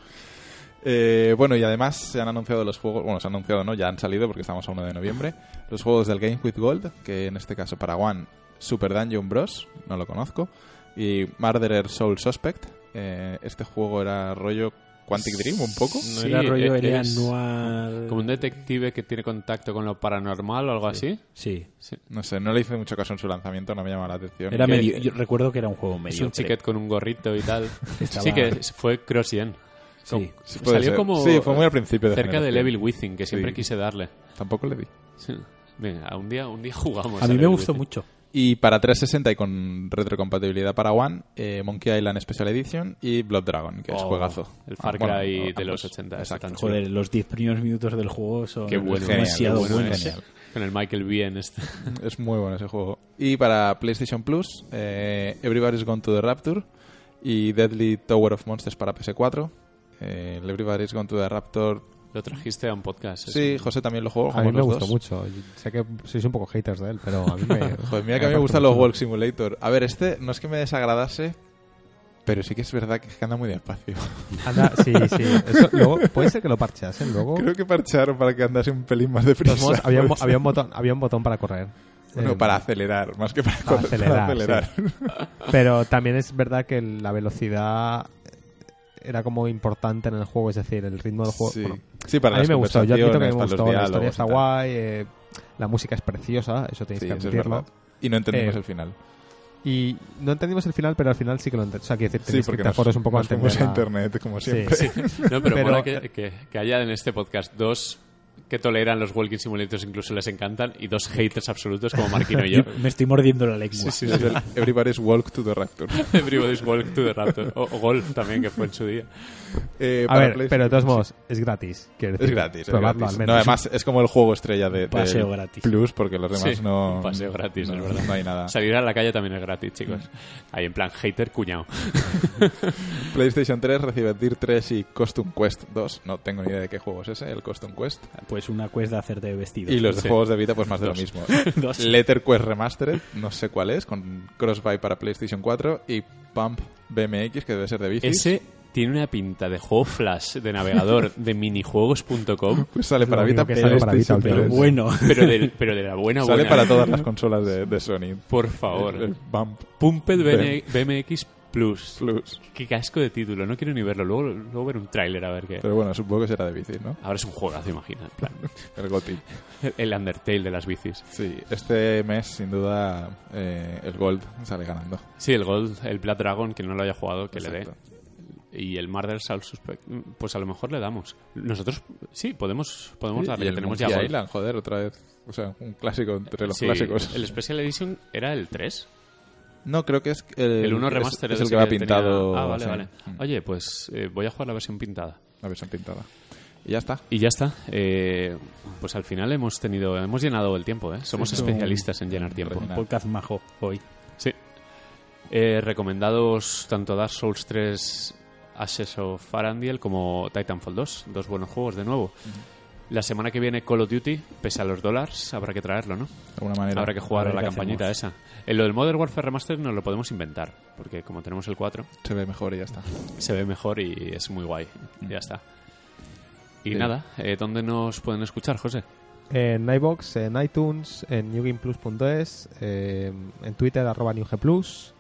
Eh, bueno, y además se han anunciado los juegos, bueno, se han anunciado, ¿no? Ya han salido porque estamos a 1 de noviembre. Los juegos del Game with Gold, que en este caso para One, Super Dungeon Bros, no lo conozco, y Murderer Soul Suspect. Eh, este juego era rollo Quantic Dream, un poco. No Sí, era rollo e- era eres noir- Como un detective que tiene contacto con lo paranormal o algo así. Sí. Sí. No sé, no le hice mucho caso en su lanzamiento, no me llamó la atención. Era Que- medio, yo recuerdo que era un juego medio. Es un chiquet con un gorrito y [laughs] tal. Estaba- Sí, que fue cross-gen. Sí. Sí, puede Salió ser. como Sí, fue muy al principio de cerca del generación. Evil Within, que siempre Sí. quise darle. Tampoco le di. Sí. Venga, un día, un día jugamos. A al mí me Evil gustó Within. mucho. Y para 360 y con retrocompatibilidad para One, eh, Monkey Island Special Edition y Blood Dragon, que es Oh, juegazo. el Far Ah, bueno, Cry de ambos. los 80, está Exacto. tan chulo. Joder, los 10 primeros minutos del juego son Qué bueno, ¿eh? Genial, demasiado qué bueno, buenos. genial. Con el Michael B. en este. [laughs] [laughs] Es muy bueno ese juego. Y para PlayStation Plus, eh, Everybody's Gone to the Rapture y Deadly Tower of Monsters para PS4. Eh, el Everybody's Gone to the Rapture. Lo trajiste a un podcast. es Sí, un- José también lo jugó. A mí jugamos me los gustó dos. mucho. Yo sé que sois un poco haters de él, pero a mí me. [laughs] Joder, mira que a mí parece me gustan los mucho. Walk Simulator. A ver, este no es que me desagradase, pero sí que es verdad que es que anda muy despacio. Anda, sí, sí. Eso, luego, puede ser que lo parcheasen luego. Creo que parcharon para que andase un pelín más de De todos modos, prisa. había, un, Puede ser. había un botón, había un botón para correr. Eh, Bueno, para acelerar, más que para, [laughs] para correr, acelerar, para acelerar. Pero también es verdad que la velocidad era como importante en el juego, es decir, el ritmo del juego. Sí. bueno, Sí, para a mí las me gustó, yo admito que me conversaciones, para gustó, los la historia diálogos está y tal. guay, eh, la música es preciosa, eso tenéis Sí, que eso es admitirlo. verdad. Y no entendimos Eh, el final. y no entendimos el final, pero al final sí que lo entendimos. O sea, quiero decir, Sí, tenéis porque que te nos, aforos un poco a nos fuimos a entender la- internet, como Sí, siempre. sí. No, pero, Pero- mola que, que- que haya en este podcast dos que toleran los Walking Simulators, incluso les encantan, y dos haters absolutos como Marquino y [laughs] yo. [laughs] Yo me estoy mordiendo la lengua. Sí, sí, Es sí. el Everybody's Walk to the Rapture. [laughs] Everybody's Walk to the Raptor. O, o Golf también, que fue en su día. Eh, A para ver, Play- pero de todos modos, es gratis. quiero Es decir, gratis. es probadlo gratis. No, al menos. además, es como el juego estrella de, del Paseo gratis. Plus, porque los demás Sí, no. un paseo gratis, no, es verdad. No hay nada. Salir a la calle también es gratis, chicos. Mm. Ahí en plan hater cuñado. PlayStation 3 recibe Dir 3 y Costume Quest 2. No tengo ni idea de qué juego es ese, el Costume Quest. Pues una quest de hacerte vestido. Y los de Sí. juegos de vida, pues más de lo mismo. [laughs] [laughs] Dos. Letter Quest Remastered, no sé cuál es, con Crossbuy para PlayStation 4 y Pump BMX, que debe ser de bici. Ese tiene una pinta de juego flash, de navegador, de minijuegos.com, Pues sale Lo para único Vita, que sale para PlayStation Vita, Pero 3. bueno. pero de, pero de la buena Sale buena. ¿eh? para Eh, todas las consolas de, de Sony. Por El- el favor. ¿eh? Pump Pumped Ven. BMX Plus. Plus. Qué casco de título, no quiero ni verlo. Luego, luego ver un tráiler a ver qué. Pero bueno, supongo que será de bici, ¿no? Ahora es un juegazo, imagina. en plan, El GOTY. el Undertale de las bicis. Sí, este mes, sin duda, eh, el Gold sale ganando. Sí, el Gold, el Blood Dragon, que no lo haya jugado, que le dé. Exacto. Y el Murder Soul Suspect, pues a lo mejor le damos. Nosotros, sí, podemos, podemos darle. Y que el tenemos Monkey ya Gold. Island, joder, otra vez. O sea, un clásico entre los Sí, clásicos. El Special Edition era el 3. No, creo que es el, El 1 es- remaster es, ese el que va tenía- pintado. Ah, vale, sí. vale. Mm, Oye, pues eh, voy a jugar la versión pintada. La versión pintada. Y ya está. Y ya está. Eh, pues al final hemos tenido, hemos llenado el tiempo, ¿eh? Somos Sí, es un- especialistas en llenar tiempo. Nada. [laughs] Podcast majo hoy. Sí. Eh, recomendados tanto Dark Souls 3, Ashes of Farandiel como Titanfall 2. Dos buenos juegos de nuevo. La semana que viene Call of Duty, pese a los dólares, habrá que traerlo, ¿no? De alguna manera. Habrá que jugar a a, ver la qué campañita esa. En lo del Modern Warfare Remastered nos lo podemos inventar, porque como tenemos el 4, Se ve mejor y ya está. se ve mejor y es muy guay. Ya está. Y Sí. nada, eh, ¿dónde nos pueden escuchar, José? En iBox, en iTunes, en newgameplus.es, eh, en Twitter, arroba newgplus,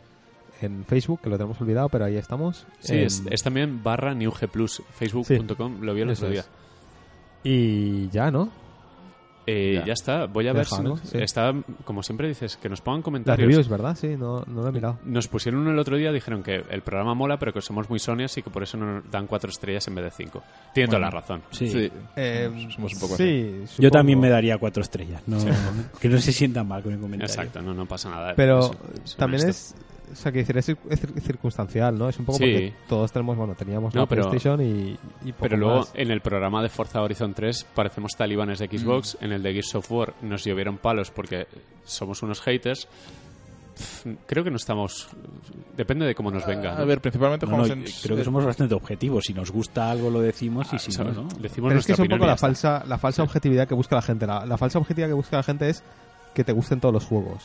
en Facebook, que lo tenemos olvidado, pero ahí estamos. Sí, En- es, es también barra NewG Plus, facebook.com, lo vi el Eso otro día. es. Y ya, ¿no? Eh, Ya. ya. está, voy a Ya ver está, si ¿no? nos- Sí. está, como siempre dices, que nos pongan Las comentarios. reviews, ¿verdad? Sí, no, no lo he mirado. Nos pusieron uno el otro día, dijeron que el programa mola, pero que somos muy sonias y que por eso nos dan cuatro estrellas en vez de cinco. Tiene toda la razón. Sí. Eh, somos un poco así. Eh, sí, Yo supongo. también me daría cuatro estrellas. No, [laughs] Que no se sientan mal con el comentario. Exacto, no, no pasa nada. eh, Pero Eso, eso también honesto. es... O sea, que decir, es cir- es cir- circunstancial, ¿no? Es un poco Sí. porque todos tenemos, bueno, teníamos No, la pero- PlayStation y, y poco Pero luego más. en el programa de Forza Horizon 3 parecemos talibanes de Xbox, Mm. en el de Gears of War nos llovieron palos porque somos unos haters. Pff, Creo que no estamos... Depende de cómo nos venga. A ¿no? ver, principalmente No, no, jugamos en. eh, creo que somos bastante objetivos. Si nos gusta algo lo decimos y Ah, si no, ¿sabes? no. Decimos Pero es que nuestra es un opinión poco y ya la está. falsa, la falsa objetividad que busca la gente. La, la falsa objetividad que busca la gente es que te gusten todos los juegos.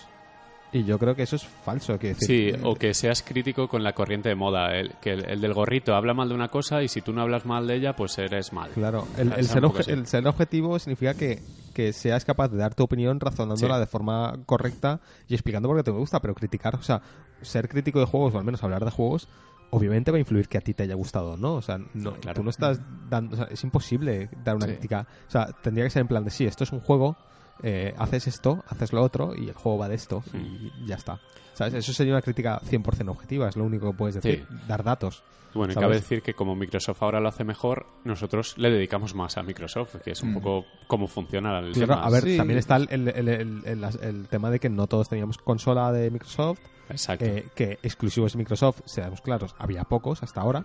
Y yo creo que eso es falso. quiero decir, Sí, eh, o que seas crítico con la corriente de moda. El, que el, el del gorrito habla mal de una cosa y si tú no hablas mal de ella, pues eres mal. Claro, el, el Es ser, un poco obje- así. el ser objetivo significa que, que seas capaz de dar tu opinión razonándola Sí. de forma correcta y explicando por qué te gusta, pero criticar, o sea, ser crítico de juegos, o al menos hablar de juegos, obviamente va a influir que a ti te haya gustado, ¿no? O sea, no, Claro. tú no estás dando, o sea, es imposible dar una Sí. crítica, o sea, tendría que ser en plan de, sí, esto es un juego, eh, haces esto, haces lo otro y el juego va de esto y ya está. ¿Sabes? Eso sería una crítica 100% objetiva, es lo único que puedes decir, dar datos. Bueno, y ¿Sabes? cabe decir que como Microsoft ahora lo hace mejor, nosotros le dedicamos más a Microsoft, que es un poco cómo funciona el Claro, tema. Mm. a ver, Sí. también está el, el- el- el- el- las- el tema de que no todos teníamos consola de Microsoft, Exacto. eh, que exclusivos de Microsoft, seamos claros, había pocos hasta ahora,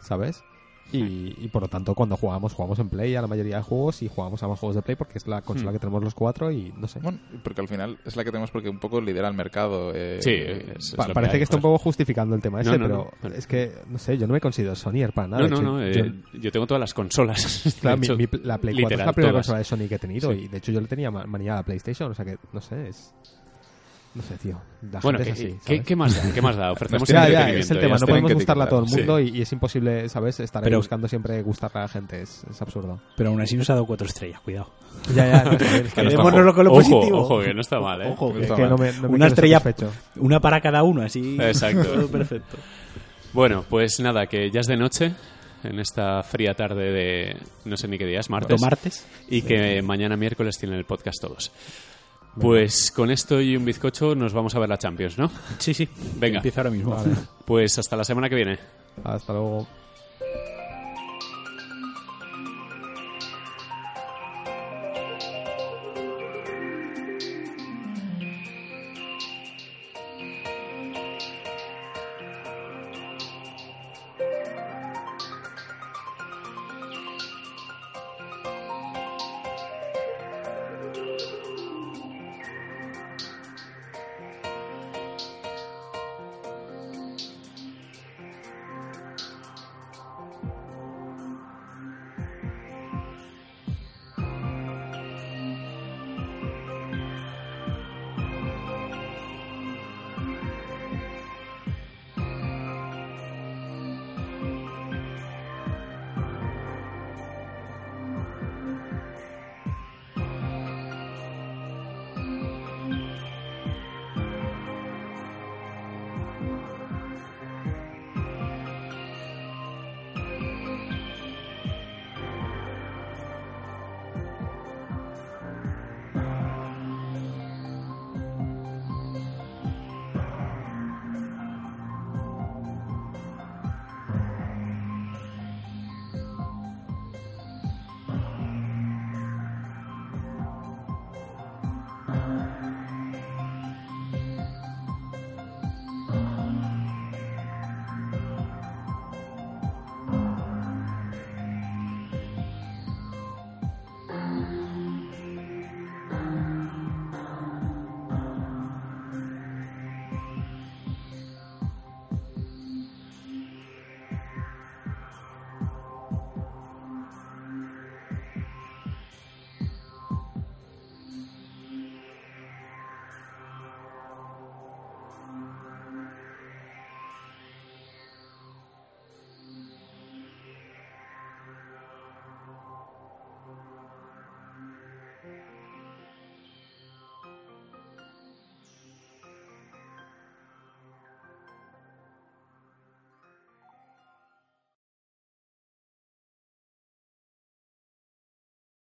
¿sabes? Y, y por lo tanto, cuando jugábamos, jugábamos en Play a la mayoría de juegos y jugábamos a más juegos de Play porque es la Hmm. consola que tenemos los cuatro y no sé. Bueno, porque al final es la que tenemos porque un poco lidera el mercado. eh, Sí, es- Pa- lo que parece que, hay, está un joder. poco justificando el tema No, ese, no, pero no. es que, no sé, yo no me considero Sonyer para nada. No, de no, hecho, no. eh, yo- Yo, tengo todas las consolas. [laughs] De Claro, mi- hecho, mi pl- la Play 4 es la literal, primera todas. consola de Sony que he tenido Sí. y de hecho yo le tenía ma- manía a la PlayStation, o sea que no sé, es... No sé, tío. La Bueno, eh, gente ¿qué, es así, qué- ¿sabes? qué más da? ¿Qué más [laughs] da? Ofrecemos Ya, ya, entretenimiento, es el ya tema, no está. tienen podemos que gustarle a todo el etiquetar, mundo y, y es imposible, ¿sabes? Estar ahí Pero- buscando siempre gustarle a la gente, es, es absurdo. Pero aún así nos ha dado cuatro estrellas, cuidado. [laughs] Ya, ya, no sé, Que es que, no está Quedémonos mal. con lo Ojo, positivo. Ojo, [laughs] que no está mal, ¿eh? Ojo, Está que mal. no me, no me Una quedo estrella- satisfecho. Una para cada uno, así. Exacto. [laughs] Todo perfecto. Bueno, pues nada, que ya es de noche, en esta fría tarde de no sé ni qué día es, martes. Otro martes. Y que mañana miércoles tienen el podcast todos. Pues con esto y un bizcocho nos vamos a ver la Champions, ¿no? Sí, sí. Venga. Empieza ahora mismo. Pues hasta la semana que viene. Hasta luego.